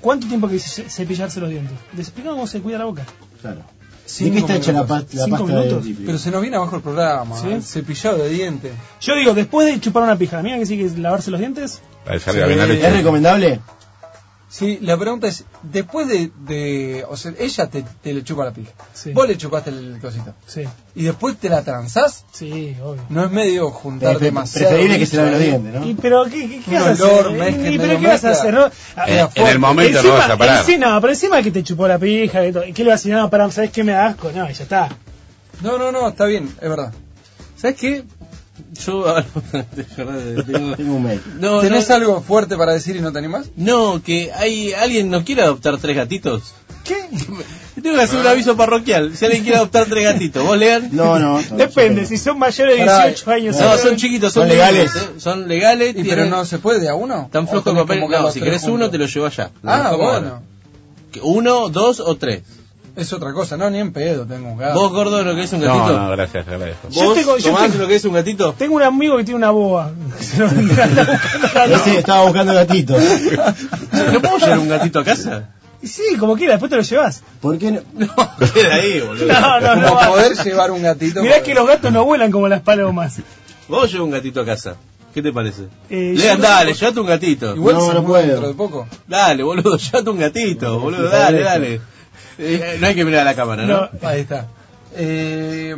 ¿Cuánto tiempo hay que ce- cepillarse los dientes? Les explicamos cómo se cuida la boca. Claro. ¿De Cinco qué está hecha la, minutos. pasta la Cinco pasta de minutos. Dipli? Pero se nos viene abajo el programa. Sí. ¿eh? Cepillado de dientes. Yo digo, después de chupar una pija, mira que sí que es lavarse los dientes. Ahí salga Sí. bien la leche. ¿Es recomendable? Sí, la pregunta es, después de, de- o sea, ella te, te le chupa la pija. Vos le chupaste el cosito. Sí. Y después te la transás. Sí, obvio. No es medio juntar Prefe- demasiado. preferible que se laven los bicho dientes, ahí. Y, pero, ¿qué, qué, qué Un vas olor, a hacer? mezcla, Y, pero, medio ¿qué vas a mezcla. hacer? No? Ah, En- en el momento no encima, vas a parar. encima- no, pero encima que te chupó la pija, y todo. ¿qué le vas a decir? No, pará, ¿sabes qué me da asco? No, y ya está. No, no, no, está bien, es verdad. ¿Sabes qué? Yo ahora te acordás de- tengo- No, ¿Tenés no, algo fuerte para decir y no te animás? no, que hay alguien no quiere adoptar tres gatitos. ¿Qué? Tengo que hacer un aviso parroquial. Si alguien quiere adoptar tres gatitos, ¿vos lean? eh, No, no. Depende, si son mayores de Pará, 18 años. eh, ¿eh? No, son chiquitos, son, Son legales. legales. eh, Son legales. Y, pero tienen- no se puede de a uno. Tan ¿O flojo de tenés que papel. convocar No, los si tres querés juntos? uno, te lo llevo allá. Lo Ah, dejás como bueno. ahora. Uno, dos o tres. Es otra cosa. No, ni en pedo tengo un gato. ¿Vos, gordo, lo que es un gatito? No, no, gracias, te agradezco. ¿Vos, Yo tengo- yo Tomás, tengo- lo que es un gatito? Tengo un amigo que tiene una boa. Se lo anda buscando acá. Ese estaba buscando gatitos. ¿No puedo llevar un gatito a casa? Y Sí, como quieras, después te lo llevas. ¿Por qué no? Queda ahí, boludo. No, no, no. Como va. poder llevar un gatito. Mirá que los gatos no vuelan como las palomas. Vos llevas un gatito a casa. ¿Qué te parece? Eh, yo Lean, no- dale, llévate un gatito. Igual No, se no mueve puedo. dentro de poco. Dale, boludo, llévate un gatito, boludo, dale, dale. Eh, no hay que mirar a la cámara, ¿no? No. Ahí está. Eh,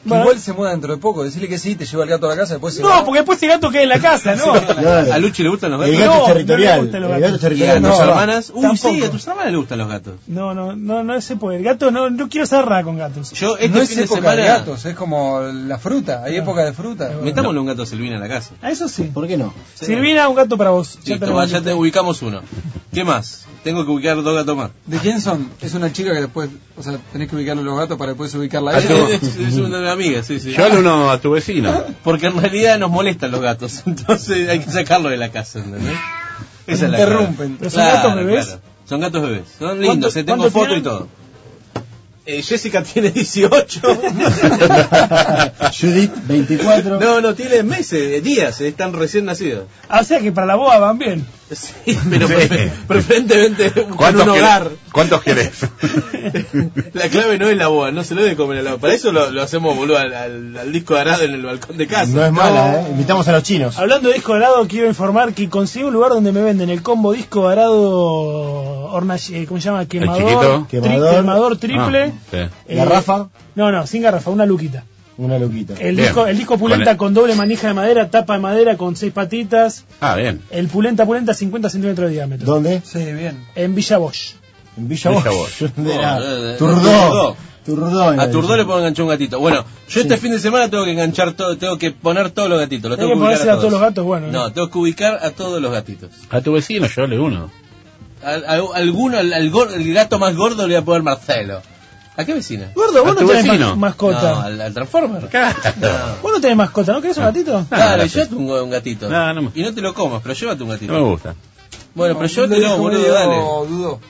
que Bueno. Igual se muda dentro de poco. Decirle que sí, te lleva el gato a la casa, después se va. No, porque después el gato queda en la casa, ¿no? Claro. A Luchi le gustan los El gatos. No, gato es no le territorial. gustan los el gato es ¿Y a territorial. tus No, va. hermanas? Uy, sí, Tampoco. a tus hermanas le gustan los gatos. No, no, no, no se puede. El gato no, no quiero cerrar con gatos. Yo este no es fin de época semana... de gatos, es como la fruta. Hay época de fruta. Metámosle un gato a Silvina a la casa. A eso sí. ¿Por qué no? Silvina, un gato para vos. Ya te Listo, lo va, mandé. ya te ubicamos uno. ¿Qué más? Tengo que ubicar dos gatos más. ¿De quién son? Es una chica que después, o sea, tenés que ubicarle los gatos para después ubicarla a Es, ella. es- es una amiga, sí, sí. Llévale uno a tu vecino. Porque en realidad nos molestan los gatos, entonces hay que sacarlo de la casa, ¿entendés? Esa es la Interrumpen. clave. ¿Pero son gatos bebés? Son gatos bebés. Son ¿Cuánto- lindos, eh, tengo cuánto foto tienen? y todo. Eh, Jessica tiene 18. Judith, 24. no, no, tiene meses, días, eh, están recién nacidos. Ah, o sea que para la boa van bien. Sí, pero Sí. prefe- preferentemente con ¿Cuántos un querés? hogar. ¿Cuántos querés? La clave no es la boa, no se lo debe comer a la boa. Para eso lo, lo hacemos, boludo, al, al- al disco de arado en el balcón de casa. No es mala, ¿eh? Invitamos a los chinos. Hablando de disco de arado, quiero informar que conseguí un lugar donde me venden el combo disco de arado, horna- eh, ¿cómo se llama? Quemador, chiquito? tri- Quemador. quemador triple. Ah, sí. eh, Garrafa, No, no, sin garrafa, una luquita. una loquita. El Bien. disco, el disco pulenta Con el- con doble manija de madera, tapa de madera con seis patitas. Ah, bien. El pulenta pulenta 50 centímetros de diámetro. ¿Dónde? Sí, bien. En Villa Bosch. En Villa Villa Ah, Bosch. ¿Dónde No, era? eh, eh, Turdó. Turdó. Turdó. eh. era A Turdó le eso. puedo enganchar un gatito. Bueno, yo este fin de semana tengo que enganchar todo, tengo que poner todos los gatitos. Los Hay tengo que que ubicar ponérsela a a todos todos. los gatos, bueno. No, tengo que ubicar a todos los gatitos. A tu vecino, llévale uno. A, a- alguno, al, al gor- el gato más gordo le voy a poner Marcelo. ¿A qué vecina? Gordo, ¿A vos no tu tenés vecino? ma- No, mascota. al, al Transformer. Claro. Vos no tenés mascota, ¿no querés Ah. un gatito? Claro, gracias. llévate un, un gatito. No, no me- Y no te lo comas, pero llévate un No me gatito. gusta. Bueno, pero llévatelo, dejo medio boludo, dale. dudo.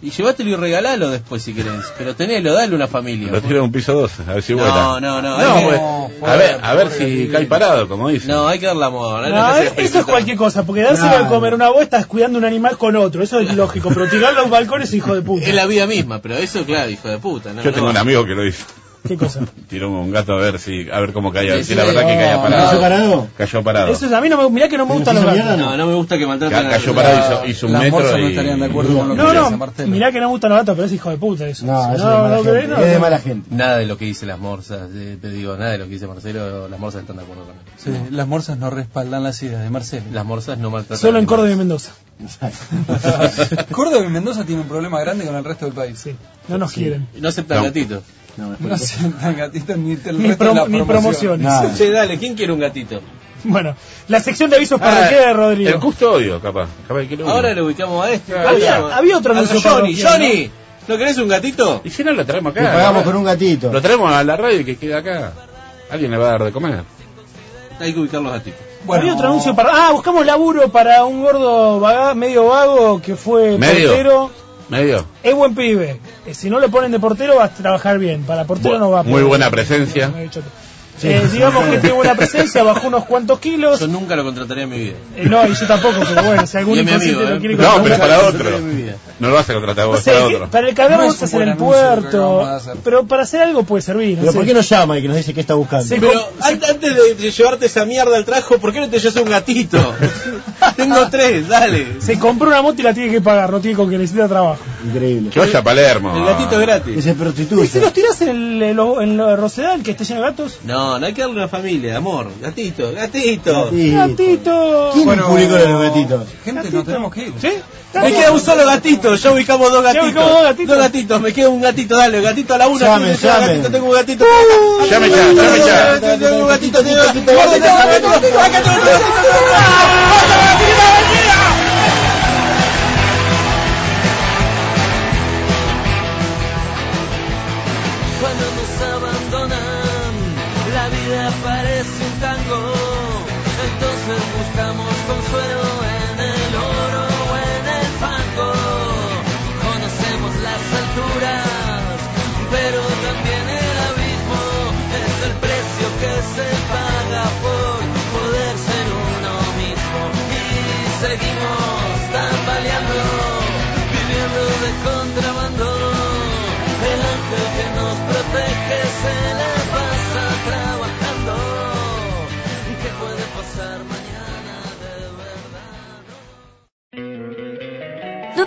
Y llévatelo y regalalo después si querés. Pero tenelo, dale una familia. pues. Lo tiro a un piso 2, a ver si No, no, vuela. no. No, hay que- pues, a ver, a ver si cae parado, como dice. no, hay que darle amor. hay que No, ¿eh? hacer es- eso es experimentar. cualquier cosa, porque dárselo Claro. a comer una vos estás cuidando un animal con otro, eso es lógico, pero tirarlo a un balcón es hijo de puta. Es la vida misma, pero eso, claro, hijo de puta. No, Yo no. tengo un amigo que lo hizo. ¿Qué cosa? Tiró un gato a ver si, a ver cómo caía. a ver Sí, Si la sí, verdad que no, caía no, ¿Cayó parado. parado? Cayó parado. Eso es, a mí no me, mirá que no me gustan los Pero si gatos. mierda, No, no me gusta que maltraten Ca- a cayó la- parado, hizo, hizo un Las morsas metro no y... estarían de acuerdo con lo que No, dice no, Marcelo. mirá que no me gustan los gatos, pero es hijo de puta eso. No, Si eso es de mala no gente. querés, no, Es de no. mala gente. Nada de lo que dicen las morsas, eh, te digo, nada de lo que dice Marcelo, las morsas están de acuerdo con él. Sí, las morsas no respaldan las ideas de Marcelo. Las morsas no maltratan. Solo en animales. Córdoba y Mendoza. Ah, Córdoba y Mendoza tiene un problema grande con el resto del país. Sí, no nos quieren. No aceptan No. gatitos. No, No mejor. se dan gatitos ni el Ni, resto de prom- la ni promoción. promociones. Nada. Che, dale, ¿quién quiere un gatito? Bueno, la sección de avisos Ah, parroquiales de El Rodrigo. custodio, capaz. Capaz que lo Ahora le ubicamos a este. Había- había otro Al anuncio Johnny, parroquial, Johnny, ¿no querés un gatito? Y si no, lo traemos acá. Lo pagamos con un gatito. Lo traemos a la radio que queda acá. Alguien le va a dar de comer. Hay que ubicar los gatitos. Había otro anuncio para. Ah, buscamos laburo para un gordo vaga- medio vago que fue Medio. portero. Medio. Es buen pibe. Eh, Si no lo ponen de portero, va a trabajar bien. Para portero Bu- no va a muy poder. buena presencia. Medio choto. Eh, digamos que tiene buena presencia, bajó unos cuantos kilos. Yo nunca lo contrataría en mi vida. Eh, no, y yo tampoco, pero bueno, si algún Y es mi inconsciente amigo, lo eh. quiere No, pero contratar. para Yo otro. soy de mi vida. No lo vas a contratar No vos, sé, para que- otro. para el cadáver No es vamos a un hacer buen el anuncio lo que puerto, acabamos de hacer. pero para hacer algo puede servir. No Pero sé. ¿por qué no llama y que nos dice qué está buscando? Sí. Pero an- antes de, de llevarte esa mierda al trajo, ¿por qué no te llevas un gatito? Tengo tres, dale. Se compró una moto y la tiene que pagar, no tiene con que necesita trabajo. Increíble. Que vaya a Palermo. El gatito es gratis. Que se ¿Y si prostituye. los tiras en el, en lo- en lo- Rosedal, que esté lleno de gatos? No, no hay que darle una familia, amor. Gatito, gatito. ¡Gatito! ¿Quién Bueno, publicó de los gatitos? Gente, nos tenemos que ir. ¿Sí? Me queda un solo gatito, ya ubicamos dos gatitos. ubicamos dos gatitos. gatitos, me queda un gatito, dale, gatito a la una. tengo Llamen, un llamen. gatito, tengo un gatito. Llame ya, llame ya. Tengo un gatito, tengo un gatito. Cuando nos abandonan, la vida parece un tango. Entonces buscamos consuelo en el oro o en el fango. Conocemos las alturas, pero también el abismo es el precio que se paga por poder ser uno mismo. Y seguimos tambaleando, viviendo de contrabando. El ángel que nos protege se la pasa trabajando. ¿Qué puede pasar mañana de ¿No